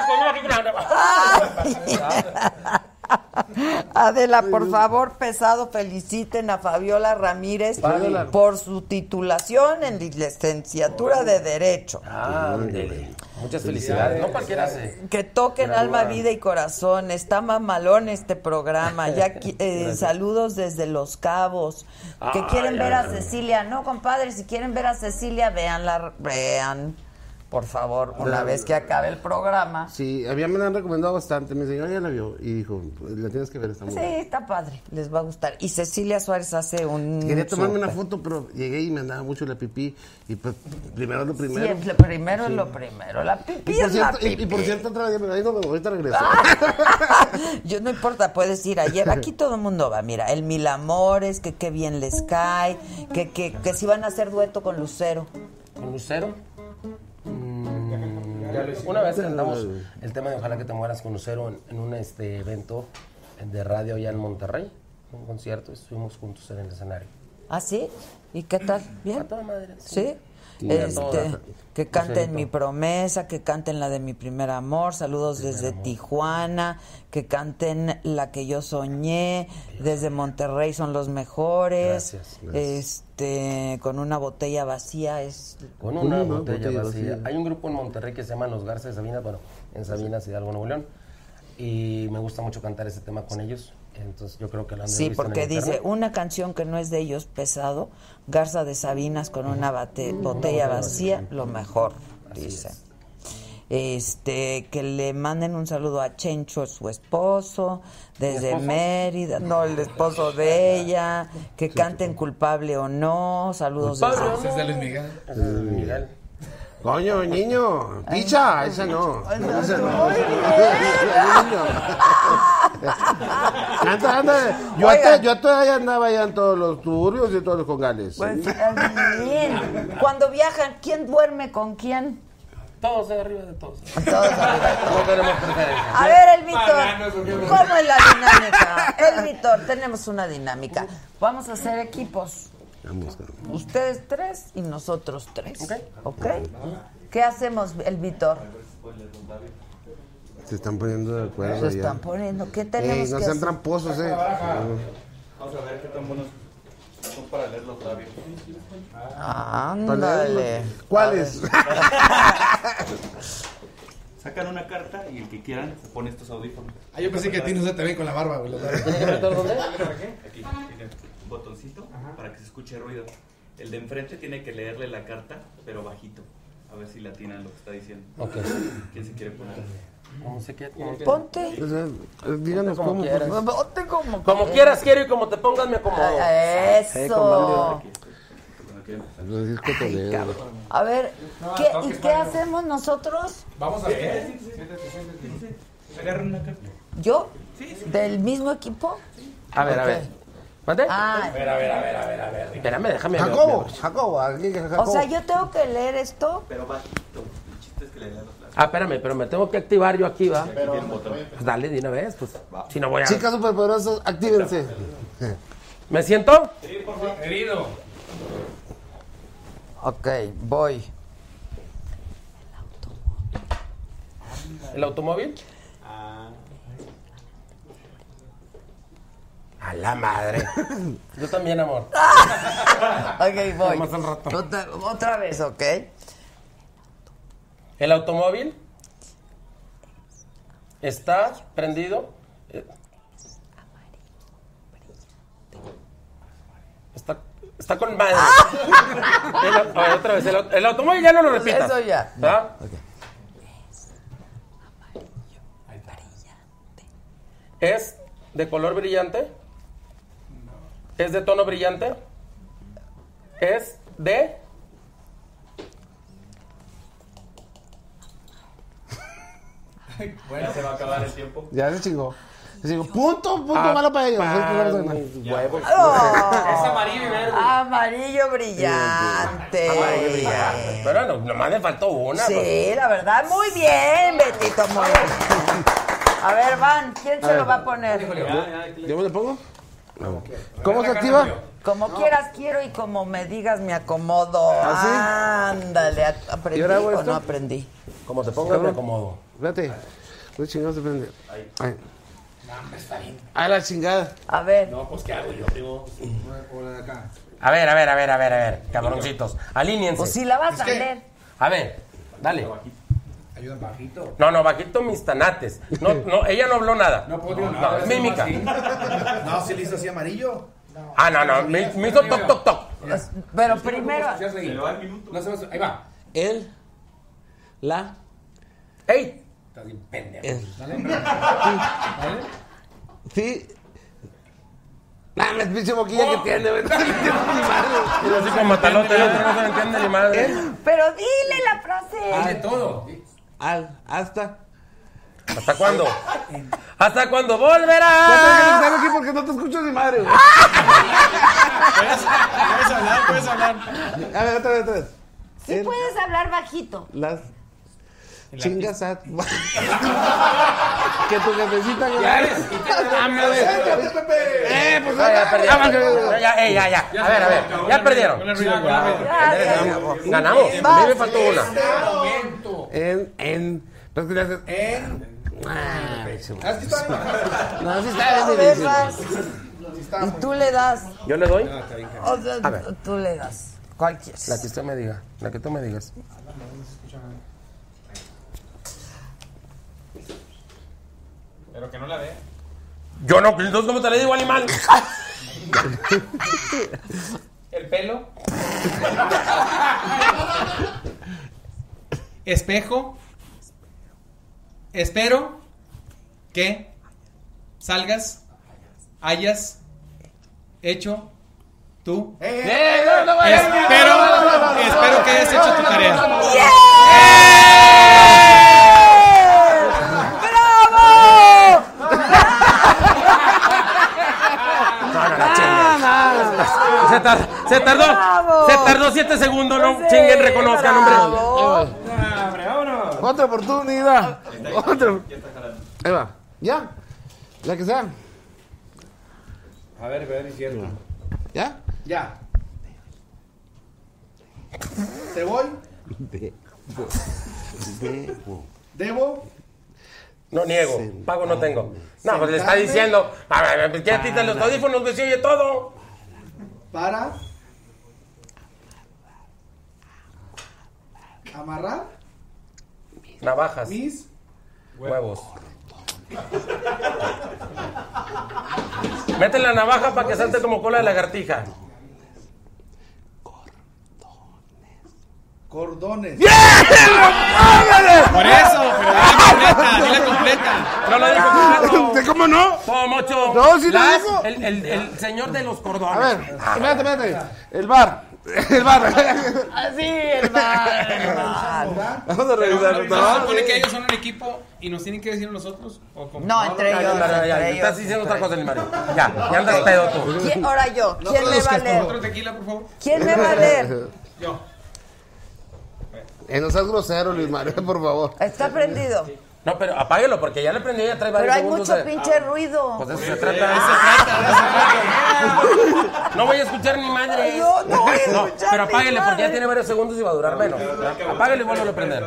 Adela, por favor, pesado, feliciten a Fabiola Ramírez
Fabiola.
por su titulación en licenciatura de Derecho.
Ah, ándele. Muchas felicidades. No cualquiera hace.
Que toquen
Graduada.
alma, vida y corazón. Está mamalón este programa. Ya qui- eh, saludos desde Los Cabos. Que
Ay,
quieren ver
ay,
a
ay.
Cecilia. No, compadre, si quieren ver a Cecilia, véanla, vean. Por favor, una vez que acabe el programa.
Sí, había me la han recomendado bastante. Mi señora ya la vio y dijo, "Pues, la tienes que ver, está muy
Sí,
buena.
está padre, les va a gustar. Y Cecilia Suárez hace un.
Quería tomarme una
súper-
foto, pero llegué y me andaba mucho la pipí. Y pues, primero es lo primero.
Siempre, primero es
Sí.
lo primero. La pipí
Y por,
es la
cierto, y- y, por
pipí.
cierto, otra vez me la digo, ahorita regreso.
Yo no importa, puedes ir ayer. Aquí todo el mundo va, mira, el Mil Amores, que qué bien les cae, que, que, que si van a hacer dueto con Lucero.
¿Con Lucero? Mm,
Ya lo hicimos.
Una vez cantamos el tema de Ojalá que te mueras con Lucero en, en un este, evento de radio allá en Monterrey, un concierto, y estuvimos juntos en el escenario.
¿Ah, sí? ¿Y qué tal? ¿Bien?
A toda madre.
¿Sí?
Sí, a toda
Este,
madre.
que canten
Lucerito.
Mi Promesa, que canten la de Mi Primer Amor, saludos desde Tijuana, que canten la que yo soñé, desde Monterrey son los mejores.
Gracias, gracias.
Este, con una botella vacía es
Con una botella, vacía. Hay un grupo en Monterrey que se llama Los Garza de Sabina, bueno, en Sabinas, Hidalgo, Nuevo León. Y me gusta mucho cantar ese tema con ellos. Entonces yo creo que lo han de
Sí,
haber visto en
porque
el
dice
internet.
una canción que no es de ellos pesado, Garza de Sabinas con una bate-
Mm,
botella
botella
vacía, lo mejor, dice. Este, que le manden un saludo a Chencho, su esposo, desde
esposo?
Mérida, no, el esposo de ella, que canten culpable o no, saludos
Culpable
desde-
o no. Pues Es de Luis Miguel. Es de Luis Miguel.
Coño, niño, picha, esa no. Esa no. Anda, anda. Yo, hasta, yo todavía andaba allá en todos los turbios y todos los congales.
Pues, Bien. Cuando viajan, ¿quién duerme con quién?
Todos arriba de todos.
No
tenemos preferencia.
A ver, el Víctor,
Marranos, ¿por qué no?
¿cómo es la dinámica? El Víctor, tenemos una dinámica. Vamos a hacer equipos.
Vamos, cabrón.
Ustedes tres y nosotros tres. ¿Ok? ¿Qué hacemos, el Víctor?
Se están poniendo de acuerdo.
Se
ya.
están poniendo. ¿Qué
Ey,
tenemos
no
que
sean
hacer?
tramposos, eh.
Vamos a ver qué tan buenos son para leer los labios.
Ah.
Ándale.
¿Cuáles?
Sacan una carta y el que quieran se pone estos audífonos.
Ah, yo pensé que a ti no se te ven con la barba, güey. los labios.
¿Para qué? Aquí, tiene un botoncito para que se escuche ruido. El de enfrente tiene que leerle la carta, pero bajito. A ver si le atinan lo que está diciendo.
Ok.
¿Quién se quiere poner?
Como se quiera, como quiera.
Ponte.
O sea, díganos
como
cómo. pues. por
quieras.
favor.
Ponte como
Como quieras quiero y como te pongas me acomodo.
Ah, Eso.
Francisco Toledo.
A ver, ¿qué, ¿y qué hacemos nosotros?
Vamos a ver. Agarren una carta.
¿Yo? ¿Del mismo equipo?
A ver, a ver. ¿Mate?
Ah.
A ver, a ver, a ver, a ver, a ver. Espérame, déjame ver,
Jacobo, Jacobo, aquí que Jacobo.
O sea, yo tengo que leer esto.
Pero bajito. El chiste es que le lean los labios.
Ah, espérame, pero me tengo que activar yo aquí, ¿va?
Pero- tiene un botón.
Pues dale de una vez, pues. Si no voy a.
Chicas superpoderosas, actívense.
¿Me siento?
Sí, por favor. Querido.
Ok, voy.
¿El automóvil? A la madre. Yo también, amor.
ok, voy.
Más al rato.
Otra, otra vez, ok.
¿El automóvil? ¿Está prendido? Eh, Está, está con madre. El au- a ver, otra vez. El, au- el automóvil ya no lo repitas.
Eso ya.
¿Ah? ¿Es de color brillante? ¿Es de tono brillante? ¿Es de...?
Bueno, se va a acabar el tiempo.
Ya se chingó. Se chingó. Punto, punto malo para ellos.
Ah,
Ah.
Huevos.
Es
amarillo y verde.
Amarillo brillante.
Amarillo brillante. Pero no, nomás le faltó una.
Sí,
pues.
la verdad, muy bien, Betito, muy bien. A ver, Van, ¿quién
A
se lo
ver.
va a poner?
¿Yo me lo pongo? ¿Cómo se activa?
Como quieras quiero y como me digas me acomodo. Ándale, a- aprendí
ahora hago
o
esto?
no aprendí.
Como te pongas,
Cabrón.
me acomodo.
Espérate. Los chingados se prende. Ay.
Ah,
A la chingada.
A ver.
No, pues, ¿qué hago yo, digo?
O la de acá.
A ver, a ver, a ver, a ver, a ver. Cabroncitos. Alíñense.
Pues si la vas
Es
a
que-
leer.
A ver, dale.
Ayuda bajito.
No, no, bajito mis tanates. No, no, ella no habló nada. No,
puedo, no,
no,
no,
mímica.
No, si le hizo así amarillo.
Ah, no, no. Me, me hizo toc, toc, toc.
Pero
primero. No se va a- Ahí va.
Él. La. ¡Ey! Estás bien pendejo.
Sí. Dame el pinche boquilla que tiene, güey. Pero
así como matalote, el otro no se le entiende ni madre.
Pero dile la frase.
Ah, todo. Al, hasta. ¿Hasta cuándo? ¿Hasta cuándo volverá?
Cuéntame aquí porque no te escucho ni madre, güey.
Puedes hablar, puedes hablar.
A ver, otra vez, otra vez.
Sí puedes hablar bajito.
Las. Chingas a. que tu jefecita.
Ya eres.
a ver.
Acércate, Pepe.
Eh, pues
Ah, ya perdieron.
ah, bueno.
Ya, eh, ya, ya. A ver, a ver. Ya perdieron.
Ganamos.
Ganamos. A mí me faltó una.
En, en. Pero es que le haces, En. Ah,
Así está.
No, así
No,
está bien
ves,
difícil.
vas. Y tú le das.
¿Yo le doy?
O sea,
A ver.
tú le das.
¿Cuál quieres? La que usted me diga. La que tú me digas.
Pero que no la ve.
Yo no, entonces ¿cómo te le digo, animal?
¿El pelo?
Espejo. Espero que salgas, hayas hecho tú.
Eh,
espero, espero que hayas hecho tu tarea.
¡Bravo!
Se, tar- se tardó.
Bravo.
Se tardó siete segundos, no
Sí,
chinguen, reconozcan,
bravo.
hombre.
Otra oportunidad. Otra. Ahí va. Ya. La que sea.
A ver, ver, es cierto.
¿Ya?
Ya. ¿Te voy?
Debo. Debo.
¿Debo?
No niego, pago no tengo. No, pues le está
Sentarme.
diciendo. A ver, pues ya quitan los audífonos, que se oye todo.
¿Para? ¿Amarrar?
Navajas.
Mis.
Huevos. Mete la navaja para que salte como cola de lagartija.
Cordones.
Por eso, pero dila completa, dila completa.
No lo dijo completo.
¿Cómo no?
Como ocho.
No, sí lo
Las-
dijo.
El, el- el señor de los cordones.
A ver. Espérate, espérate. El bar. El bar.
Así, hermano.
Vamos a revisar.
¿No se
No,
supone que ellos son un equipo y nos tienen que decir a nosotros? ¿O cómo?
No, entre
Ya, ya,
ellos.
ya, ya,
entre
ya,
ellos,
Estás diciendo
entre
otra cosa, animal.
ellos.
Ya, ya andas
Ok.
pedo tú.
¿Quién- ahora yo,
No
¿quién me va a
produzcas, por
leer?
favor. tequila, por favor.
¿Quién me va a leer?
Yo.
Eh, no seas grosero, Luis Mario, por favor.
Está prendido.
No, pero apáguelo porque ya le prendí ya trae
Pero
varios
hay
segundos
mucho
de-
pinche
Ah,
ruido.
Pues de eso se trata. No voy a escuchar ni madre.
No, no voy a escuchar
pero
ni
apáguele porque ya
madres.
tiene varios segundos y va a durar menos. Apáguele y vuelvo a prender.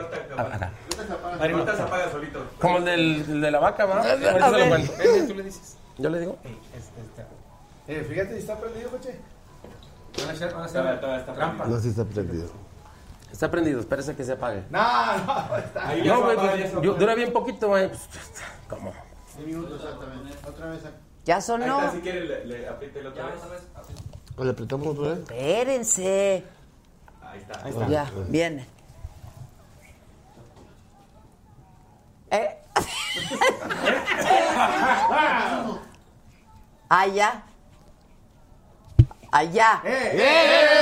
Ahorita se apaga solito.
Como el del, el de la vaca,
Ah,
¿va? Ahorita
A
se lo
ver.
cuento.
Ven, tú le dices.
Yo le digo. este,
Eh, fíjate si está prendido, coche.
Van a hacer- van a hacer-
Está- está- está
trampa.
No, sí está prendido.
Está prendido, espérese que se apague.
No, no, está.
Ahí ya
No,
se
güey,
apaga,
pues,
ya se
yo-
apaga.
dura bien poquito, güey. Pues, ¿Cómo?
Exactamente. Otra vez aquí.
Ya
Ahí
sonó.
está, si quiere, le, le aprieta el otra vez.
Pues
¿O le apretamos otra vez?
Espérense.
Ahí está.
Ya, viene. ¿Eh? Allá. Allá.
eh, eh,
ella,
eh,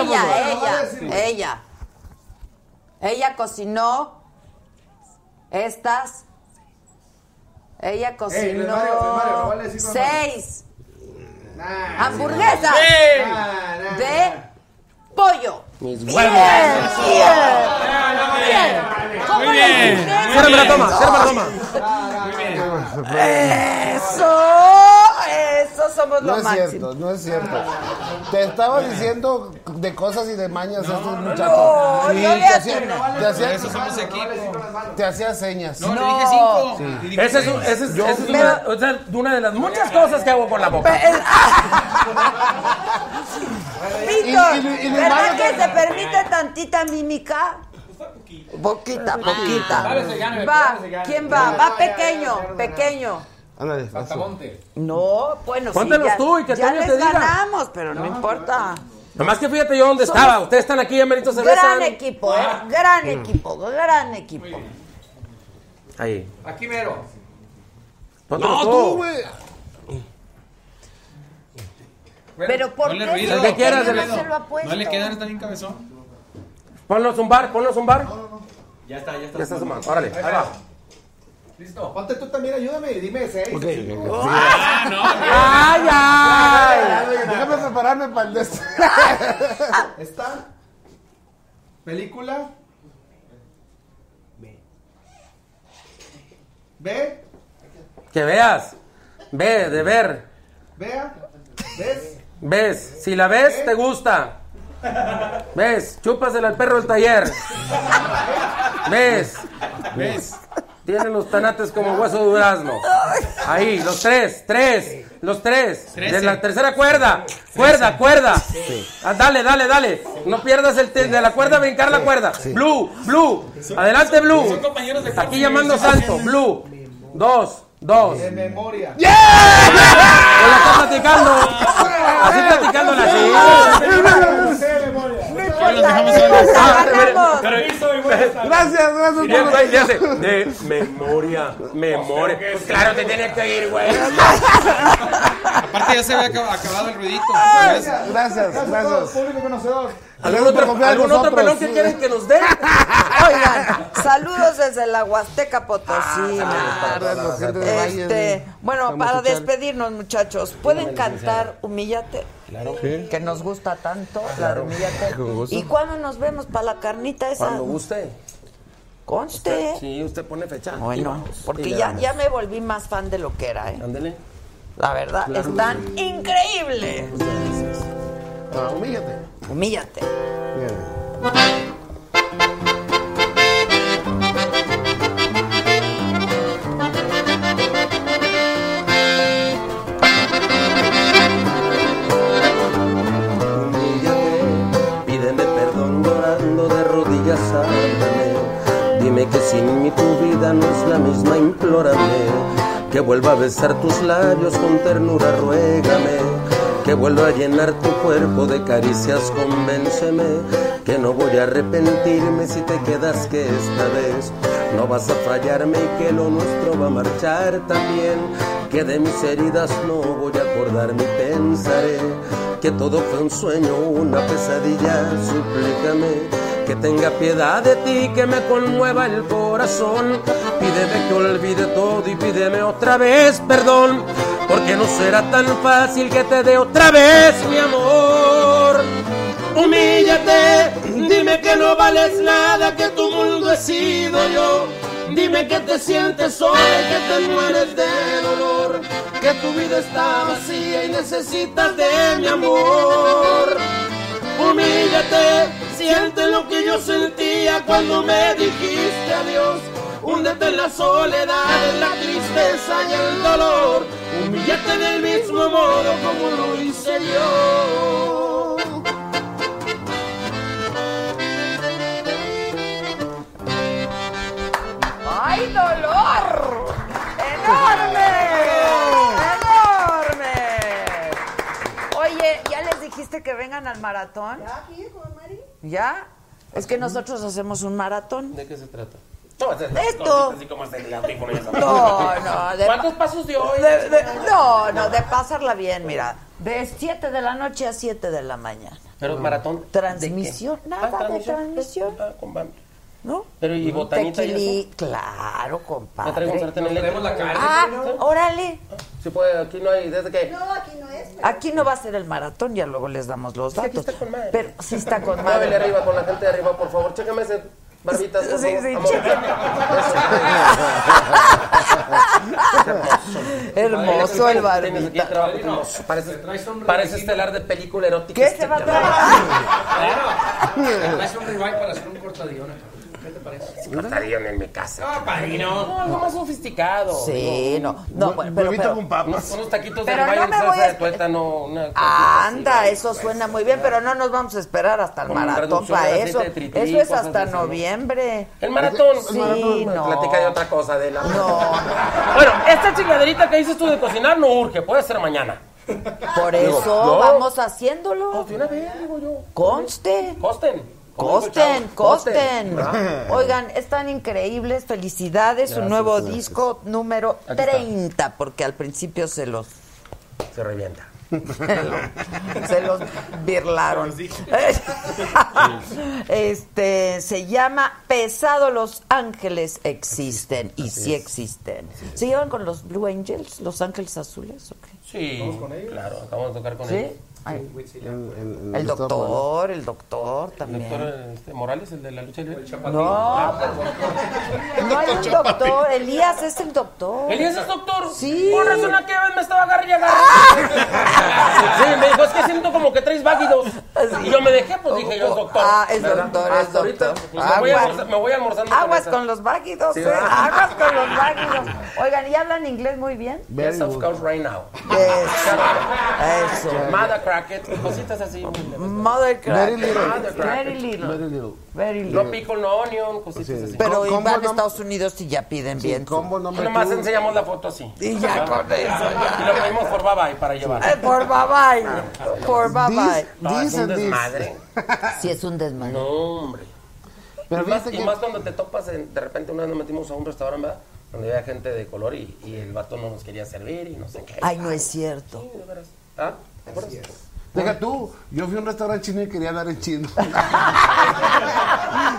ella,
eh,
ella, ella. Ella cocinó estas. Ella cocinó
Luis Mario, Luis Mario, no vale decir mamá.
seis hamburguesas de pollo.
Mis
Bien,
huevos.
bien, bien. ¿Cómo
Muy
lo
bien.
hiciste?
Cérrame la toma, cérrame la toma.
Eso, eso somos
No
lo
es
máximo.
cierto, no es cierto. Te estaba diciendo de cosas y de mañas a estos muchachos.
no,
Sí,
no le
te hacía-
atino.
te hacía-
Eso somos equipo.
te hacía señas.
No, le dije cinco.
Sí.
Y dije
Esa es, un-
seis.
esa es- esa es una, o sea, una de las muchas cosas que hago por la boca.
Víctor,
Y- y- y- y-
¿verdad
y-
que se permite tantita mímica? Poquita, poquita.
Dale, se gana,
Va,
dale, se gana.
¿quién va? Va pequeño, pequeño.
Ándale, hazlo.
No, bueno,
Póntelos
sí, ya,
tú y que
ya
Toño
les
te diga.
ganamos, pero no, importa.
Nomás que fíjate yo dónde estaba. Ustedes están aquí, ya merito cerveza.
Gran equipo, ¿eh? Gran equipo, gran equipo.
Ahí.
Aquí mero.
Póntelo
No, tú, güey.
Pero ¿por
Ponle
qué?
ruido.
si
El que
no
quieras,
tenía,
el-
no se lo ha puesto?
No le quedan tan bien cabezón.
Ponlos un bar, ponlos un bar.
Ya está, ya está.
Ya está sumando. Órale, ahí va.
Listo. Ponte tú también, ayúdame. Dime
¿eh?
seis.
Ok, ok, ok.
Ah,
¡Ay, ay!
Déjame prepararme para el de este.
Esta película
Ve,
Que veas. Ve, de ver.
vea, ves.
Ves. Si la ves, te gusta. Ves. Chúpasela al perro del taller. Ves. Ves. Tiene los tanates como hueso de durazno. Ahí, los tres, tres, los tres.
Trece.
De la tercera cuerda. Cuerda, cuerda. Ah, dale, dale, dale. No pierdas el te- de la cuerda, brincar la cuerda. Blue, blue. Adelante, blue. Aquí llamando Santo. Blue. Dos, dos.
De memoria.
Me la está platicando. Así platicándola así. eh,
Gracias, gracias.
Y el güey le hace, de memoria, memoria. Pues claro, te tienes que ir, güey.
Aparte ya se había acab- acabado el ruidito.
Ah,
Gracias, gracias.
Gracias a todo el público conocedor.
¿Algún otro, algún otro pelón que quieren que nos dé?
Oigan, saludos desde la Huasteca Potosina. Este, bueno,
Vamos a
para
escuchar.
despedirnos, muchachos, ¿pueden cantar Humíllate?
Claro.
Que nos gusta tanto, la de
Claro.
Humíllate.
Con gusto.
¿Y cuándo nos vemos para la carnita esa?
Cuando guste.
Conste.
Sí, usted pone fecha.
Bueno, porque ya, ya me volví más fan de lo que era, ¿eh?
Ándele.
La verdad,
Claro.
están increíbles.
humíllate.
Humíllate.
Pídeme perdón llorando de rodillas, ándame. Dime que sin mí tu vida no es la misma, implórame. Que vuelva a besar tus labios con ternura, ruégame. Que vuelva a llenar tu cuerpo de caricias, convénceme. Que no voy a arrepentirme si te quedas que esta vez no vas a fallarme y que lo nuestro va a marchar también. Que de mis heridas no voy a acordarme y pensaré que todo fue un sueño, una pesadilla, suplícame que tenga piedad de ti, que me conmueva el corazón, pídeme que olvide todo y pídeme otra vez perdón, porque no será tan fácil que te dé otra vez mi amor. Humíllate, dime que no vales nada, que tu mundo he sido yo. Dime que te sientes sola y que te mueres de dolor, que tu vida está vacía y necesitas de mi amor. Humíllate, siente lo que yo sentía cuando me dijiste adiós. Húndete en la soledad, en la tristeza y el dolor. Humíllate del mismo modo como lo hice yo.
¡Ay, dolor! ¡Enorme! ¡Enorme! Oye, ¿ya les dijiste que vengan al maratón?
¿Ya, viejo, Mari?
¿Ya? Es que nosotros hacemos un maratón.
¿De qué se trata?
Esto. No, no. de-
¿Cuántos pasos dio hoy? Ah,
de- de- no, no, de pasarla bien, mira. De 7 de la noche a 7 de la mañana.
Pero maratón.
Transmisión, nada de
transmisión.
transmisión. ¿No?
Pero y botanita y
Tequili-
eso?
claro, compadre.
No traigo un sartén eléctrico.
Ah, órale.
Sí puede, aquí no hay, desde que...
No, aquí no es.
Aquí no va a ser el maratón, ya luego les damos los
Sí, aquí
datos.
está con madre.
Pero sí está con
Muévele
madre.
arriba, con la gente de arriba, por favor. Chécame ese barbitas, por
Sí,
favor.
sí,
Amor.
Hermoso el
Tienes aquí
barbita.
trabajo hermoso. Parece, parece estelar de película erótica.
¿Qué se va a traer?
Además, un rival para hacer un cortadiona. ¿Qué te parece?
Cortarían en mi casa.
Ah, padrino.
No, algo más sofisticado.
Sí, no. No, bueno, pero, pero-
Unos, unos taquitos
Pero
de
no
ribeye en
me voy
salsa
a-
de tuétano. Una
Anda, eso suena muy bien, pero no nos vamos a esperar hasta el
Pues, Con
maratón
reducción
para
del
eso.
aceite de trití,
Eso es
cosas
hasta
de esas, ¿no?
noviembre.
El maratón.
Sí, no.
Platica de otra cosa, de la...
No.
Bueno, esta chingaderita que dices tú de cocinar no urge. Puede ser mañana.
Por
Digo,
eso
no.
vamos haciéndolo. Conste.
Costen.
Costen, costen.
Costen.
Oigan, están increíbles. Felicidades. Su
Gracias,
nuevo
gracias.
disco número
Aquí está.
30, porque al principio se los
Se revienta.
se los birlaron. este se llama Pesado los ángeles existen y sí existen. ¿Se llevan con los Blue Angels, los ángeles azules o qué?
Sí. Claro, acabamos de tocar con
¿Sí?
ellos.
Ay.
En- en- en
El
estado,
doctor, el doctor
¿El doctor
también.
este, Morales, el Ah, de la lucha libre?
No, no hay un doctor. Elías es el doctor.
Elías es doctor.
Sí.
Por razón a que me estaba agarrando y agarrando. Sí, me dijo, es que siento como que traes váguidos. Y yo me dejé, pues dije, yo es doctor.
Ah, es
¿Verdad?
doctor, Ah,
Hasta
es
ahorita,
doctor.
pues, me, voy
Aguas.
almorzar- me voy almorzando.
Aguas
esa.
con los váguidos,
Sí,
eh.
¿verdad?
Aguas con los váguidos. Oigan, ¿y hablan inglés muy bien?
Yes, of course, right now.
Eso. Eso.
Mother Cracket, cositas así.
Este, Mother Very
Cracket.
little.
Mother Cracket.
Very little. Very little.
No pico, no onion, cositas así.
Pero van a Estados Unidos y ya piden bien.
Y nomás enseñamos la foto así.
Y ya con eso, ya.
Y lo pedimos por bye-bye para llevar.
Eh, por bye bye. Por bye bye.
Ah, No, es un desmadre.
Sí, es un desmadre.
No, hombre.
Pero
y, más,
fíjate
y
que-
más cuando te topas, en- de repente una vez nos metimos a un restaurante, ¿verdad? Donde había gente de color y, y el vato no nos quería servir y no sé qué.
Ay, no es cierto.
Sí, de veras. ¿Ah? ¿Te acuerdas?
Deja tú, yo fui a un restaurante chino y quería hablar en chino.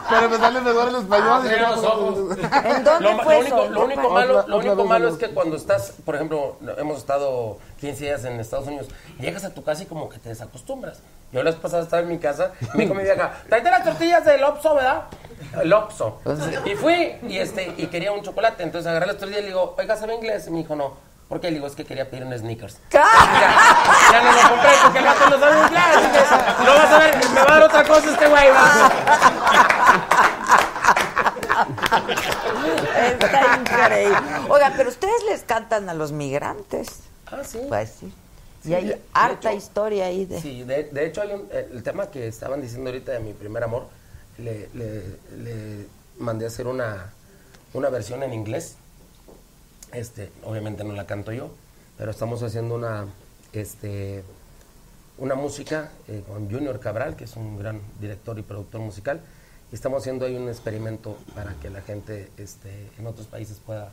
Pero me sale mejor el español.
Mira los ojos. lo, ma- lo único, lo único malo, lo único malo es que cuando estás, por ejemplo, no- hemos estado 15 días en Estados Unidos, llegas a tu casa y como que te desacostumbras. Yo las pasadas estaba en mi casa, y me dijo mi vieja, tráete las tortillas del Opso, ¿verdad? El Opso. Y fui y este y quería un chocolate, entonces agarré las tortillas y le digo, "Oiga, ¿sabe inglés?" Y me dijo, "No." Porque le digo, "Es que quería pedir un sneakers." Ya, ya no lo compré porque el gato lo sabe inglés. Entonces, No vas a ver, me va a dar otra cosa este güey. va.
Está increíble. Oiga, pero ustedes les cantan a los migrantes.
Ah, sí.
Pues sí.
Sí,
Y hay
de- de
harta historia ahí de.
Sí, de, de hecho hay un, eh, el tema que estaban diciendo ahorita de mi primer amor, le, le- le mandé a hacer una, una versión en inglés. Este, obviamente no la canto yo, pero estamos haciendo una, este, una música eh, con Junior Cabral, que es un gran director y productor musical, y estamos haciendo ahí un experimento para que la gente este, en otros países pueda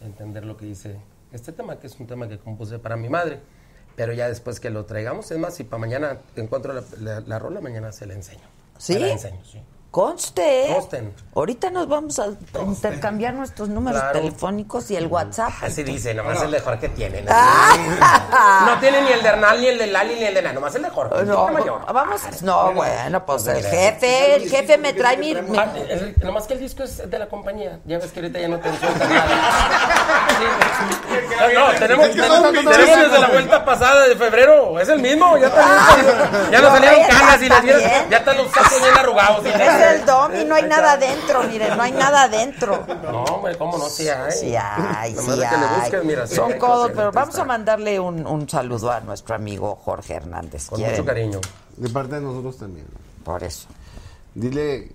entender lo que dice este tema, que es un tema que compuse para mi madre, pero ya después que lo traigamos, es más, si para mañana encuentro la, la- la rola, mañana se la enseño.
¿Sí?
Se la enseño, sí.
Conste. ¿eh?
Consten.
Ahorita nos vamos a intercambiar nuestros números
Claro. Mm.
telefónicos y el WhatsApp.
Así dice, nomás
No.
el de Jorge tiene. ¿no? No tiene ni el de Hernán, ni el de Lali, ni el de nada, nomás el Ah, de Jorge.
No,
Déjame yo.
vamos. No, bueno, pues el jefe, el jefe me trae mi. mi-
Ah, es el- nomás que el disco es de la compañía. Ya ves que ahorita ya no te sueltan nada. Sí. Ah, No, no, tenemos,
Es que
tenemos,
son
tenemos
pintadas.
desde la vuelta pasada de febrero. Es el mismo. Ya, también, ya nos
Ah, No,
salieron
ya
canas y
está
las
bien.
ya están los sacos bien arrugados. y
Es
nada.
el dom y no hay nada adentro, miren, no hay nada adentro.
No, hombre, cómo no, sí hay.
Sí hay,
Nomás
sí
de que le
hay.
busques, mira, sí
Son
hay
codos,
cosas,
pero
ahorita
vamos a mandarle un, un saludo a nuestro amigo Jorge Hernández.
Con
¿Quieren?
mucho cariño. De parte de nosotros también.
Por eso.
Dile,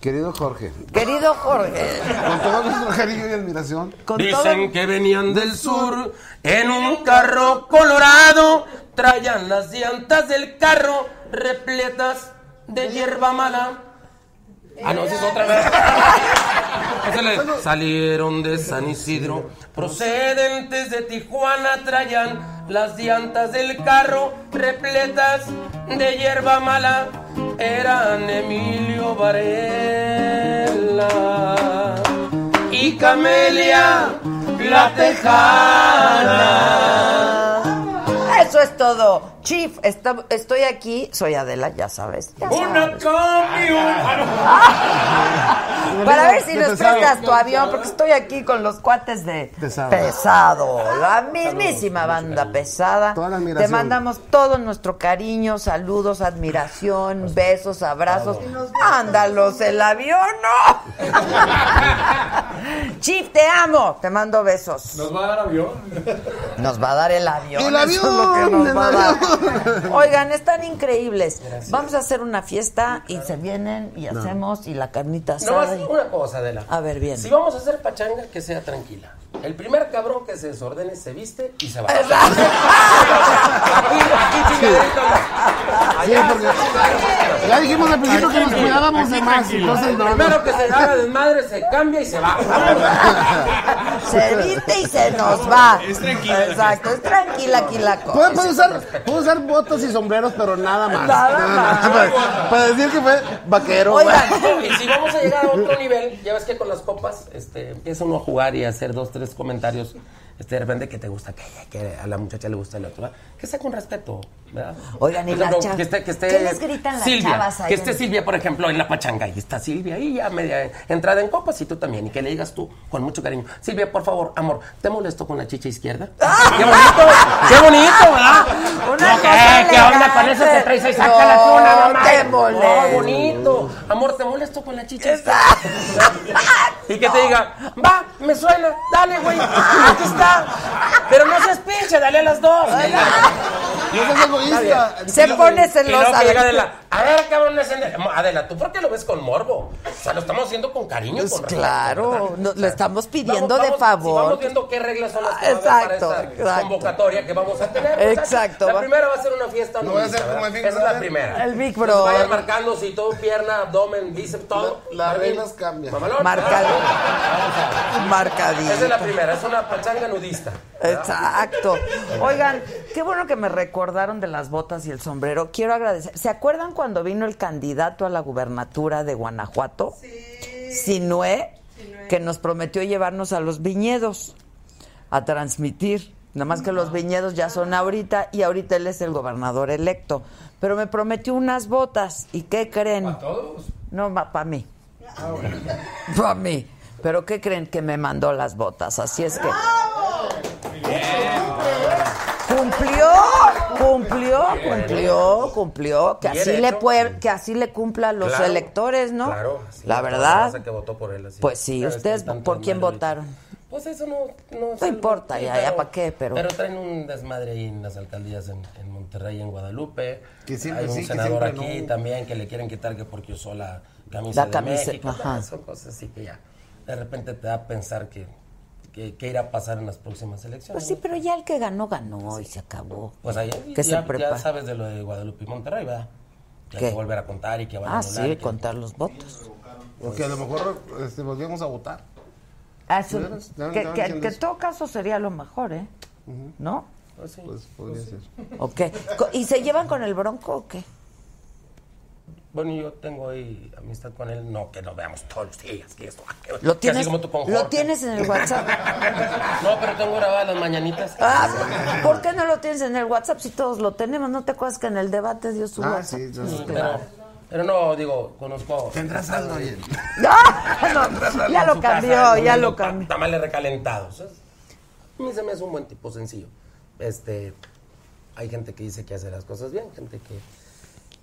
querido Jorge,
Querido Jorge,
con todo nuestro cariño y admiración.
Dicen que venían del sur en un carro colorado. Traían las llantas del carro repletas de hierba mala. Ah, no, esa es otra vez. Esa le- Salieron de San Isidro, procedentes de Tijuana, traían las llantas del carro repletas de hierba mala. Eran Emilio Varela y Camelia la Tejana.
eso es todo. Chief, está- estoy aquí, soy Adela, ya sabes. ya
Una combi, Ah,
sabes. Para ver si nos prestas tu avión, porque estoy aquí con los cuates de
Pesado.
Pesado, la mismísima banda pesada. Te
admiración.
mandamos todo nuestro cariño, saludos, admiración, besos, abrazos. Ándalos el avión, no. Chief, te amo, te mando besos.
¿Nos va a dar avión?
Nos va a dar el avión.
¡El
eso es lo que
avión!
nos va a
¡El
dar. Oigan, están increíbles. Vamos a hacer una fiesta y se vienen y
No.
hacemos y la carnita
No más
asada. y-
una cosa, Adela.
A ver, bien.
Si vamos a hacer pachanga, que sea tranquila. El primer cabrón que se desordene se viste y se va. Aquí, aquí, chingaderito, no.
Sí,
Allá,
porque
allá.
ya dijimos al principio que nos
Aquí,
cuidábamos de
aquí,
más,
tranquilo.
entonces no.
El primero que se haga desmadre se cambia y se va.
Se viste y se nos va.
Es
tranquila. Exacto, es tranquila aquí la cosa.
Puedo, puedo usar, puedo usar botas y sombreros, pero nada más.
Nada más.
Para, para decir que fue vaquero.
y si vamos a llegar a otro nivel, ya ves que con las copas este, empieza uno a jugar y a hacer dos, tres comentarios este, de repente que te gusta aquella, que a la muchacha le gusta la otra, que sea con respeto, ¿verdad?
Oigan, y
Por
las
ejemplo,
chavas-
que esté- que esté
¿Qué les gritan las
Silvia,
chavas ahí
Que
en
esté
el-
Silvia, por ejemplo, en la pachanga, y está Silvia y ya media entrada en copas y tú también, y que le digas tú con mucho cariño, Silvia, por favor, amor, ¿te molesto con la chicha izquierda?
Ah.
¡Qué bonito! ¡Qué bonito, verdad!
Una
Ok,
cosa
¿Qué onda con eso
elegante.
que traes ahí? Sácala tú,
No,
nada más.
te
¡Oh,
molesto.
bonito! Amor, ¿te molesto con la chicha izquierda? y que te diga, va, me suena, dale, güey, aquí está. Pero no seas pinche, dale a las dos.
No seas egoísta.
Se pone
Y luego
celosa.
que llega Adela, a ver, cabrón, es en- Adela, ¿tú por qué lo ves con morbo? O sea, lo estamos haciendo con cariño.
Pues
con respeto, ¿verdad?
claro, no- lo estamos pidiendo
Vamos-
de
vamos- si
favor.
vamos viendo qué reglas son las que
Ah,
va a haber
exacto,
para esta
exacto.
convocatoria que vamos a tener. muchachos.
Exacto,
La
va-
primera va a ser una fiesta.
No va a
nudista,
ser como
¿verdad?
el Big
Esa es la
Brother.
primera.
El Big
Entonces, Vayan
Brother.
marcando si todo, pierna, abdomen, bíceps, todo.
Las reglas cambian.
Mamalón.
Marcado. Marcadito.
Esa es la primera, es una pachanga nudista.
Exacto. Oigan, qué bueno que me recordaron de las botas y el sombrero. Quiero agradecer. ¿Se acuerdan cuando vino el candidato a la gubernatura de Guanajuato? Sí. Sinue, que nos prometió llevarnos a los viñedos a transmitir. Nada más que los viñedos ya son ahorita y ahorita él es el gobernador electo. Pero me prometió unas botas. ¿Y qué creen? ¿Para
todos?
No, para mí. Para Pues, mí. Pero ¿qué creen que me mandó las botas? Así es que... Cumplió, cumplió, cumplió, cumplió. Que
Bien
así le
hecho.
puer- que así le cumpla a los
Claro,
electores, ¿no?
Claro. sí,
La
toda
verdad.
raza que votó por él, así.
Pues sí,
Pero es que
ustedes
tanto
por quién
madre-
votaron.
Pues eso no... No,
No importa, ya, ya para qué, pero.
Pero traen un desmadre ahí en las alcaldías en, en Monterrey, en Guadalupe.
Que siempre
Hay un
sí, que
senador
siempre
aquí
no.
también que le quieren quitar que porque usó la camisa
La
de
camisa,
México.
ajá.
Ah, Son cosas así que ya de repente te da a pensar que, que, que irá a pasar en las próximas elecciones.
Pues sí, pero ya el que ganó, ganó y se acabó.
Pues ahí
Que se
ya,
prepara.
ya sabes de lo de Guadalupe y Monterrey, ¿verdad? Que hay
¿Qué?
que volver a contar y que van a
Ah,
anular.
sí,
y que-
contar los votos.
Porque a lo mejor este, volvemos a votar.
Ah, eso-
¿De veras? Ya-
que,
ya
que-
entiendo
que en
eso.
todo caso sería lo mejor, ¿eh? ¿No?
Pues podría ser.
¿O qué? Co- ¿Y se llevan con el bronco o qué?
Bueno, yo tengo ahí amistad con él, no que nos veamos todos los días, que esto, que- que
¿Lo
así
tienes,
como tú con
¿Lo
Jorge.
tienes en el WhatsApp?
No, pero tengo grabadas las mañanitas.
Ah, ¿Por qué no lo tienes en el WhatsApp si todos lo tenemos? ¿No te acuerdas que en el debate dio
Ah,
su WhatsApp?
Sí, pero, pero no, digo, conozco. ¿Tendrás algo bien?
¡Ah! No, ya lo cambió, ya lo cambió.
Tamales recalentados. Es- A mí se me hace un buen tipo sencillo. Este, hay gente que dice que hace las cosas bien, gente que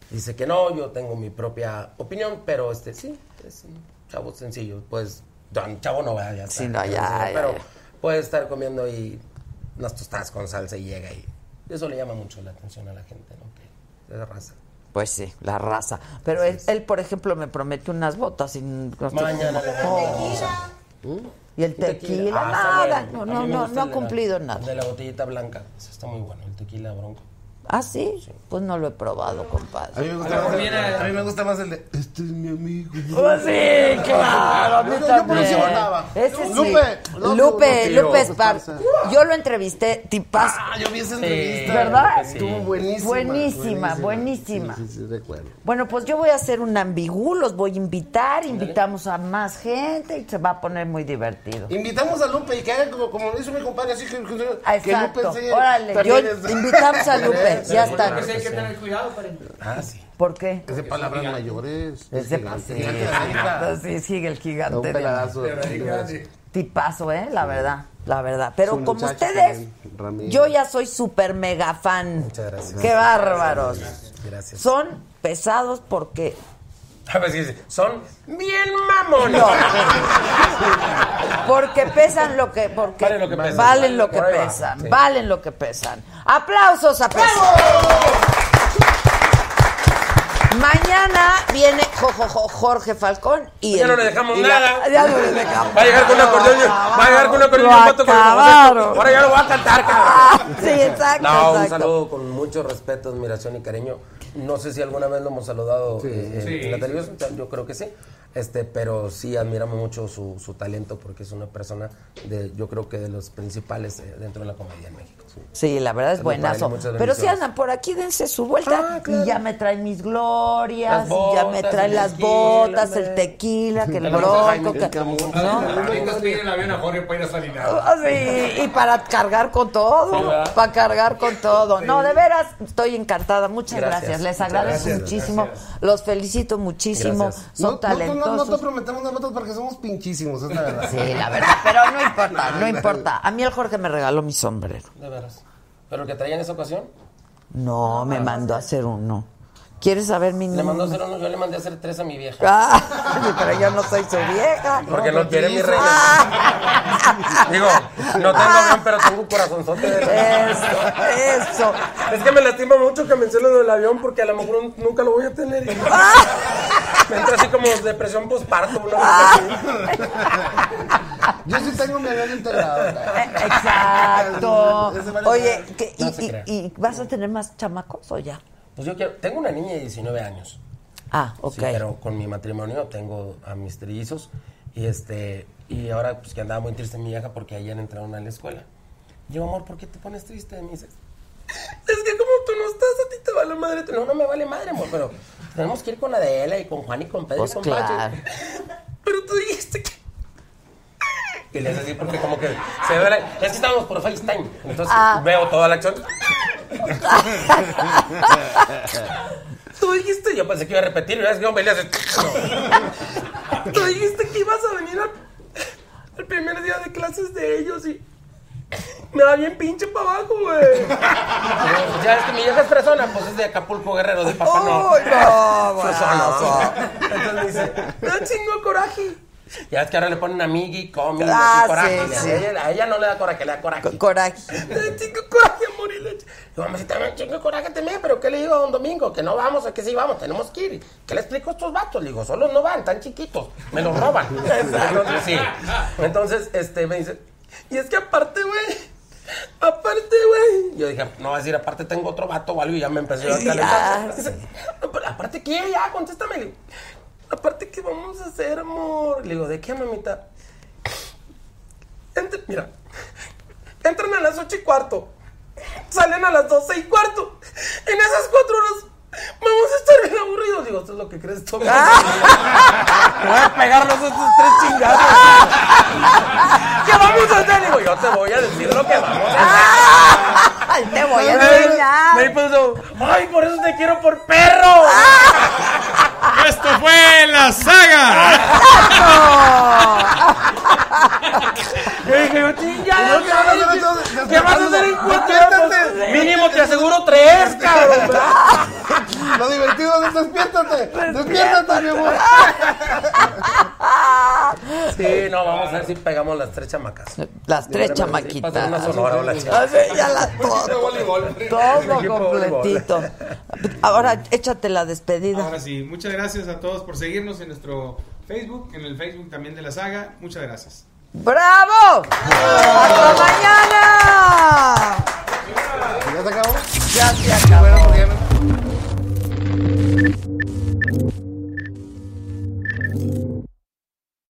dice que no. Yo tengo mi propia opinión, pero este sí, es un chavo sencillo. Pues, don- chavo no, ¿verdad? ya está.
Sí, no, ya, ya,
Pero
ya.
puede estar comiendo ahí unas tostadas con salsa y llega y eso le llama mucho la atención a la gente, ¿no? Que es raza.
Pues sí, la raza. Pero él, él, por ejemplo, me prometió unas botas y...
Mañana le
Oh. Y el tequila,
Ah,
nada. No, no, no, no ha cumplido nada.
De la botellita blanca. Eso está muy bueno, el tequila bronco.
¿Ah, sí? Pues no lo he probado, compadre.
A mí me gusta, más, el, a mí me gusta más el de Este es mi amigo.
Pues sí, claro, a mí
Yo- yo por
también.
eso votaba.
Ese sí.
Lupe,
Lupe,
Lupe,
Lupe,
Lupe,
es par- Yo lo entrevisté, tipaz.
Ah, yo vi esa
Sí.
entrevista.
¿Verdad?
Sí. Estuvo buenísima,
Buenísima,
buenísima.
buenísima.
Sí, sí, recuerdo.
Bueno, pues yo voy a hacer un ambigú, los voy a invitar, invitamos a más gente y se va a poner muy divertido.
Invitamos a Lupe y que haga como, como lo hizo mi compadre, así que, que- que
Exacto.
Lupe enseñe
Órale,
también
yo-
es-
invitamos a Lupe, ya está.
Pues
Porque sí hay que tener-
cuidado, paren.
Ah, sí.
¿Por qué?
Es de palabras mayores.
Es de
gigante,
sí,
gigante de la vida.
exacto, sí, sigue el gigante.
Un
de-
peladazo de-
Tipazo, ¿eh? La verdad, la verdad.
Es
Pero
un
como
muchacho
ustedes,
también, Ramiro.
yo ya soy súper mega fan.
Muchas gracias.
¡Qué bárbaros!
Gracias.
Son pesados porque...
A ver, sí, sí, Son bien mamones.
No. Porque pesan lo que... Porque valen lo que
pesan.
pesan. Valen lo que
Por ahí va,
pesan.
sí.
¡Aplausos a peso! Mañana viene Jo- Jo- Jo- Jorge Falcón y...
Ya
el-
no le dejamos
y la-
nada.
ya no le dejamos
Va a llegar con un
nada.
acordeón. y- Va a llegar con un acordeón. y
Lo
un vato con el
acabaron.
boceto. Ahora ya lo voy a cantar, cabrón.
Ah, Sí, exacto,
No, un
exacto.
saludo con mucho respeto, admiración y cariño. No sé si alguna vez lo hemos saludado eh, en la televisión. Yo creo que sí. Este, pero sí admiramos mucho su, su talento porque es una persona, de, yo creo que de los principales eh, dentro de la comedia en México.
Sí, la verdad es
Saludos para
buenazo.
él, muchas
Pero si
bendiciones.
andan por aquí, dense su
Ah,
vuelta. Y ya me traen mis glorias,
Las botas,
y ya me traen
el
las
tequila,
botas,
hombre.
el tequila, que el
Saludos a Jaime,
bronco. que-
el Camus.
¿no?
Ahorita pide el pues, avión a Jorge para ir a Salinas.
Ah, sí, y para cargar con todo, para cargar con todo. No, de veras, estoy encantada. Muchas
Gracias.
gracias. Les
Muchas
agradezco
gracias.
muchísimo. Los felicito muchísimo.
Gracias.
Son
No- no- no-
talentosos.
No, te prometemos las notas porque somos pinchísimos, es la verdad.
Sí, la verdad, pero no importa, no importa. A mí el Jorge me regaló mi sombrero.
De veras. Pero el que traía en esa ocasión,
Ah,
No, me mandó a hacer uno. ¿Quieres saber mi
le mandó a hacer
número?
uno, yo le mandé a hacer tres a mi vieja.
Ah, sí, pero yo no soy su vieja.
Porque no quiere mi reina. Digo, no tengo
Ah.
avión, pero tengo un corazonzote. De...
Eso, eso.
Es que me lastima mucho que menciono lo del avión porque a lo mejor un- nunca lo voy a tener. y-
Ah.
Me entra así como depresión postparto. Una
Ah.
cosa así.
Yo sí tengo mi avión integrado.
Eh, Exacto.
Ese vale
Oye,
madre.
¿qué-
No
y-
se
y,
crea.
y vas a tener más chamacos o ya?
Pues yo quiero, tengo una niña de 19 años.
Ah, ok.
Sí, pero con mi matrimonio tengo a mis trillizos y este y ahora pues que andaba muy triste mi vieja porque ayer entraron a la escuela. Digo, amor, ¿por qué te pones triste? Me dice, es que como tú no estás, a ti te vale madre. tu-". No, no me vale madre, amor, pero tenemos que ir con Adela y con Juan y con Pedro y
Pues
con
claro.
Pacho. Pero tú dijiste que... Y le hace así porque como que se ve la... Es que estábamos por FaceTime, entonces
Ah.
veo toda la acción. Tú dijiste, yo pensé que iba a repetir, ¿verdad? Es que hombre, le hace... Tú dijiste que ibas a venir al, al primer día de clases de ellos y me da bien pinche para abajo, güey. ya es que mi vieja es persona, pues es de Acapulco Guerrero, de Papá No.
Uy, no,
Fresona, sí. Entonces dice, da chingo coraje. Ya es que ahora le ponen a Miggy, Comi,
Ah,
y coraje.
sí, sí.
A, ella, a ella no le da coraje, le da coraje.
Coraje.
Da chingo coraje, amor. Y le digo, mamacita, da chingo coraje también, pero ¿qué le digo a don Domingo? Que no vamos, a que sí vamos, tenemos que ir. ¿Qué le explico a estos vatos? Le digo, solos no van, tan chiquitos, me los roban. Entonces, sí. Entonces, este, me dice, y es que aparte, güey, aparte, güey. Yo dije, no vas a decir, aparte tengo otro vato o algo, y ya me empezó a calentar. Dice, "Apar- Aparte, ¿qué? Ya, contéstame. Le digo, aparte, ¿qué vamos a hacer, amor? Le digo, ¿de qué, mamita? Ent- mira, entran a las ocho y cuarto, salen a las doce y cuarto. En esas cuatro horas vamos a estar bien aburridos. Digo, ¿esto es lo que crees tú? Voy a pegarnos estos tres chingados. ¿Qué vamos a hacer? Digo, yo te voy a decir lo que vamos a hacer.
Ay, te voy a enseñar.
Me puso, ay, por eso te quiero por perro.
Ah.
Esto fue la saga.
Yo dije, yo, "Chin, ya,
No, ya, ya,
ya, ya, ya,
ya, ya,
¿Qué vas a hacer en cuatro horas? Mínimo te aseguro tres, cabrón.
Lo divertido es despiértate.
Pues,
Despiértate, mi amor.
Sí, no, vamos a ver si pegamos las tres chamacas.
Las tres
Sí,
chamaquitas.
pasa una sonora, una chica.
Ah, sí, ya las todo. Todo completito. Ahora échate la despedida.
Ahora sí, muchas gracias a todos por seguirnos en nuestro Facebook, en el Facebook también de la saga. Muchas gracias.
¡Bravo! ¡Hasta mañana!
¿Ya se acabó?
Ya se acabó.